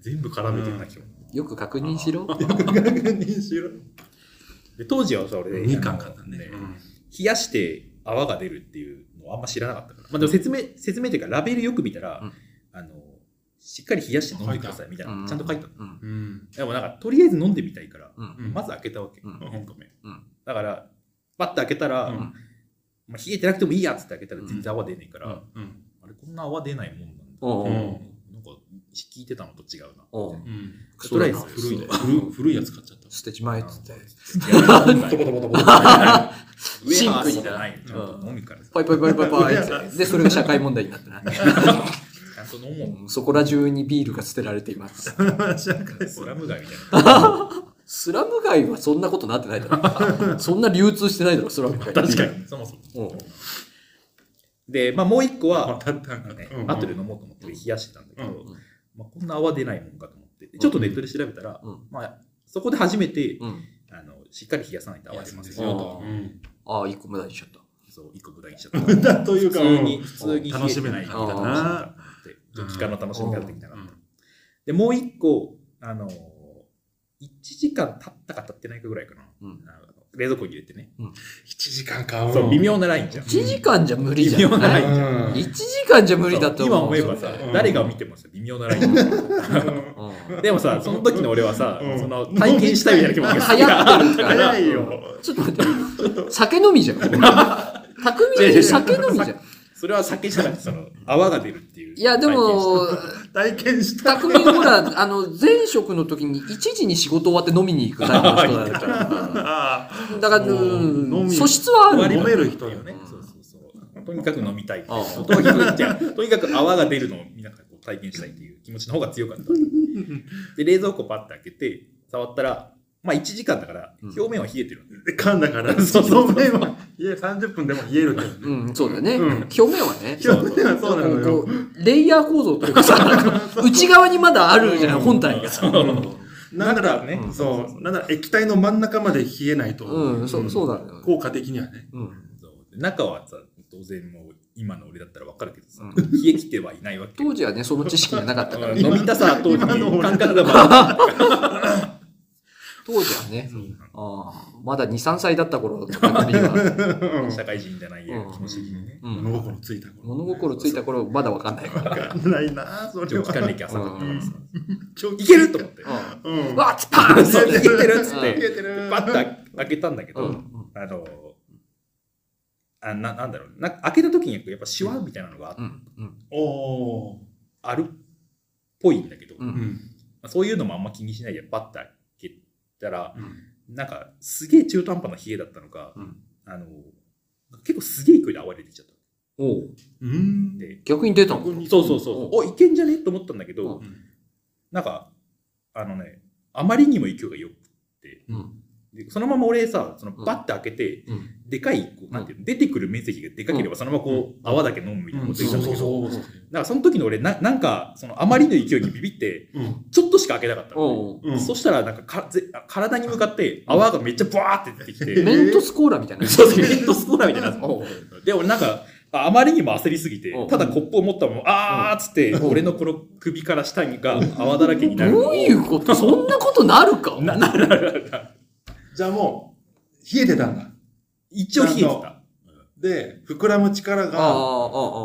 Speaker 4: 全部絡めてるな、
Speaker 1: うん
Speaker 4: 今日。
Speaker 2: よく確認しろ。
Speaker 4: で当時はさ、俺、
Speaker 1: 2巻買ったね
Speaker 4: あの冷やして泡が出るっていうのをあんま知らなかったから。まあ、でも説明、説明というか、ラベルよく見たら、
Speaker 2: うん
Speaker 4: あの、しっかり冷やして飲んでくださいみたいな、ちゃんと書いてあったの。
Speaker 2: うん。
Speaker 3: うん。
Speaker 4: でもなんか、とりあえず飲んでみたいから、
Speaker 2: うん。
Speaker 4: まず開けたわけ。
Speaker 2: うん
Speaker 4: 4個目
Speaker 2: うん
Speaker 4: だから、パッと開けたら、
Speaker 3: うん
Speaker 4: まあ、冷えてなくてもいいやっつって開けたら全然泡出ねえから、
Speaker 2: うん
Speaker 3: うん。
Speaker 4: あれ、こんな泡出ないもんなんだ。
Speaker 2: おう
Speaker 1: うん
Speaker 4: なんか、聞いてたのと違うな。
Speaker 2: おう
Speaker 3: うん。
Speaker 2: ク
Speaker 4: と
Speaker 2: ソ
Speaker 4: り
Speaker 2: だ
Speaker 4: あえ
Speaker 2: な
Speaker 4: ず古いね。
Speaker 1: 古古いやつ買っちゃった
Speaker 2: 捨てちまえっつって。
Speaker 4: いやボトボトボトボト。ウェハ
Speaker 2: (laughs) シンク
Speaker 4: ー
Speaker 2: に
Speaker 4: スじゃない。ちゃんと飲むからさ。
Speaker 2: パイパイパイパイパイって。で、それが社会問題になってな。
Speaker 4: ちゃんと飲も
Speaker 2: うんそこら中にビールが捨てられています。
Speaker 4: う。スラム街みたいな。
Speaker 2: スラム街はそんなことなってないだろ。そんな流通してないだろ、スラム街。
Speaker 4: 確か。に、そもそも。で、まあもう一個は、
Speaker 1: たったん
Speaker 4: あ
Speaker 1: か
Speaker 4: のね
Speaker 1: うんうん
Speaker 4: 後で飲もうと思って冷やしてたんだけど
Speaker 2: うん、
Speaker 4: まあこんな泡出ないもんかと思って、でちょっとネットで調べたら
Speaker 2: うん、
Speaker 4: まあそこで初めて、
Speaker 2: うん。
Speaker 4: あの、しっかり冷やさないと泡出ませ
Speaker 2: 冷や
Speaker 4: ん
Speaker 2: すん
Speaker 4: よ
Speaker 2: です
Speaker 4: と。
Speaker 2: よ
Speaker 1: うん
Speaker 2: ああ、一個無駄にしちゃった。
Speaker 4: そう、一個ぐらいにしちゃった。普
Speaker 1: というか
Speaker 4: 通に、普通に冷
Speaker 1: 楽
Speaker 4: え
Speaker 1: してめ
Speaker 4: な
Speaker 1: ないん
Speaker 4: い言
Speaker 1: だ
Speaker 4: い方をしてた
Speaker 1: な
Speaker 4: なって、ちょっと期間の楽しみ方できなかった。で、もう一個、あのー、1時間経ったか経ってないかぐらいかな。
Speaker 2: うん
Speaker 4: あの冷蔵庫に入れてね。
Speaker 1: 1時間買う
Speaker 4: そう、微妙なラインじゃん。
Speaker 2: 1時間じゃ無理じゃ
Speaker 4: 微
Speaker 2: (laughs)
Speaker 4: 妙な
Speaker 2: な
Speaker 4: ライ
Speaker 2: い
Speaker 4: ンじゃん。
Speaker 1: うん
Speaker 2: 1時間じゃ無理だと
Speaker 4: そう
Speaker 2: 思う
Speaker 4: 今思えばさ、
Speaker 1: うん
Speaker 4: 誰が見てもさ、微妙なラインじゃん。
Speaker 2: うん
Speaker 4: でもさ、その時の俺はさ、
Speaker 1: うん
Speaker 4: その体験したいみたいな気持ちが
Speaker 2: 流行ってるから
Speaker 1: 早いよ
Speaker 2: ちょっと待って、酒飲みじゃん。匠に酒飲みじゃん。
Speaker 4: それは酒じゃなくて、その、泡が出るっていう。
Speaker 2: いや、でも、
Speaker 1: 体験した
Speaker 2: 匠ほら、あの、前職の時に1時に仕事終わって飲みに行くタイプの人だから。
Speaker 1: あ
Speaker 2: だから、
Speaker 1: もう
Speaker 2: うん
Speaker 1: 飲み
Speaker 2: 素質はあ
Speaker 4: 体
Speaker 2: る。
Speaker 4: 験した、
Speaker 1: 飲める人よ
Speaker 4: よね
Speaker 2: う。ん
Speaker 4: (laughs) そうそうそう。とにかく飲みたい。
Speaker 2: あ
Speaker 4: そうとにかく、じゃあとにかく泡が出るのをみんながこう体験したいっていう気持ちの方が強かった。で、冷蔵庫パッて開けて、触ったら、まあ1時間だから、
Speaker 2: うん
Speaker 4: 表面は冷えてるんだよね。
Speaker 1: ー噛んだから
Speaker 4: そうそう
Speaker 1: その面は家30分でも冷えるけどね
Speaker 2: うん、そうだね。
Speaker 1: うん
Speaker 2: 表面はね。
Speaker 1: 表面はそうなの
Speaker 2: こ
Speaker 1: よ
Speaker 2: うレイヤー構造というかさ、内側にまだあるじゃん、本体がさ。
Speaker 1: なんなら
Speaker 4: ね
Speaker 1: そうなんなら液体の真ん中まで冷えないと
Speaker 2: うん、そうそうだね。
Speaker 1: 効果的にはね
Speaker 2: うん
Speaker 4: そうで中はさ、当然もう今の俺だったらわかるけどさ、
Speaker 2: う
Speaker 4: 冷え切ってはいないわけ。
Speaker 2: 当時はね、その知識がなかったから、
Speaker 4: 飲みたさ当時
Speaker 1: 今の
Speaker 4: の
Speaker 1: 俺
Speaker 4: 感覚がまあ
Speaker 2: 当時はね、
Speaker 1: うん
Speaker 2: ああまだ2、3歳だった頃だった匠は、
Speaker 4: (laughs) 社会人じゃないや気持ち的にね。
Speaker 2: う
Speaker 1: 物
Speaker 2: ん、
Speaker 1: 心ついた頃
Speaker 2: 物心ついた頃、まだわかんないから。
Speaker 1: わかんないなそれ
Speaker 4: 長期間
Speaker 1: は
Speaker 4: 歴浅かったからさ、
Speaker 1: 長期
Speaker 4: いけると思って。
Speaker 2: う
Speaker 1: うんん
Speaker 2: わっ、パーン
Speaker 4: そういけてるっつ
Speaker 1: 冷
Speaker 4: って、
Speaker 1: えてる
Speaker 4: パッと開けたんだけ
Speaker 2: う
Speaker 4: ど、
Speaker 2: ん
Speaker 4: あの、あななんだろうな、開けた時にやっぱシワみたいなのが
Speaker 2: うんうん
Speaker 1: おー
Speaker 4: あるっぽいんだけど、
Speaker 2: う
Speaker 4: ま
Speaker 2: ん
Speaker 1: うん
Speaker 4: あそういうのもあんま気にしないで、バッと開けたら、
Speaker 1: うん
Speaker 4: なんかすげえ中途半端な冷えだったのか、
Speaker 2: うん
Speaker 4: あの、結構すげえ勢いで泡出てきちゃった。
Speaker 2: おう
Speaker 1: うん
Speaker 4: で、
Speaker 2: 逆に出たの
Speaker 4: そうそうそう、
Speaker 2: うん
Speaker 4: お、いけんじゃねと思ったんだけど、
Speaker 2: う
Speaker 1: うん
Speaker 4: なんか、あのね、あまりにも勢いがよくて、
Speaker 2: うん
Speaker 4: でそのまま俺さ、そのバッて開けて、
Speaker 2: うん
Speaker 4: でかい、こうなんていうの、出てくる面積がでかければ、そのままこう、泡だけ飲むみたいなこと言ってたんだけど、
Speaker 1: うそう。
Speaker 4: なんかその時の俺な、なんか、そのあまりの勢いにビビって、
Speaker 3: うん
Speaker 4: ちょっとしか開けなかったのね、
Speaker 2: おう
Speaker 3: うん
Speaker 4: そしたら、なんかかぜ、体に向かって泡がめっちゃバーって出てき
Speaker 2: (laughs)
Speaker 4: て、
Speaker 2: メントスコーラみたいな。
Speaker 4: そうそう、ヘッドスコーラみたいになってた
Speaker 2: おう
Speaker 4: で、俺なんか、ああまりにも焦りすぎて
Speaker 2: うん、
Speaker 4: ただコップを持ったまま、あーっつって、俺のこの首から下が泡だらけになるのを。
Speaker 2: どういうことそんなことなるか
Speaker 4: な、なるなるなるなる。
Speaker 5: じゃあもう、冷えてたんだ。
Speaker 4: 一応冷えて
Speaker 5: な
Speaker 4: た
Speaker 5: んか。で、膨らむ力
Speaker 2: ああ、ああ、あ
Speaker 5: が、
Speaker 2: あ。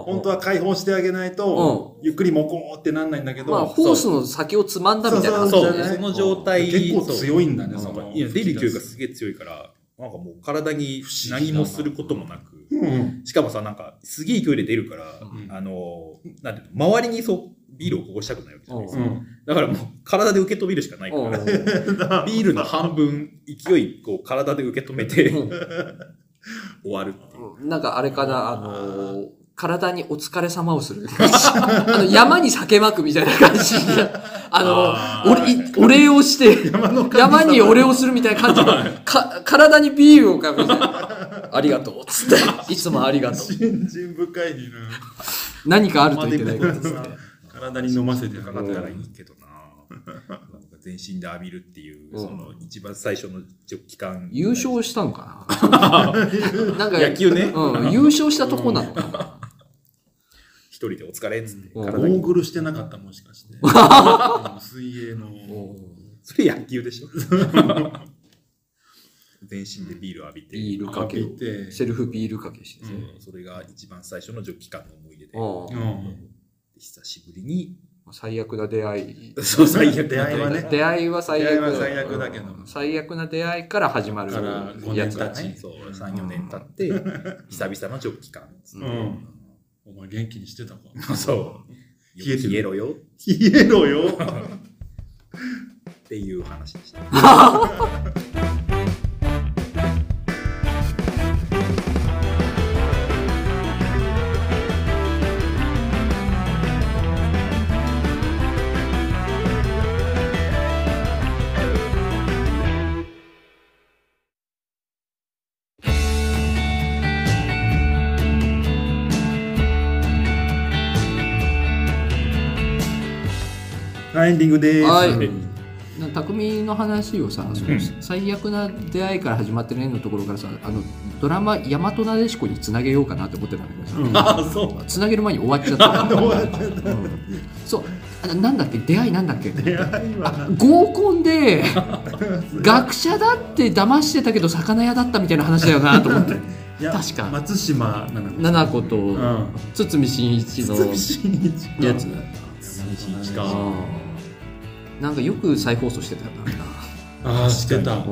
Speaker 5: 本当は解放してあげないと、ゆっくりモコーってなんないんだけど、
Speaker 2: まあ、ホースの先をつまんだみたいな感
Speaker 5: そう
Speaker 2: じ
Speaker 4: そ
Speaker 2: だ
Speaker 4: う、
Speaker 2: ね。
Speaker 4: その状態。
Speaker 5: 結構強いんだね、
Speaker 4: そ
Speaker 5: そう
Speaker 4: なん
Speaker 5: の。
Speaker 4: かいや出る勢いがすげえ強いから、なんかもう体に何もすることもなく、
Speaker 5: うん。
Speaker 4: しかもさ、なんか、すげえ勢いで出るから、
Speaker 2: うん
Speaker 4: あの、なんていうの、周りにそう、ビールをこぼしたくないわけじゃないです
Speaker 5: う
Speaker 4: か。
Speaker 5: ん。
Speaker 4: だからもう、体で受け止めるしかないか
Speaker 2: おう
Speaker 4: ら、ビールの半分、勢い、こう、体で受け止めて、
Speaker 2: うん
Speaker 4: 終わるっていう。
Speaker 2: うんなんかあれかな、あのー体にお疲れ様をする。 (laughs) あの山に酒まくみたいな感
Speaker 4: (laughs)
Speaker 2: じで、あ
Speaker 4: あ
Speaker 2: の、
Speaker 4: ー
Speaker 2: 俺い、お礼をして、
Speaker 5: 山の神様
Speaker 2: 山にお礼をするみたいな感じで、か体にビールをかぶせて、ありがとう、つって、いつもありがとう。
Speaker 5: 信心深いにいる。
Speaker 2: 何かあると言ってないから。
Speaker 5: 体に飲ませて
Speaker 4: か
Speaker 5: る
Speaker 4: かったらいいけど
Speaker 2: (laughs)
Speaker 4: な。なんか全身で浴びるっていう、
Speaker 2: うん
Speaker 4: その一番最初の期間。
Speaker 2: 優勝したんか
Speaker 4: (laughs)
Speaker 2: ななんか、
Speaker 4: 野球ね
Speaker 2: うん、優勝したとこなのかな
Speaker 4: 一人でお疲れっつって、
Speaker 2: うん
Speaker 5: オ
Speaker 4: 体
Speaker 5: ー
Speaker 4: に。
Speaker 5: グルしてなかった、もしかして。水泳の。
Speaker 4: それ野球
Speaker 2: (laughs)
Speaker 4: でしょ全身でビール浴びて。
Speaker 2: ビールかけを
Speaker 5: 浴びて
Speaker 2: セルフビールかけしてね、
Speaker 4: うんそれが一番最初の期間の思い出で、
Speaker 2: う
Speaker 5: うんん。
Speaker 4: 久しぶりに、
Speaker 2: 最悪な出会い
Speaker 4: そう最悪
Speaker 5: 出会いはね
Speaker 2: 出会いは最悪
Speaker 5: 出会いは最悪だけど
Speaker 2: うん最悪な出会いから始まる
Speaker 5: から五
Speaker 2: や
Speaker 5: 年
Speaker 2: つ
Speaker 5: 経
Speaker 2: だ
Speaker 5: ち
Speaker 2: ね
Speaker 4: そう、3、4年経って、久々の長期間。
Speaker 2: うん
Speaker 5: うん。お前元気にしてたか。
Speaker 4: そう。
Speaker 5: 冷えてる
Speaker 4: 冷えろよっ
Speaker 5: 冷えろよ。
Speaker 4: ていう話でした。
Speaker 5: はいエンディングでーす。
Speaker 2: はいな匠の話をさ、その
Speaker 4: うん
Speaker 2: 最悪な出会いから始まってる縁のところからさあのドラマ「大和なでしこ」につなげようかなって思ってたんだけどさ、
Speaker 4: ああ、そう。
Speaker 2: つなげる前に終わっちゃった。
Speaker 5: (laughs) 終わっちゃった
Speaker 2: うんそうあななんだっけ出会いなんだっけ
Speaker 5: 出会いはな
Speaker 2: 合コンで
Speaker 5: (laughs)
Speaker 2: 学者だって騙してたけど魚屋だったみたいな話だよなと思って
Speaker 5: いや
Speaker 2: 確か
Speaker 5: 松島なの。
Speaker 2: 七子と
Speaker 5: うん。
Speaker 2: 堤真一の
Speaker 5: 慎一か
Speaker 2: やつ
Speaker 5: 堤真一
Speaker 2: あ
Speaker 5: か。
Speaker 2: ーなんかよく再放送してたよ
Speaker 5: ああ、してた
Speaker 2: な、。うん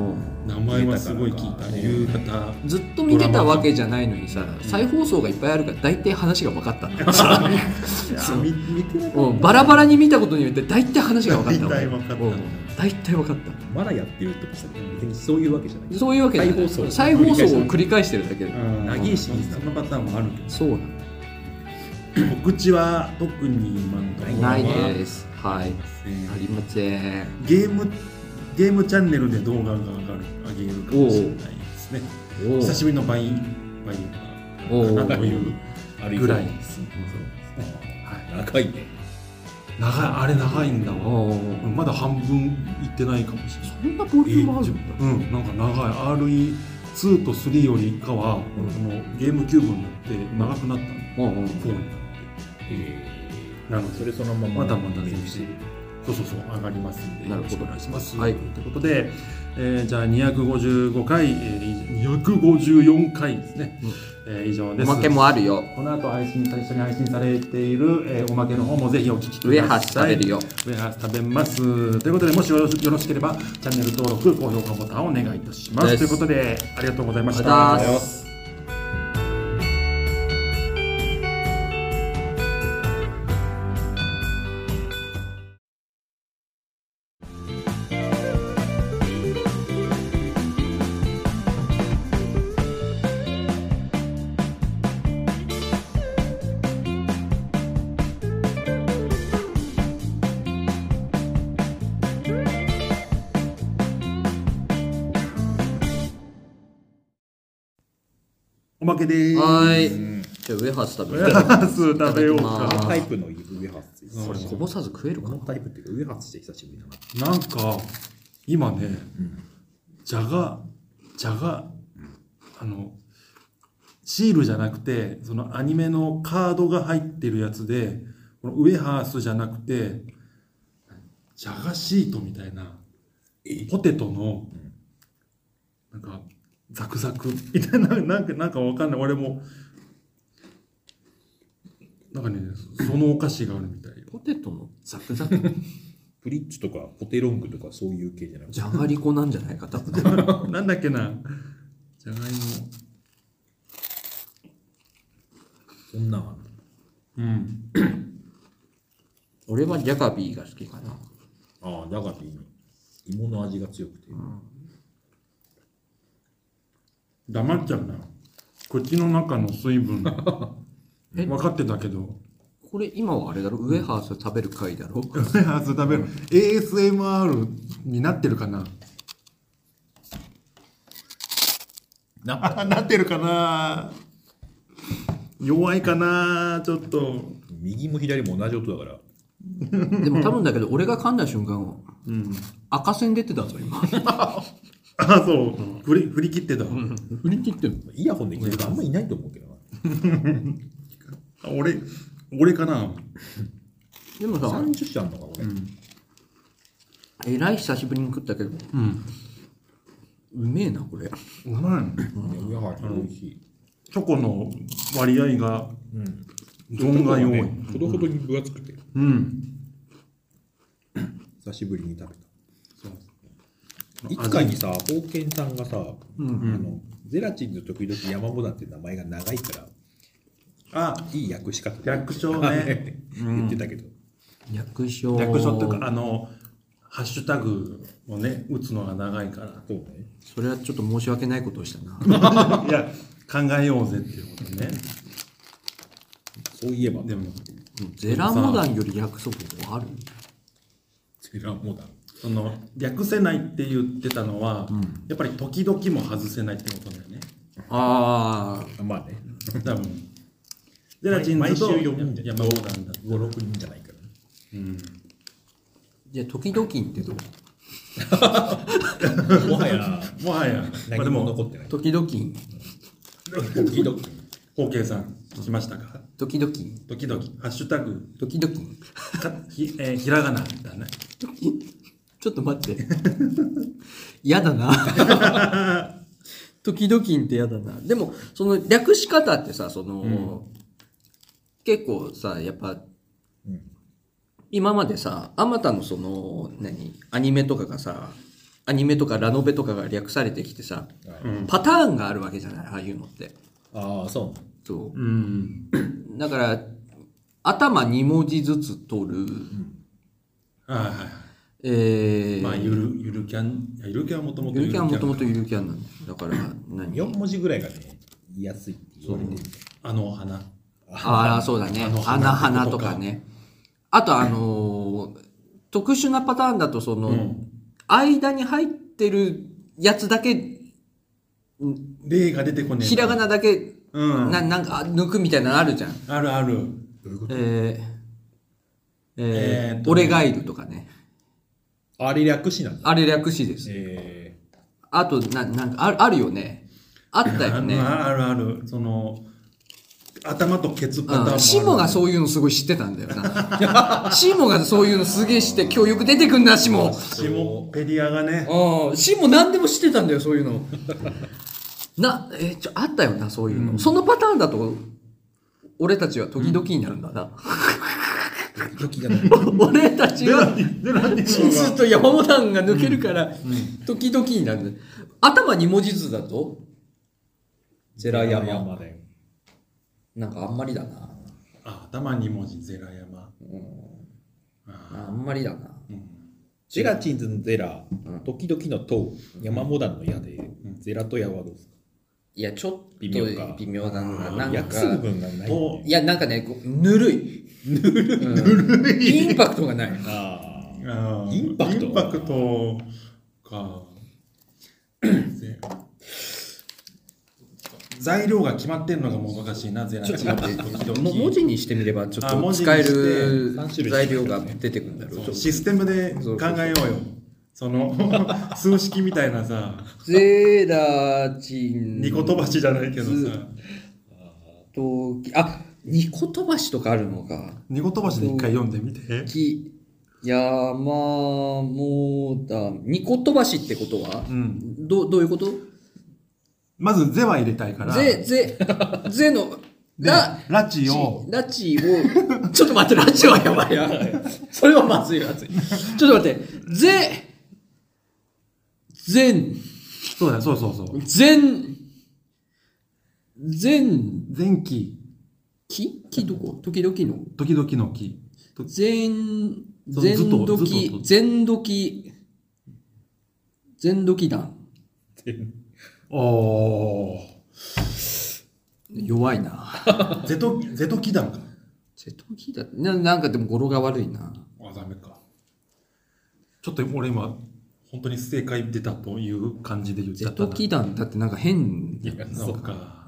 Speaker 5: 名前はすごい聞いた。夕方。
Speaker 2: ずっと見てたわけじゃないのにさ再放送がいっぱいあるから大体話が分かったんだ (laughs) よそう
Speaker 5: 見見てなかっ
Speaker 2: うんバラバラに見たことによって大体話が分かった
Speaker 5: 大体分かった
Speaker 2: うん大体分かった
Speaker 4: まだやってるってことしたけど別にそういうわけじゃない。
Speaker 2: そういうわけじゃない
Speaker 4: 再放送
Speaker 2: 再放送を繰り返してるだけで
Speaker 5: た。うん
Speaker 4: 長いシリーズだ
Speaker 5: そのパターンもあるけ
Speaker 2: そうなの
Speaker 5: ど。告知は特に今のところは
Speaker 2: ないですはい
Speaker 5: えー
Speaker 2: ありません
Speaker 5: ゲームゲームチャンネルで動画が上がる上げるかもしれないですね。
Speaker 2: お
Speaker 5: 久しぶりのバイバイ
Speaker 2: お
Speaker 5: かな
Speaker 2: ー
Speaker 5: という
Speaker 4: あ
Speaker 5: ぐらいですね。
Speaker 4: 長いね。
Speaker 5: 長いあれ長いんだわ。
Speaker 2: お
Speaker 5: う
Speaker 2: ー
Speaker 5: んまだ半分いってないかもしれない。
Speaker 2: そんなボリュームあるんだ
Speaker 5: うん、なんか長い RE2 と3より以下は、
Speaker 2: うん
Speaker 5: このゲームキューブになって長くなったの、
Speaker 2: うんうん
Speaker 5: 4になってなの
Speaker 4: そ
Speaker 5: で
Speaker 4: れそのまま。
Speaker 5: まだまだ全
Speaker 4: 然
Speaker 5: 然そうそうそう上がりますんで
Speaker 2: な
Speaker 5: よ
Speaker 2: るほど
Speaker 5: ろしくお願いします、
Speaker 2: はい
Speaker 5: ということで、えーじゃあ255回、えー、254回ですね、
Speaker 2: うん
Speaker 5: えー以上
Speaker 2: お
Speaker 5: です
Speaker 2: まけもあるよ
Speaker 5: この後配信最初に配信されている、えーおまけの方もぜひお聞きく
Speaker 2: 上
Speaker 5: ださい
Speaker 2: 橋食べるよ
Speaker 5: ウェハース食べます。ということで、もしよろしよろしければ、チャンネル登録、高評価ボタンをお願いいたしま
Speaker 2: です
Speaker 5: す。ということで、ありがとうございました。
Speaker 2: ありがとうございます
Speaker 1: おまけでーす。
Speaker 2: はー
Speaker 4: う
Speaker 2: い。
Speaker 4: ん
Speaker 2: じゃあ、ウエハース食べ
Speaker 1: ウエ
Speaker 2: (laughs) よう。
Speaker 1: ハース食べようか
Speaker 2: いただきます
Speaker 4: タイプの上発水。
Speaker 1: それ
Speaker 2: こぼさず食えるかな
Speaker 4: このタイプっていうか、上発して久しぶりだな。
Speaker 1: なんか、今ね、
Speaker 4: ん
Speaker 1: じゃが、じゃが、あの、シールじゃなくて、そのアニメのカードが入ってるやつで、このウエハースじゃなくて、じゃがシートみたいな、ポテトの、なんか、ザクザク (laughs) みたいな、なんか、なんかわかんない。俺も、なんかね、そのお菓子があるみたいよ。
Speaker 2: ポテトのザクザク。
Speaker 4: プリッツとかポテロングとかそういう系じゃなくて。
Speaker 2: じゃがりこなんじゃないか、多分。
Speaker 1: なんだっけな、じゃがいも。
Speaker 4: そんなんあんの
Speaker 1: うん。
Speaker 2: (laughs) 俺はジャガビーが好きかな。
Speaker 4: ああ、だからいいの。芋の味が強くて。
Speaker 1: 黙っちゃうな。口の中の水 (laughs) 分。
Speaker 2: え
Speaker 1: 分かってたけど。
Speaker 2: これ今はあれだろウエハース食べる回だろ
Speaker 1: (laughs) ウェハース食べる。ASMR になってるかな (laughs) ななってるかな弱いかなちょっと。
Speaker 4: 右も左も同じ音だから。
Speaker 2: でも多分だけど、俺が噛んだ瞬間、赤線出てたぞ、今。
Speaker 1: あ、そう。振り振り切ってた。
Speaker 2: 振り切ってる
Speaker 4: イヤホンで聞いてる人あんまいないと思うけどな。
Speaker 1: あ俺、俺かな
Speaker 2: でもさ、
Speaker 4: 30社あんのか、これ。
Speaker 2: えらい久しぶりに食ったけど、うめえな、これ。
Speaker 1: うまい。
Speaker 4: いや、美味しい。
Speaker 1: チョコの割合が、
Speaker 4: うん。
Speaker 1: 存外多い。
Speaker 4: ほどほどに分厚くて、
Speaker 1: うん。
Speaker 4: 久しぶりに食べた。
Speaker 1: そう
Speaker 4: 一回にさ、宝剣さんがさ、あのゼラチンの時々山本って名前が長いから、
Speaker 1: あ、
Speaker 4: いい訳し方だ
Speaker 1: 略称
Speaker 4: (laughs)
Speaker 1: ね。
Speaker 4: 言ってたけど、
Speaker 2: 略称。
Speaker 1: 略称っていうかあのハッシュタグをね打つのが長いか
Speaker 4: そうね。
Speaker 2: それはちょっと申し訳ないことをしたな。
Speaker 1: らいや考えようぜっていうことね
Speaker 4: そういえば、
Speaker 1: でも
Speaker 2: ゼラモダンより約束もある
Speaker 4: ゼラモダン。
Speaker 1: その略せないって言ってたのは、やっぱり時々も外せないってことだよね
Speaker 2: あ
Speaker 4: あまあね、
Speaker 1: 多分ゼラチンズと
Speaker 4: 毎週読むんじゃ
Speaker 1: 山本なんだ
Speaker 4: 5、6人じゃないからね。
Speaker 1: (laughs)
Speaker 2: じゃあ、時々ってどう
Speaker 4: もはや、
Speaker 1: もは (laughs) や
Speaker 4: 何も残ってない。
Speaker 2: 時々、
Speaker 4: 時々。
Speaker 1: ホウケイさん聞きましたか
Speaker 2: 時々、
Speaker 1: 時々ハッシュタグ
Speaker 2: 時々。
Speaker 1: かひ,、えーひらがなだね
Speaker 2: ちょっと待って。 (laughs) やだな。 (laughs) 時々ってやだな。でも、その略し方ってさ、その、結構さ、やっぱ、今までさ、あまたのその、何、アニメとかがさ、アニメとかラノベとかが略されてきてさ、パターンがあるわけじゃない、ああいうのって。
Speaker 4: ああ、そ
Speaker 2: そう。
Speaker 1: うん
Speaker 2: だから、頭2文字ずつ取る、
Speaker 1: はいはいは
Speaker 2: え
Speaker 1: い
Speaker 2: ー、
Speaker 1: まあゆるゆるキャンいやゆるキャンはもともと
Speaker 2: ゆるキャンはもとも
Speaker 1: と
Speaker 2: とゆるキャンなんだよだから、
Speaker 4: う。
Speaker 2: 何
Speaker 4: 4文字ぐらいがね、言いやすいって言われてる。
Speaker 1: あのお花
Speaker 2: ああ、そうだね。
Speaker 1: の
Speaker 2: 花花とかね。あと、あのー特殊なパターンだと、その、
Speaker 1: うん
Speaker 2: 間に入ってるやつだけ、
Speaker 1: 例が出てこねえ
Speaker 2: ひらがなだけ、
Speaker 1: うん
Speaker 2: ななんか抜くみたいなのあるじゃん。
Speaker 1: あるある。
Speaker 2: えーえ
Speaker 1: えー
Speaker 2: ー
Speaker 1: っと
Speaker 2: 俺ガイルとかね。
Speaker 4: あれ略しなんだ。
Speaker 2: あれ略詞です。
Speaker 4: え
Speaker 2: あと、な、なんか、あるあるよね。あったよね。
Speaker 1: ああるある。その、頭とケツパターンもあ
Speaker 2: う
Speaker 1: る。
Speaker 2: んシモがそういうのすごい知ってたんだよな。シモがそういうのすげえ知って、今日よく出てくんな、シモ。
Speaker 1: シモペディアがね。
Speaker 2: うん、シモ何でも知ってたんだよ、そういうの。 (laughs) な、え、ちょ、あったよな、そういうの。そのパターンだと、俺たちは時々になるんだな。
Speaker 4: ー、時々がね
Speaker 2: (laughs) 俺たちは、
Speaker 1: で、なんで
Speaker 2: 地図と山本が抜けるから、時々になるんだ。頭2文字ずつだと、ゼラヤマ。
Speaker 4: だよ。
Speaker 2: なんかあんまりだな。
Speaker 1: あ、頭2文字、ゼラ山。
Speaker 2: あんまりだな。
Speaker 4: ゼラチンズのゼラ、時々のと、山モダンの矢で、ゼラと矢はどうですか
Speaker 2: いや、ちょっと
Speaker 4: 微妙か
Speaker 2: 微妙なんだな。なん
Speaker 4: 訳す部
Speaker 2: か、
Speaker 4: 分がないよね。
Speaker 2: いや、なんかね、こうぬるい。ぬるい。インパクトがない。
Speaker 4: ああ。
Speaker 1: あー
Speaker 4: インパクト
Speaker 1: インパクトか。ぜ
Speaker 5: 材料が決まってんのがもどかしいなぜな
Speaker 2: ちょ
Speaker 5: ら
Speaker 2: っと待って
Speaker 5: 時 (laughs) 々
Speaker 2: も文字にしてみればちょっ
Speaker 5: あ
Speaker 2: と
Speaker 5: 文字に
Speaker 2: 使える
Speaker 5: して
Speaker 4: 三種類
Speaker 2: 材料が出てくるんだろうちょっと
Speaker 5: システムで考えようよその数式みたいなさ
Speaker 2: ゼラチン
Speaker 5: 二言橋じゃないけど
Speaker 2: ず
Speaker 5: さ
Speaker 2: ときあ二言橋とかあるのか
Speaker 5: 二言橋で一回読んでみて
Speaker 2: き山もだ二言橋ってことは
Speaker 5: うん
Speaker 2: どどういうこと
Speaker 5: まず「ぜ」は入れたいから
Speaker 2: ぜぜ (laughs) ぜの
Speaker 5: で
Speaker 2: ラ
Speaker 5: ラチ
Speaker 2: チ
Speaker 5: を
Speaker 2: ラチを (laughs) ちょっと待ってラチはやばいやばいそれはまずいまずいちょっと待ってぜ全
Speaker 5: そうだそうそうそう
Speaker 2: 全全
Speaker 5: 前期
Speaker 2: 期期どこ時々の
Speaker 5: 時々の期
Speaker 2: 全
Speaker 5: そう
Speaker 2: 全
Speaker 5: ずっとずっ
Speaker 2: 時
Speaker 5: と
Speaker 2: 全時全時団
Speaker 5: おー
Speaker 2: 弱いな。
Speaker 5: ゼトゼト祈願か
Speaker 2: 瀬戸際だななんかでも語呂が悪いな。
Speaker 5: あダメかちょっと俺今本当に正解出たという感じで言っち
Speaker 2: 瀬
Speaker 5: ゃった
Speaker 2: 戸
Speaker 5: な
Speaker 2: 際団だってなんか変。
Speaker 5: そうか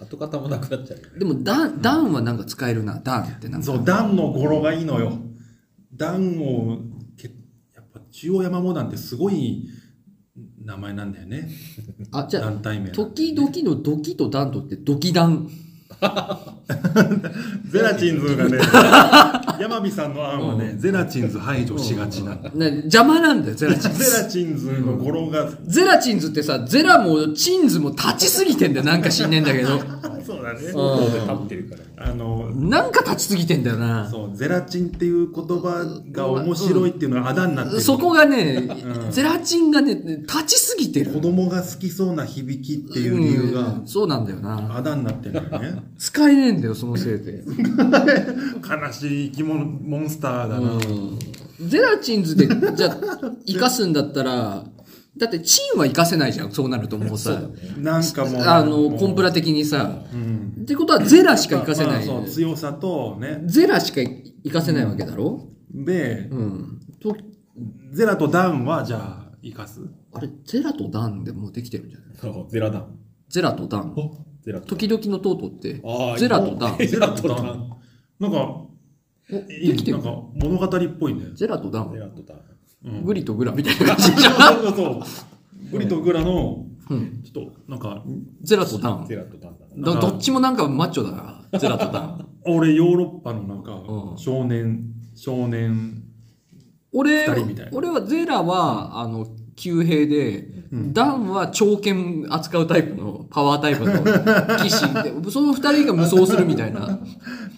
Speaker 4: 跡形もなくなっちゃうよね
Speaker 2: でも団、団はなんか使えるな。団ってなんか。
Speaker 5: そう段の語呂がいいのよ段をけやっぱ中央山モダンってすごい名前なんだよね
Speaker 2: あ、じゃあ、
Speaker 5: 団体名
Speaker 2: 時々のドキと団とってドキ団。
Speaker 5: ゼラチンズ (laughs) がね山火さんの案はね、ゼラチンズ排除しがちな
Speaker 2: な邪魔なんだよ、ゼ
Speaker 5: (laughs)
Speaker 2: ラチンズ。
Speaker 5: ゼラチンズの語呂が、
Speaker 2: ゼラチンズってさ、ゼラもチンズも立ちすぎてんだよ。なんか知んねえんだけど。
Speaker 5: そうだね
Speaker 2: うん
Speaker 4: 立ってるから
Speaker 5: あの
Speaker 2: なんか立ちすぎてんだよな。
Speaker 5: そうゼラチンっていう言葉が面白いっていうのはあだになってる
Speaker 2: そこがね、
Speaker 5: ん
Speaker 2: ゼラチンがね、立ちすぎてる。
Speaker 5: 子供が好きそうな響きっていう理由が
Speaker 2: うんそうなんだよな。
Speaker 5: あだになってるんだよね
Speaker 2: 使えねえんだよ、そのせいで。
Speaker 5: 悲しい生き物モンスターだな、
Speaker 2: ゼラチンズで、じゃあ、生かすんだったら、だってチンは生かせないじゃん、そうなるともうさ。
Speaker 5: なんかもう
Speaker 2: あの、コンプ
Speaker 5: ラ、
Speaker 2: ラ的にさ。
Speaker 5: うん、
Speaker 2: ってことは、ゼラしか生かせ
Speaker 5: ま
Speaker 2: な
Speaker 5: あ
Speaker 2: い。
Speaker 5: そう強さとね
Speaker 2: ゼラしか生かせないわけだろ
Speaker 5: で
Speaker 2: うん。と、
Speaker 5: ゼラとダンはじゃあ生かす
Speaker 2: あれ、ゼラとダンでもうできてるんじゃない
Speaker 4: そうゼラダン
Speaker 2: ゼラとダン。
Speaker 4: ゼラと
Speaker 2: 時々のトートって
Speaker 4: あ、ー
Speaker 2: ゼラと
Speaker 5: (laughs)
Speaker 2: ダン。
Speaker 4: ゼラと
Speaker 5: ダ
Speaker 4: ダ
Speaker 5: ン
Speaker 4: ン
Speaker 5: なんか
Speaker 2: お
Speaker 5: い
Speaker 2: でき
Speaker 5: い
Speaker 2: て
Speaker 5: な
Speaker 2: る
Speaker 5: んか物語っぽいね
Speaker 2: ゼラとダン
Speaker 4: ゼ。ラとダン
Speaker 5: うん
Speaker 2: グリとグラみたい
Speaker 5: (laughs)
Speaker 2: な感じ。
Speaker 5: そうそうそうグリとグラの
Speaker 2: うん。
Speaker 5: ちょっとなんか
Speaker 2: ゼラとダン。
Speaker 4: ゼラとダンだ
Speaker 2: ど
Speaker 4: な
Speaker 2: どっちもなんかマッチョだな。ゼラとダン。
Speaker 5: (laughs) 俺ヨーロッパのなんか
Speaker 2: うん
Speaker 5: 少年少年
Speaker 2: 俺
Speaker 5: 二人みたいな
Speaker 2: 俺はゼラはあの旧兵で、ダンは長剣扱うタイプのパワータイプの騎士で (laughs) その二人が無双するみたいな、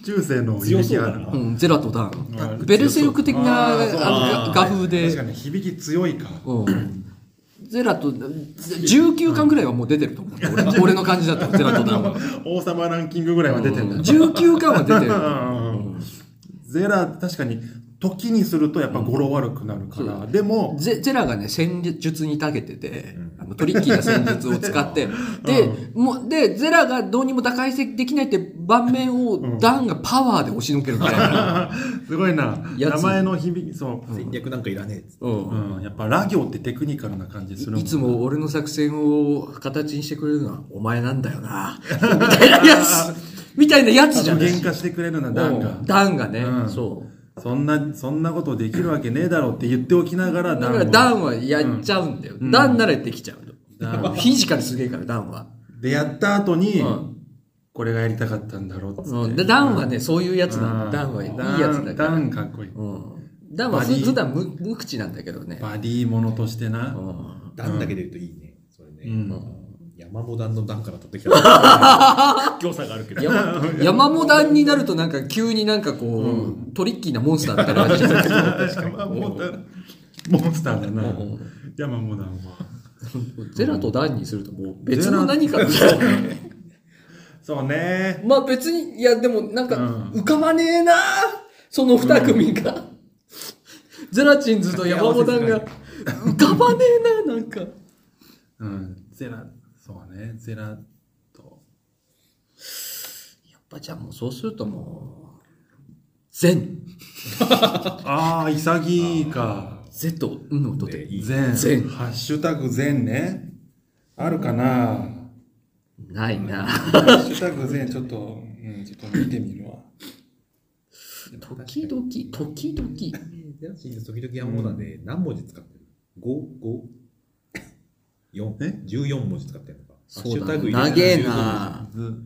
Speaker 5: 中世の響きあるな
Speaker 2: うん、ゼラとダンベルセルク的な
Speaker 5: あーそう
Speaker 2: あの画風
Speaker 5: 確か
Speaker 2: で、
Speaker 5: に響き強いか
Speaker 2: うん、ゼラと19巻ぐらいはもう出てると思う
Speaker 5: (laughs)
Speaker 2: 俺俺の感じだとゼラとダンは
Speaker 5: 王様ランキングぐらいは出てんだよ
Speaker 2: 19巻は出てる
Speaker 5: うんゼラ確かに時にするとやっぱ語呂悪くなるから、でも
Speaker 2: ゼゼラがね、戦術に長けてて、あのトリッキーな戦術を使って、で、もう、で、ゼラがどうにも打開できないって盤面を、ダンがパワーで押しのけるみたい
Speaker 5: (laughs)
Speaker 2: な。
Speaker 5: すごいな
Speaker 2: や
Speaker 5: 名
Speaker 2: つ
Speaker 5: 前の響きそう、
Speaker 4: 戦略なんかいらねえっつって
Speaker 2: うん
Speaker 5: うん、やっぱラ行ってテクニカルな感じするもん
Speaker 2: いつも俺の作戦を形にしてくれるのはお前なんだよ
Speaker 5: (laughs)
Speaker 2: な。みたいなやつ。みたいなやつじゃん。
Speaker 5: 喧嘩してくれるなダン
Speaker 2: う
Speaker 5: が
Speaker 2: んダンがね、
Speaker 5: うん
Speaker 2: そう。
Speaker 5: そんなそんなことできるわけねえだろうって言っておきながら
Speaker 2: だ
Speaker 5: ダ
Speaker 2: から
Speaker 5: ン
Speaker 2: ダ
Speaker 5: を
Speaker 2: ンはやっちゃうんだよ。ダンならできちゃうと。フィジカルすげえから、ダンは。
Speaker 5: でやった後に、
Speaker 2: うん
Speaker 5: これがやりたかったんだろうっつって、
Speaker 2: うん、でダンはね、そういうやつな
Speaker 5: う
Speaker 2: の。
Speaker 5: ん
Speaker 2: ダンはいいやつだから。
Speaker 5: ダンダンかっこいい
Speaker 2: うん。ダンはふ
Speaker 5: バディ
Speaker 2: 普段無無口なんだけどね。
Speaker 5: バディーものとしてな、
Speaker 2: うん
Speaker 4: ダンだけで言うといいねそれね
Speaker 5: うん
Speaker 4: 山モダンの段から取ってき (laughs) た (laughs) 強さがあるけど
Speaker 2: 山山モダンになるとなんか急になんかこう、トリッキーなモンスターみたいな感じになる
Speaker 5: 山モダンモンスターだな、山モダンは
Speaker 2: ゼラとダンにするともう別の何かみたいな
Speaker 5: そうね
Speaker 2: まあ別にいやでもなんか
Speaker 5: うん
Speaker 2: 浮かばねえなその二組が、ゼラチンズと山モダンが浮かばねえななんか
Speaker 5: うんゼラそうねゼラと
Speaker 2: やっぱじゃあもうそうするともう善
Speaker 5: ああ潔いか
Speaker 2: ゼと「ん」の音で
Speaker 5: 善
Speaker 2: 善
Speaker 5: ハッシュタグ善ねあるかな
Speaker 2: ないな。
Speaker 1: ハッシュタグね、ちょっと、うん、ちょっと見てみるわ。
Speaker 2: 時々、時々。
Speaker 4: ゼラチンの時々山本なんで何文字使ってる ?5、5、
Speaker 5: え
Speaker 4: 4、14文字使ってるのか。
Speaker 2: そうだ
Speaker 4: ハッシュタグ
Speaker 2: ね。
Speaker 4: 入れ
Speaker 2: 長
Speaker 4: たら
Speaker 2: え
Speaker 4: 15文字
Speaker 2: な。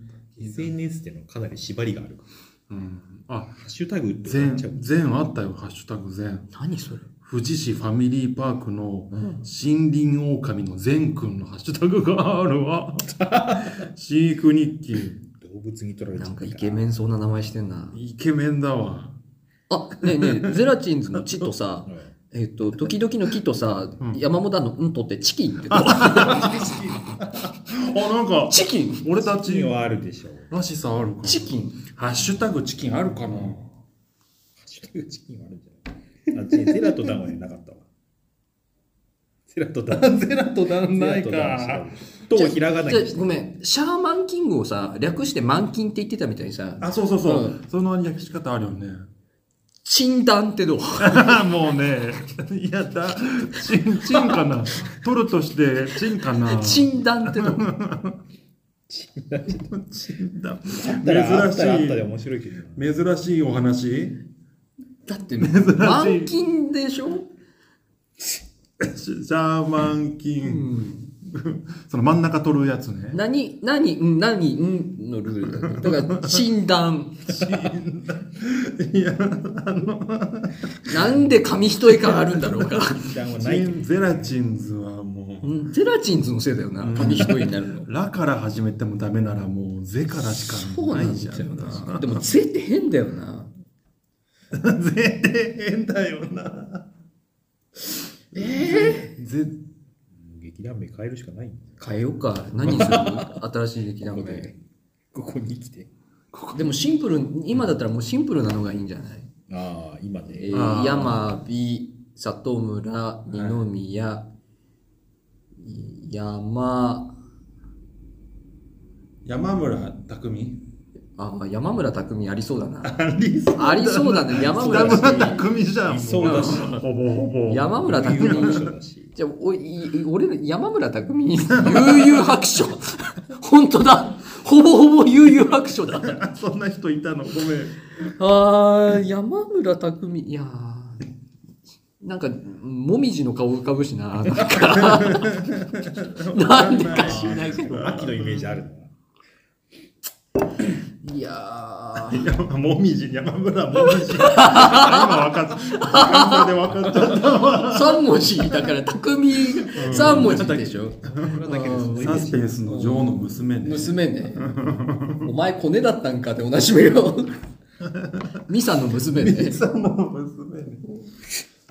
Speaker 4: SNS っていうのはかなり縛りがあるから。
Speaker 5: うん、あ
Speaker 4: ハッシュタグって
Speaker 5: 全
Speaker 4: ちゃう
Speaker 5: 全あったよハッシュタグ全
Speaker 2: 何それ
Speaker 5: 富士市ファミリーパークの森林狼の善くんのハッシュタグがあるわ飼育日記
Speaker 4: 動物に取られちゃ
Speaker 2: な
Speaker 4: うん
Speaker 2: か
Speaker 4: か
Speaker 2: らイケメンそうな名前してんな。
Speaker 5: イケメンだわ
Speaker 2: あ、ねえねえ、ゼラチンズのチとさ
Speaker 4: うん、
Speaker 2: えっと、時々の木とさ
Speaker 5: うん、
Speaker 2: 山本のうんとってチキンって。
Speaker 5: あなんか
Speaker 2: チキン
Speaker 5: 俺た
Speaker 4: チキ
Speaker 5: ち
Speaker 4: ンはあるでしょう。ハ
Speaker 5: らしさあるか
Speaker 2: チキン
Speaker 1: ハッシュタグチキンあるかな
Speaker 4: ッシュタグチキンはあるんじゃないあ、違うゼラとダンはねなかったわ。ゼラとダン。
Speaker 1: ゼラとダンない
Speaker 4: ゼラとダンは
Speaker 1: か。
Speaker 4: 調べてると、ひらがな
Speaker 2: じゃ
Speaker 4: にして
Speaker 2: ごめん、シャーマンキングをさ、略してマンキンって言ってたみたいにさ、
Speaker 5: あそうそうそう、
Speaker 2: う
Speaker 5: その訳し方あるよね
Speaker 2: チンダンってどう
Speaker 5: もうねいやだチンチンかな取るとしてチンかな
Speaker 2: チンダンってど
Speaker 5: (laughs)
Speaker 2: う
Speaker 5: チンだ
Speaker 4: あったらあ
Speaker 5: 珍
Speaker 4: ったらあっ
Speaker 5: した
Speaker 4: で
Speaker 5: い
Speaker 4: 面白いけどな。
Speaker 5: 珍しいお話
Speaker 2: だって、マンキンでしょ
Speaker 5: シャーマンキン、
Speaker 2: うん
Speaker 5: その真ん中取るやつね
Speaker 2: 何、何、うん何、うんのルールだね。だから、チンダン。
Speaker 5: いや
Speaker 2: なんで紙一重感あるんだろうか。
Speaker 4: チキンは
Speaker 5: チ
Speaker 4: ない
Speaker 1: (laughs)
Speaker 4: けど
Speaker 5: ンゼラチンズはもう
Speaker 2: うんゼラチンズのせいだよな、紙一重になるの。
Speaker 5: ラから始めてもダメならもうゼからし
Speaker 2: そう
Speaker 5: か
Speaker 2: な
Speaker 5: ない
Speaker 2: ん
Speaker 5: じゃ
Speaker 2: だよ
Speaker 5: ん
Speaker 2: な。でも、ゼって変だよな。
Speaker 5: ゼって変だよなええゼ
Speaker 4: 劇団名変えるしかないんだよ
Speaker 2: 変えようか。何する新しい劇団名。
Speaker 4: ここに来て。
Speaker 2: (laughs) でもシンプル、今だったらもうシンプルなのがいいんじゃない
Speaker 4: ああ、今
Speaker 2: え
Speaker 4: ね。
Speaker 2: ー、
Speaker 5: あー
Speaker 2: 山美里村二宮、い山
Speaker 1: 山村匠
Speaker 2: あー山村拓海ありそうだな
Speaker 5: ありそう
Speaker 2: ありそうだね山村
Speaker 5: 北村
Speaker 2: 拓海
Speaker 5: 匠海じゃんも
Speaker 4: いそうだし
Speaker 5: ほぼほぼ
Speaker 2: 山村
Speaker 4: 有
Speaker 2: 拓
Speaker 4: 名な
Speaker 2: 海
Speaker 4: 人だし。
Speaker 2: じゃあおい俺ら山村拓海 (laughs) 悠々白書 (laughs) 本当だほぼほぼ悠々白書だ
Speaker 5: (laughs) そんな人いたのごめん
Speaker 2: あー山村拓海いやーなんかもみじの顔浮かぶしななんか (laughs) なんでか知らないけど
Speaker 4: (laughs) 秋のイメージあるの
Speaker 2: いやー
Speaker 5: 山もみじ山村もみじ今分かった感想で分かっちゃった
Speaker 2: (laughs)
Speaker 5: わ
Speaker 2: 三文字だから匠三文字でしょ
Speaker 5: (laughs) サスペンスの女王の娘ね
Speaker 2: 娘ねお前コネだったんかっておなじみ
Speaker 5: (laughs)
Speaker 2: よミサの娘ね
Speaker 5: の娘ね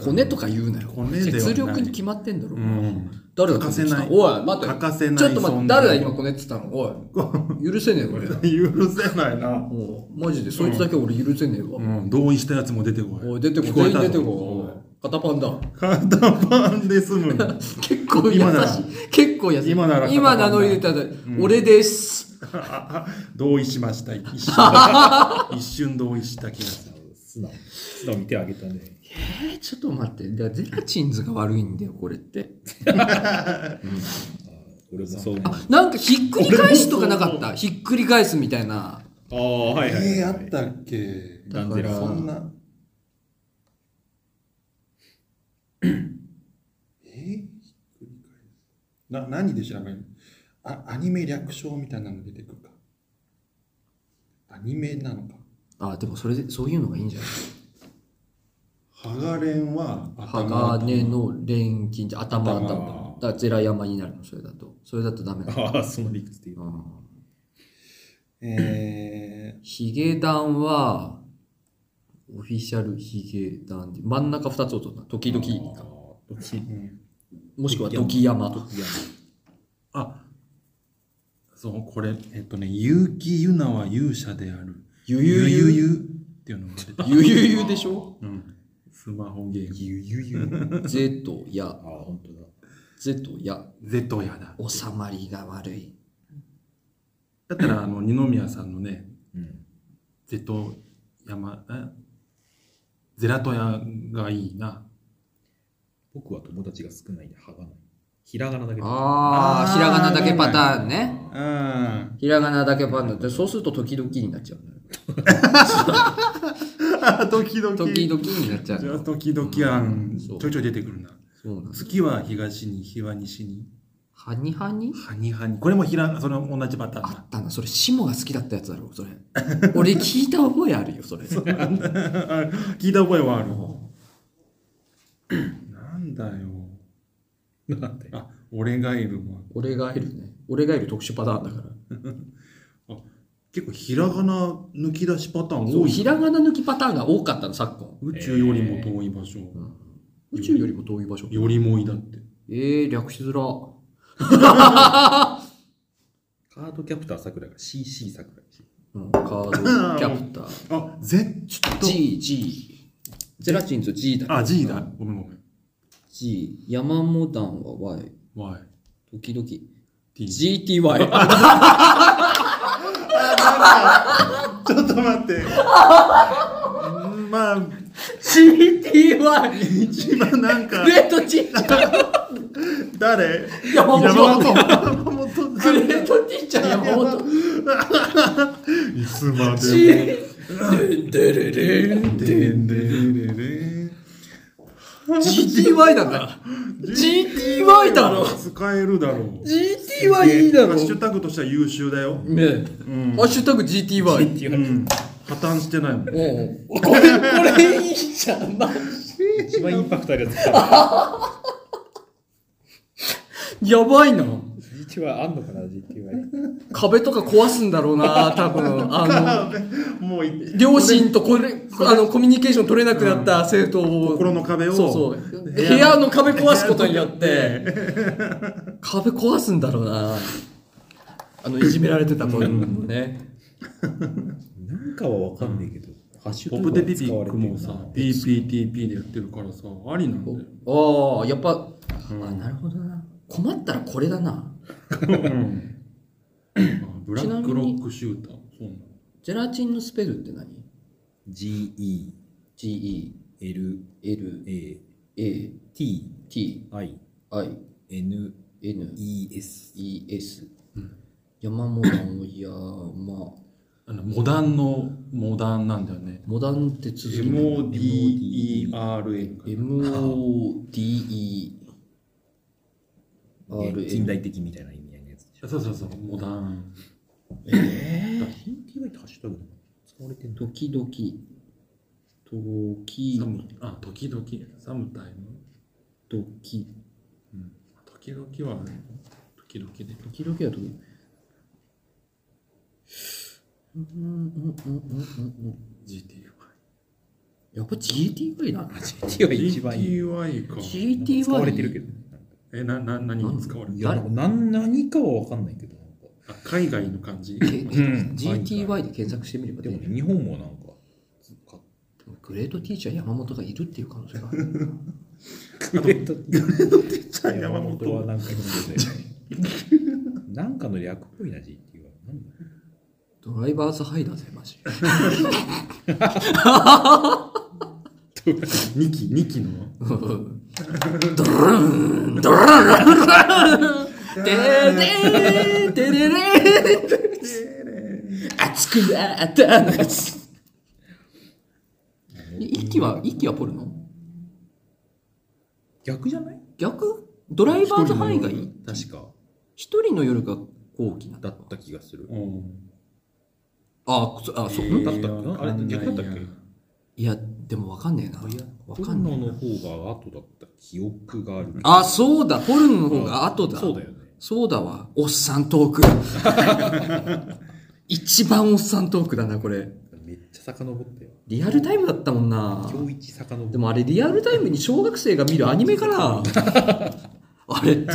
Speaker 2: コネとか言うなよ
Speaker 5: コネではない
Speaker 2: 実力に決まってんだろ
Speaker 5: うん
Speaker 2: 誰だコネって言ったのおい待って
Speaker 5: 欠かせない
Speaker 2: ちょっと待っ
Speaker 5: 存
Speaker 2: て
Speaker 5: 在
Speaker 2: 誰だ今コネって言ったのお
Speaker 5: (laughs)
Speaker 2: い許せねえ俺
Speaker 5: 許せないな、
Speaker 2: もうマジでそいつだけ俺許せねえわ、
Speaker 5: うん、同意したやつも出てこい
Speaker 2: おい出てこ
Speaker 5: 聞
Speaker 2: 全
Speaker 5: え
Speaker 2: 員
Speaker 5: たぞ
Speaker 2: 出てこ肩パンだ
Speaker 5: 肩パンで済む (laughs) の
Speaker 2: 結構優し
Speaker 5: 今なら
Speaker 2: い結構優しい
Speaker 5: 今なら
Speaker 2: 今名乗り出たら、俺です
Speaker 5: 同意しました一 (laughs) 瞬一瞬同意した気がする
Speaker 4: 素直に。素直に手を挙げたね。
Speaker 2: えーちょっと待ってだからゼラチンズが悪いんだよこれって
Speaker 4: 俺もそう思う。
Speaker 2: あなんかひっくり返すとかなかったひっくり返すみたいな
Speaker 4: ああ、はいはい。
Speaker 1: えー、あったっけ
Speaker 2: だ
Speaker 4: なん
Speaker 2: か
Speaker 4: で
Speaker 2: ら
Speaker 4: だ
Speaker 1: そんな。えー、ひっくり返す。な、何で調べるのあ、アニメ略称みたいなの出てくるか。アニメなのか。
Speaker 2: あでもそれでそういうのがいいんじゃない
Speaker 1: ハガレンは
Speaker 2: 鋼の錬金じゃ頭頭
Speaker 1: 頭
Speaker 2: だからゼラ山になるのそれだとそれだとダメなの
Speaker 4: ああ、その理屈で言う。
Speaker 2: うん
Speaker 1: え
Speaker 2: ヒゲダンは、オフィシャルヒゲダンで、真ん中二つを取った。時々か。
Speaker 1: ー、うん
Speaker 2: もしくは時山と。
Speaker 5: あ
Speaker 1: そう、これ、えっとね、結城ゆなは勇者である。
Speaker 2: ゆ
Speaker 1: ゆゆ
Speaker 2: ゆゆゆ。
Speaker 1: ゆっていうのが出てくる
Speaker 2: ゆゆゆでしょ
Speaker 1: うん。スマホゲーム。
Speaker 4: ゆゆ
Speaker 1: (laughs)
Speaker 4: ゆ。
Speaker 2: ゼとや
Speaker 4: ああ、、本当だ。
Speaker 2: ゼとや。
Speaker 1: ゼトヤだ。
Speaker 2: 収まりが悪い。
Speaker 1: だったら、あの、二宮さんのね、
Speaker 4: うん。
Speaker 1: ゼト山、えゼラトヤがいいな。
Speaker 4: 僕は友達が少ないんで、はがない。ひらがなだけど
Speaker 2: あ
Speaker 6: あ
Speaker 2: あ、
Speaker 6: ー
Speaker 2: ひらがなだけパターンね。
Speaker 6: うん。
Speaker 2: ひらがなだけパターンだって、そうすると時々になっちゃうのよ。
Speaker 5: 時々
Speaker 2: 時々になっちゃう
Speaker 5: じゃ
Speaker 2: の
Speaker 5: あ
Speaker 2: よ。
Speaker 5: 時々案ち
Speaker 2: そう
Speaker 5: ょいちょい出てくるな
Speaker 2: そうなんです。
Speaker 5: 月は東に日は西に
Speaker 2: はにはに
Speaker 5: はにはにこれもひらその同じパターン
Speaker 2: あ
Speaker 5: だ
Speaker 2: ったな、それ、シモが好きだったやつだろ、それ。俺聞いた覚えあるよ、それ。
Speaker 5: (laughs) 聞いた覚えはあるなんだよ
Speaker 4: なんで
Speaker 5: あ俺がいるも
Speaker 2: 俺がいるね。俺がいる特殊パターンだから。
Speaker 5: 結構ひらがな抜き出しパターン
Speaker 2: そう、
Speaker 5: 多い
Speaker 2: ひらがな抜きパターンが多かったの、昨今。
Speaker 5: 宇宙よりも遠い場所、
Speaker 2: 宇宙よりも遠い場所。
Speaker 5: よりもいだって
Speaker 2: ええー、略しづら。
Speaker 4: カードキャプターさくらが CC さくら
Speaker 2: うん、カード、キャプター。
Speaker 5: あ Z ちょっと
Speaker 2: G、G。ゼラチンズ G だ。
Speaker 5: あ G だごめんごめん
Speaker 2: G。山モダンは Y。
Speaker 5: Y
Speaker 2: 時々。
Speaker 5: T
Speaker 2: GTY。
Speaker 5: ちょっと待 (laughs) って。まあ、
Speaker 2: GTY!
Speaker 5: 一番なんか
Speaker 2: グ、レートティーチャ
Speaker 5: 誰
Speaker 2: ー山
Speaker 5: 山
Speaker 2: 本。
Speaker 5: 本。山本
Speaker 2: グレートティーチャー山本。
Speaker 5: いつまで
Speaker 2: G。でれれん。
Speaker 5: も。でんでれれれ
Speaker 2: GTY だな。GTY だろ。
Speaker 5: 使えるだろう。
Speaker 2: GTY いいだろ。
Speaker 5: ハッシ
Speaker 2: ね
Speaker 5: ュタグとしては優秀だよ。
Speaker 2: え。ハッシュタグ GTY。
Speaker 5: うん。破綻してないもん。
Speaker 2: おうこれ、これいいじゃん。ま
Speaker 4: 一番インパクトあるやつ (laughs) か
Speaker 2: やばいな。
Speaker 4: GTY あんのかな GTY
Speaker 2: 壁とか壊すんだろうな、多分。あ
Speaker 5: もうい
Speaker 2: の、両親とこれ、あの、コミュニケーション取れなくなった生徒を。
Speaker 5: 心の壁を
Speaker 2: そうそう。部屋の壁壊すことによって、壁壊すんだろうな。あの、いじめられてた子もね。
Speaker 4: なんかはわかんないけど、ハッシュ
Speaker 5: ポ
Speaker 4: タ
Speaker 5: ッ
Speaker 4: グ
Speaker 5: プ
Speaker 4: は
Speaker 5: デピピ
Speaker 4: 使わ
Speaker 5: ッ
Speaker 4: れ
Speaker 5: ク
Speaker 4: てる
Speaker 5: も
Speaker 4: な
Speaker 5: さ、PPTP でやってるからさ、ありなんだよ。
Speaker 2: ああ、やっぱ、あなるほどな。困ったらこれだな。
Speaker 5: うんあブラックロックシューター。そうなの
Speaker 2: ゼラチンのスペルって何
Speaker 4: GE
Speaker 2: ?GE、
Speaker 4: L
Speaker 2: L、
Speaker 4: A
Speaker 2: A、
Speaker 4: T
Speaker 2: T、
Speaker 4: I
Speaker 2: I、
Speaker 4: N
Speaker 2: N、
Speaker 4: E S
Speaker 2: E、S。山モダンを山。
Speaker 5: あのモダンのモダンなんだよね。
Speaker 2: モダンって続きなんだ
Speaker 5: MODERN か
Speaker 2: MODE。
Speaker 4: ね
Speaker 2: RN
Speaker 4: 近代的みたいな意味合いのやつでしょ
Speaker 5: そうそうそう、モダン。
Speaker 4: GTY ってハッシュタグでも使われてんの
Speaker 2: 時々。時
Speaker 5: サ
Speaker 2: 々。
Speaker 5: ムあ、時々、サムタイム。
Speaker 2: 時
Speaker 5: 時々は、時々で。
Speaker 2: 々や時々。うんうんうんうんうんうん。
Speaker 5: GTY。
Speaker 2: やっぱ GTY だな。
Speaker 4: GTY 一番いい
Speaker 5: GTY か。
Speaker 2: GTY。
Speaker 4: 使われてるけどなんか
Speaker 5: え、な、な、何に使わ
Speaker 4: い
Speaker 5: れる
Speaker 4: やなんかなん何かはわかんないけどなんか
Speaker 5: あ海外の感じ
Speaker 2: ええ GTY で検索してみれば
Speaker 4: で
Speaker 2: で
Speaker 4: も
Speaker 2: も
Speaker 4: ね日本もなんか使っ
Speaker 2: グレートティーチャー山本がいるっていう可能性がある。
Speaker 4: グレートグレートティーチ
Speaker 5: ャー山本
Speaker 4: はなんかいいんだよねなんかの略っぽいな GTY なんだ
Speaker 2: ドライバーズハイだぜ、マジ。
Speaker 5: ?2 期、2期の
Speaker 2: ドルーンドルーンでーでーでれれー熱くなったの息は、息はポルノ
Speaker 4: 逆じゃない
Speaker 2: 逆ドライバーズハイがいい
Speaker 4: 確か
Speaker 2: 一人の夜が後期なん
Speaker 4: だ
Speaker 2: だ
Speaker 4: った気がする
Speaker 5: うん。
Speaker 2: あ、そあ、そう。
Speaker 4: だったっけ
Speaker 5: わか
Speaker 4: あれ
Speaker 5: んない
Speaker 4: 逆だったっけ
Speaker 2: いや、でもわかんねえな。わ
Speaker 4: ポ
Speaker 2: か
Speaker 4: ル
Speaker 2: んね
Speaker 4: ノ
Speaker 2: えな
Speaker 4: の。方が後だった記憶がある
Speaker 2: あ、そうだ。ポルノの方が後だ。
Speaker 4: そうだよね
Speaker 2: そうだわ。おっさんトーク。 (laughs) 一番おっさんトークだな、これ。
Speaker 4: めっちゃ遡ったよ
Speaker 2: リアルタイムだったもんな。
Speaker 4: 今日一遡った
Speaker 2: でもあれ、リアルタイムに小学生が見るアニメかな。 (laughs) あれって。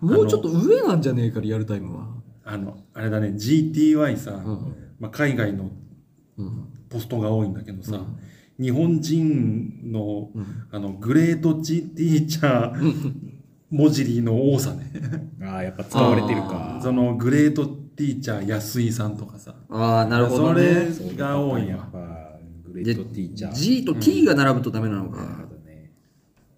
Speaker 2: もうちょっと上なんじゃねえか、リアルタイムは。
Speaker 5: あの、あれだね、GTY さ、
Speaker 2: ん
Speaker 5: まあ、海外の
Speaker 2: うん。
Speaker 5: ポストが多いんだけどさ、日本人の,、あのグレートチティーチャー文字りの多さね
Speaker 4: ああやっぱ使われてる
Speaker 2: あ
Speaker 4: か
Speaker 5: そのグレートティーチャー安井さんとかさ
Speaker 2: ああ、なるほどね。
Speaker 5: それが多い
Speaker 4: や
Speaker 5: わ
Speaker 4: っぱグレートティーチャー
Speaker 2: G と T が並ぶとダメなのか。
Speaker 4: だね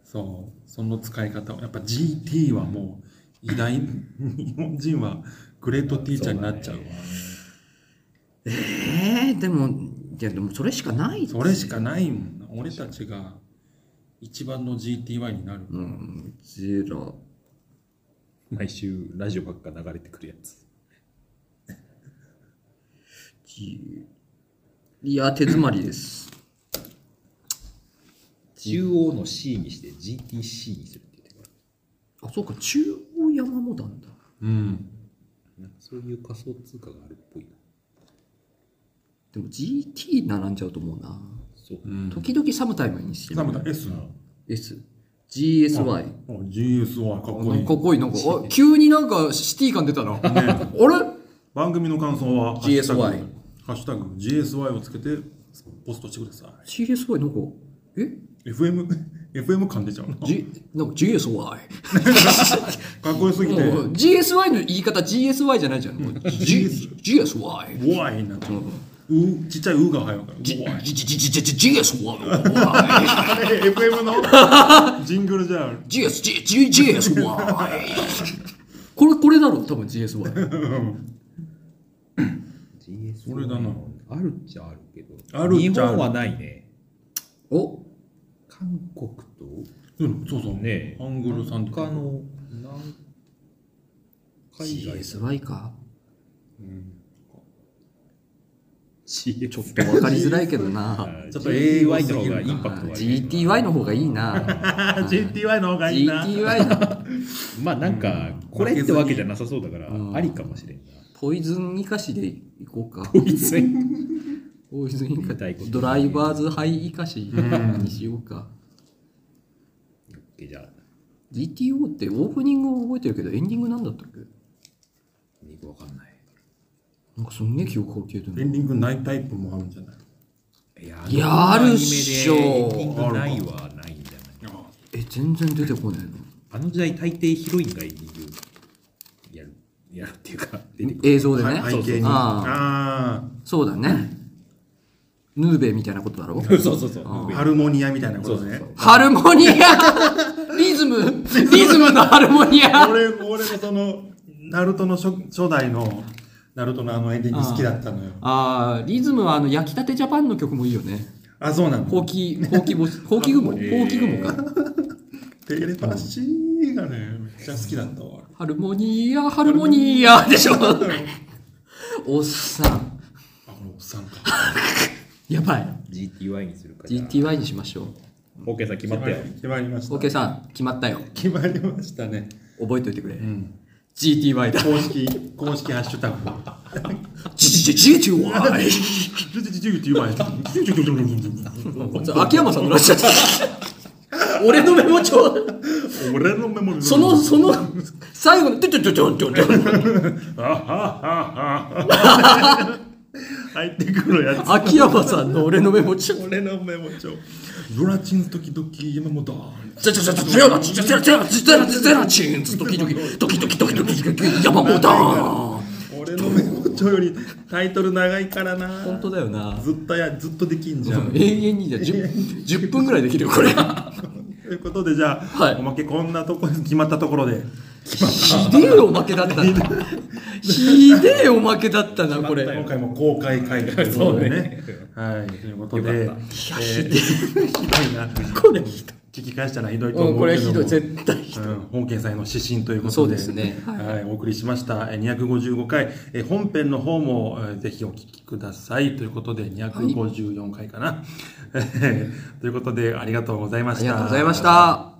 Speaker 5: そう、その使い方を、やっぱ GT はもう、偉大、日本人はグレートティーチャーになっちゃうわ。
Speaker 2: えー、でも、いや、でもそれしかない
Speaker 5: それしかないもんな。俺たちが一番の GTY になる。
Speaker 2: うん、うちら。
Speaker 4: 毎週ラジオばっか流れてくるやつ。
Speaker 2: G いや、手詰まりです。
Speaker 4: 中央の C にして GTC にするって言ってから
Speaker 2: あ、そうか、中央山もなんだ。
Speaker 5: うん。
Speaker 4: なんかそういう仮想通貨があるっぽいな。
Speaker 2: でも GT 並んじゃうと思うな。
Speaker 4: そう。
Speaker 2: 時々サムタイムにして
Speaker 5: ダ
Speaker 2: る。
Speaker 5: メだ、S。
Speaker 2: S。GSY。
Speaker 5: あ GSY かっこ
Speaker 2: ないん
Speaker 5: い
Speaker 2: か。かっこいい。
Speaker 5: (laughs)
Speaker 2: なんか、あ急になんかシティ感出たな。 (laughs) あれ
Speaker 5: 番組の感想は、
Speaker 2: GSY
Speaker 5: ハッシュタグハッシュタグ GSY をつけて、ポストしてくださ
Speaker 2: ?GSY なんか、え
Speaker 5: い。FM、FM (laughs) 感出ちゃうな。
Speaker 2: G、なんか GSY。
Speaker 5: かっこよすぎて、
Speaker 2: もう GSY の言い方 GSY じゃないじゃん。もう
Speaker 5: (laughs)
Speaker 2: G- GSY。
Speaker 5: Y になっちゃう。うちっちゃい U が入るから、
Speaker 2: G-
Speaker 5: Y。
Speaker 2: G- G- G- G- GSY。
Speaker 5: FM のジングルじゃん。
Speaker 2: GS、G、G、GSY。これ、これだろ、多分
Speaker 5: (laughs)
Speaker 2: GSY。
Speaker 4: GS
Speaker 5: それだな。
Speaker 4: あるっちゃあるけど。
Speaker 5: あるっちゃある
Speaker 4: 日本はないね。
Speaker 2: お
Speaker 4: 韓国と
Speaker 5: うん、そうそう。
Speaker 4: ねえ
Speaker 5: アングルさんと
Speaker 4: 他
Speaker 5: か。
Speaker 4: のなん海外
Speaker 2: ?GSY か。
Speaker 4: CS ちょっ
Speaker 2: わかりづらいけどな。
Speaker 4: ちょっと AY の方がインパクトがある
Speaker 2: GTY の方がいい
Speaker 5: (laughs)
Speaker 2: な。
Speaker 5: GTY の方がいいな。
Speaker 2: GTY の
Speaker 4: まあなんかこれってわけじゃなさそうだからありかもしれんな
Speaker 2: ポイズン生かしでいこうか。
Speaker 4: こいつ
Speaker 2: ポイズン生か
Speaker 4: たいこと
Speaker 2: ドライバーズハイ生かしにしようか。
Speaker 4: じゃあ
Speaker 2: GTO ってオープニングを覚えてるけどエンディングなんだったっけ
Speaker 4: よくわかんない
Speaker 2: なんかすんげえ記憶が消えて
Speaker 5: エ
Speaker 2: る
Speaker 5: ンディングないタイプもあるんじゃない
Speaker 4: いや
Speaker 2: いやあるっしょ
Speaker 4: アニメでエンディングないはないんじゃない
Speaker 2: え、全然出てこないの。
Speaker 4: あの時代大抵ヒロインがエンディングやるやるっていうか出てくる
Speaker 2: 映像でね。
Speaker 5: はい背景に。
Speaker 2: ああ、
Speaker 5: あ
Speaker 2: そうだね。ヌーベみたいなことだろ
Speaker 4: (laughs) そうそうそう
Speaker 5: あ、ハルモニアみたいなことね。
Speaker 2: ハルモニアリズムリズムのハルモニア
Speaker 5: 俺、俺のその、ナルトの初初代の、ナルトのあのエンディング好きだったのよ。
Speaker 2: あーリズムはあの焼きたてジャパンの曲もいいよね。
Speaker 5: あ、そうなの。
Speaker 2: ほうき、ほうきぼし、ほうき雲ほうき雲か。
Speaker 5: テレパシーがね、めっちゃ好きだったわ。 (laughs)
Speaker 2: ハルモニア、ハルモニアでしょ。おっさん。
Speaker 5: あ、これおっさんか。
Speaker 2: やばい。
Speaker 4: GTY にするかじゃあ
Speaker 2: GTY にしましょう。
Speaker 4: OK さん決まったよ
Speaker 5: 決まりました。
Speaker 2: OK さん、決まったよ。
Speaker 5: 決まりましたね。
Speaker 2: 覚えといてくれ。GTY だ。
Speaker 5: 公式、公式ハッシュタグ。
Speaker 2: GTY! (laughs) 秋山さんのらっしゃった。俺のメモ帳。
Speaker 5: 俺のメモリ
Speaker 4: (laughs)
Speaker 5: ー
Speaker 2: その、その、最後の、ちょちょちょちょちょちょ。
Speaker 5: 入ってくるやつ。
Speaker 2: 秋山さんの俺のメモ帳。
Speaker 5: 俺のメモ帳。ドラチン時々山本。
Speaker 2: ちょちょちょちょ、ゼラチン、ゼラチン、ゼラチン、ゼラチン、ドキドキ、ドキドキ、ドキドキ、ドキドキ、山本
Speaker 5: 俺のメモ帳よりタイトル長いからな。
Speaker 2: 本当だよな。
Speaker 5: ずっとや、ずっとできんじゃん。
Speaker 2: 永遠にじゃあ 10, 10分ぐらいできるよ、これ。ひ
Speaker 5: ということで、じゃあ、
Speaker 2: はい
Speaker 5: おまけこんなとこ、決まったところで。
Speaker 2: でえおまけだったな。ひでえおまけだったな、これ。
Speaker 5: 今回も公開会議ということでね。はい、ということで、えーひどいな。
Speaker 2: これひど
Speaker 5: 聞き返したらひどいと思うけ
Speaker 2: う
Speaker 5: ど
Speaker 2: んこれひ
Speaker 5: も。
Speaker 2: どい、絶対ひどい。
Speaker 5: うん、本県祭の指針ということで
Speaker 2: そうですねは
Speaker 5: はいいお送りしましたえー255回えー本編の方もえーぜひお聞きくださいということで254回かな、ということでありがとうございま
Speaker 2: あ
Speaker 5: し
Speaker 2: り
Speaker 5: た
Speaker 2: がとうございました。